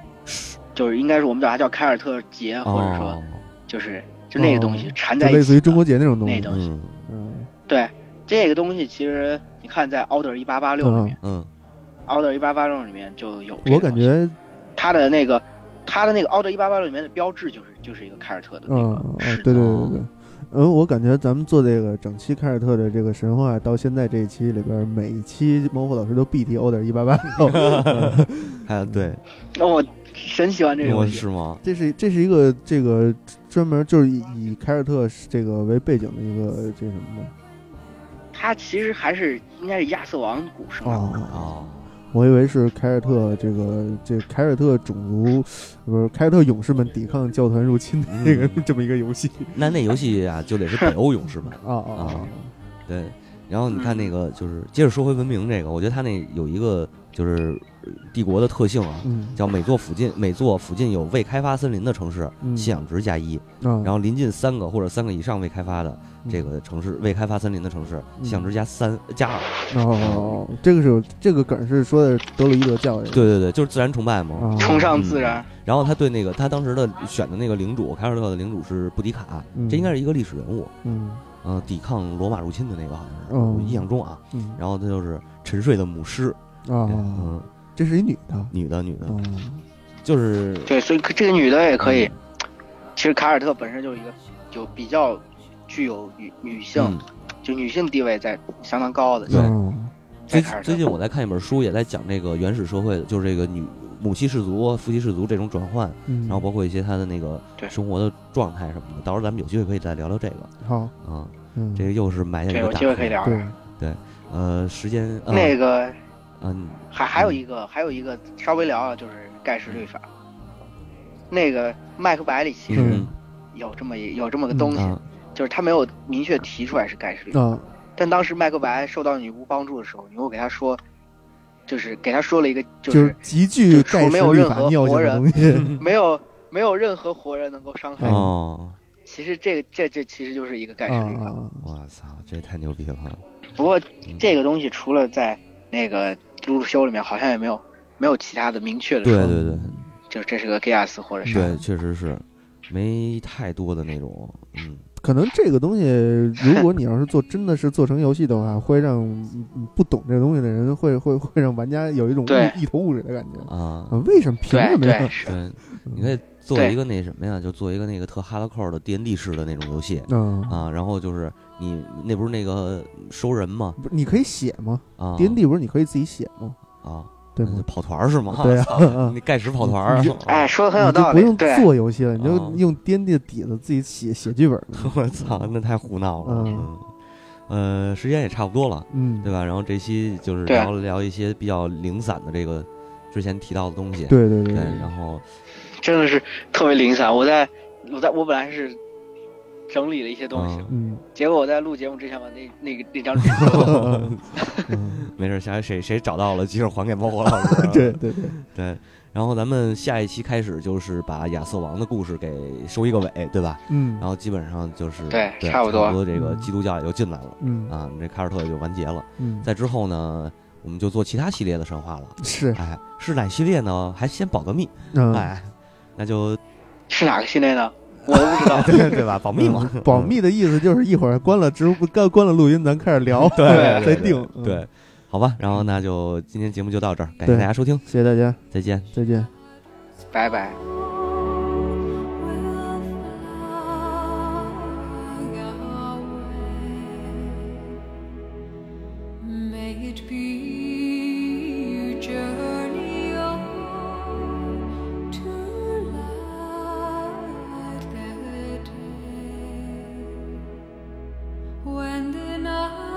[SPEAKER 3] 就是应该是我们叫它叫凯尔特节，嗯或者说
[SPEAKER 2] 哦，
[SPEAKER 3] 就是就那个东西
[SPEAKER 1] 哦
[SPEAKER 3] 缠
[SPEAKER 1] 就
[SPEAKER 3] 在一起的，
[SPEAKER 1] 类似于中国结那种东西
[SPEAKER 3] 那，种
[SPEAKER 2] 嗯
[SPEAKER 1] 嗯
[SPEAKER 3] 对这个东西，其实你看在《奥德尔一八八六》里面，
[SPEAKER 2] 嗯
[SPEAKER 3] 《奥德尔一八八六》里面就有这个东西。
[SPEAKER 1] 我感觉
[SPEAKER 3] 它的那个它的那个《奥德一八八六》里面的标志就是就是一个凯尔特的那
[SPEAKER 1] 嗯
[SPEAKER 3] 个
[SPEAKER 1] 嗯
[SPEAKER 3] 狮子。
[SPEAKER 1] 对对对对。嗯，我感觉咱们做这个整期凯尔特的这个神话到现在这一期里边，每一期猫火老师都必提欧点一八八六，
[SPEAKER 2] 还
[SPEAKER 1] 嗯
[SPEAKER 2] 有对，
[SPEAKER 3] 那我神喜欢这个
[SPEAKER 2] 我
[SPEAKER 3] 游戏。
[SPEAKER 2] 是吗？
[SPEAKER 1] 这是这是一个这个专门就是以以凯尔特这个为背景的一个这什么吗？
[SPEAKER 3] 它其实还是应该是亚瑟王古生的。
[SPEAKER 1] 哦，
[SPEAKER 2] 哦，
[SPEAKER 1] 我以为是凯尔特这个这凯尔特种族不是凯尔特勇士们抵抗教团入侵的这个、
[SPEAKER 2] 嗯
[SPEAKER 1] 这么一个游戏
[SPEAKER 2] 那那游戏啊，就得是北欧勇 士版。
[SPEAKER 1] 啊啊
[SPEAKER 2] 对，然后你看那
[SPEAKER 3] 嗯
[SPEAKER 2] 个，就是接着说回文明这个，我觉得它那有一个就是呃帝国的特性啊，
[SPEAKER 1] 嗯
[SPEAKER 2] 叫每座附近每座附近有未开发森林的城市，
[SPEAKER 1] 嗯
[SPEAKER 2] 信仰值加一，
[SPEAKER 1] 啊，
[SPEAKER 2] 然后临近三个或者三个以上未开发的
[SPEAKER 1] 嗯
[SPEAKER 2] 这个城市，未开发森林的城市，
[SPEAKER 1] 嗯
[SPEAKER 2] 信仰值加三加二。
[SPEAKER 1] 哦，这个是有这个梗是说的德鲁伊德教的
[SPEAKER 2] 对对对，就是自然崇拜嘛。
[SPEAKER 1] 啊，
[SPEAKER 3] 崇尚自然，
[SPEAKER 2] 然后他对那个他当时的选的那个领主凯尔特的领主是布迪卡，
[SPEAKER 1] 嗯
[SPEAKER 2] 这应该是一个历史人物，
[SPEAKER 1] 嗯
[SPEAKER 2] 嗯、抵抗罗马入侵的那个好像是，
[SPEAKER 1] 哦
[SPEAKER 2] 我印象中啊。
[SPEAKER 1] 嗯
[SPEAKER 2] 然后他就是沉睡的母狮，
[SPEAKER 1] 啊，
[SPEAKER 2] 嗯，
[SPEAKER 1] 这是一女的啊
[SPEAKER 2] 女的女的，就是嗯
[SPEAKER 3] 对，所以这个女的也可以。
[SPEAKER 1] 嗯
[SPEAKER 3] 其实凯尔特本身就是一个就比较具有女女性、
[SPEAKER 2] 嗯
[SPEAKER 3] 就女性地位在相当高的。
[SPEAKER 2] 对
[SPEAKER 1] 啊
[SPEAKER 2] 最
[SPEAKER 3] 在凯尔特
[SPEAKER 2] 最近我在看一本书，也在讲这个原始社会的，就是这个女母系氏族、啊父系氏族这种转换，
[SPEAKER 1] 嗯，
[SPEAKER 2] 然后包括一些她的那个
[SPEAKER 3] 对
[SPEAKER 2] 生活的状态什么的。到时候咱们有机会可以再聊聊这个
[SPEAKER 1] 好，
[SPEAKER 2] 啊，
[SPEAKER 1] 嗯，
[SPEAKER 2] 这个又是埋下一
[SPEAKER 3] 对，
[SPEAKER 2] 个
[SPEAKER 3] 有
[SPEAKER 2] 大
[SPEAKER 3] 机会可以
[SPEAKER 2] 坑。
[SPEAKER 3] 聊聊。
[SPEAKER 1] 对，
[SPEAKER 2] 呃，时间嗯
[SPEAKER 3] 那个
[SPEAKER 2] 嗯
[SPEAKER 3] 还还有一个，还有一个稍微聊聊，就是盖世律法。那个麦克白里其实
[SPEAKER 2] 嗯
[SPEAKER 3] 有这么一有这么个东西，
[SPEAKER 2] 啊
[SPEAKER 3] 就是他没有明确
[SPEAKER 2] 嗯
[SPEAKER 3] 提出来是盖世律法，
[SPEAKER 1] 啊
[SPEAKER 3] 但当时麦克白受到女巫帮助的时候，女巫给他说，就是给他说了一个就
[SPEAKER 1] 就是
[SPEAKER 3] 是
[SPEAKER 1] 极具盖世
[SPEAKER 3] 没有
[SPEAKER 1] 立
[SPEAKER 3] 任
[SPEAKER 1] 法
[SPEAKER 3] 何
[SPEAKER 1] 尿性
[SPEAKER 3] 活
[SPEAKER 1] 的
[SPEAKER 3] 人
[SPEAKER 1] 东西。
[SPEAKER 3] 没有没有任何活人能够伤害你。
[SPEAKER 2] 哦，
[SPEAKER 3] 其实这个这这其实就是一个盖
[SPEAKER 1] 啊
[SPEAKER 3] 世立法。
[SPEAKER 1] 啊，
[SPEAKER 2] 我操，这太牛逼了！
[SPEAKER 3] 不过
[SPEAKER 2] 嗯
[SPEAKER 3] 这个东西除了在那个《鲁鲁修》里面，好像也没有没有其他的明确的
[SPEAKER 2] 对
[SPEAKER 3] 说，
[SPEAKER 2] 对对
[SPEAKER 3] 就是这是个 gas 或者啥。
[SPEAKER 2] 对，确实是没太多的那种，嗯，
[SPEAKER 1] 可能这个东西，如果你要是做真的是做成游戏的话，会让嗯嗯不懂这个东西的人会会会让玩家有一种
[SPEAKER 3] 对
[SPEAKER 1] 一一头雾水的感觉。
[SPEAKER 2] 啊，
[SPEAKER 1] 啊，为什么？凭什
[SPEAKER 3] 对
[SPEAKER 1] 么呀
[SPEAKER 3] 对？是，
[SPEAKER 2] 对，你可以做一个那什么呀，就做一个那个特哈拉扣的 D N D 式的那种游戏
[SPEAKER 1] 啊，
[SPEAKER 2] 啊，然后就是你那不是那个收人吗？
[SPEAKER 1] 不是你可以写吗
[SPEAKER 2] 啊
[SPEAKER 1] ？D N D 不是你可以自己写吗？
[SPEAKER 2] 啊，
[SPEAKER 1] 对吗？
[SPEAKER 2] 跑团儿是吗？
[SPEAKER 1] 对啊
[SPEAKER 2] 操
[SPEAKER 1] 啊
[SPEAKER 2] 那盖世跑团儿
[SPEAKER 1] 你，
[SPEAKER 3] 哎，说的很有
[SPEAKER 1] 你就
[SPEAKER 3] 道
[SPEAKER 1] 不
[SPEAKER 3] 理。
[SPEAKER 1] 用
[SPEAKER 3] 对，
[SPEAKER 1] 做游戏了，你
[SPEAKER 2] 啊
[SPEAKER 1] 就用 D N D 的底子自己写写剧本。
[SPEAKER 2] 我操，那太胡闹了。
[SPEAKER 1] 嗯
[SPEAKER 2] 嗯，呃，时间也差不多了，
[SPEAKER 1] 嗯，
[SPEAKER 2] 对吧？然后这期就是
[SPEAKER 3] 对啊
[SPEAKER 2] 聊了聊一些比较零散的这个之前提到的东西。
[SPEAKER 1] 对对对
[SPEAKER 2] 对，
[SPEAKER 3] 嗯
[SPEAKER 1] 对
[SPEAKER 2] 然后
[SPEAKER 3] 真的是特别零散。我在我在我本来是整理了一些东西，
[SPEAKER 2] 嗯，
[SPEAKER 1] 嗯
[SPEAKER 3] 结果我在录节目之前把那那个那张纸给我
[SPEAKER 1] 嗯，。
[SPEAKER 2] 没事，下回谁谁找到了，及时还给猫火老师
[SPEAKER 1] 对对对，
[SPEAKER 2] 对，然后咱们下一期开始就是把亚瑟王的故事给收一个尾，对吧？
[SPEAKER 1] 嗯
[SPEAKER 2] 然后基本上就是
[SPEAKER 3] 对
[SPEAKER 2] 对
[SPEAKER 3] 差
[SPEAKER 2] 差
[SPEAKER 3] 不多
[SPEAKER 2] 这个基督教也就进来了
[SPEAKER 1] 嗯
[SPEAKER 2] 啊，这凯尔特也就完结了。
[SPEAKER 1] 嗯，
[SPEAKER 2] 在之后呢，我们就做其他系列的神话了。
[SPEAKER 1] 是
[SPEAKER 2] 哎，是哪系列呢？还先保个密，
[SPEAKER 1] 嗯，
[SPEAKER 2] 哎，那就是。
[SPEAKER 3] 哪个系列呢？我都不知道
[SPEAKER 2] 对对吧？保密嘛
[SPEAKER 1] 嗯，保密的意思就是一会儿关了直播，关关了录音，咱开始聊，
[SPEAKER 2] 对，对
[SPEAKER 1] 再
[SPEAKER 2] 对
[SPEAKER 1] 定。嗯
[SPEAKER 2] 对，对，好吧。然后那就今天节目就到这儿，感谢
[SPEAKER 1] 对
[SPEAKER 2] 大家收听，
[SPEAKER 1] 谢谢大家，
[SPEAKER 2] 再见。
[SPEAKER 1] 再见。
[SPEAKER 3] 拜拜。
[SPEAKER 4] May it be journey on to light the day when the night.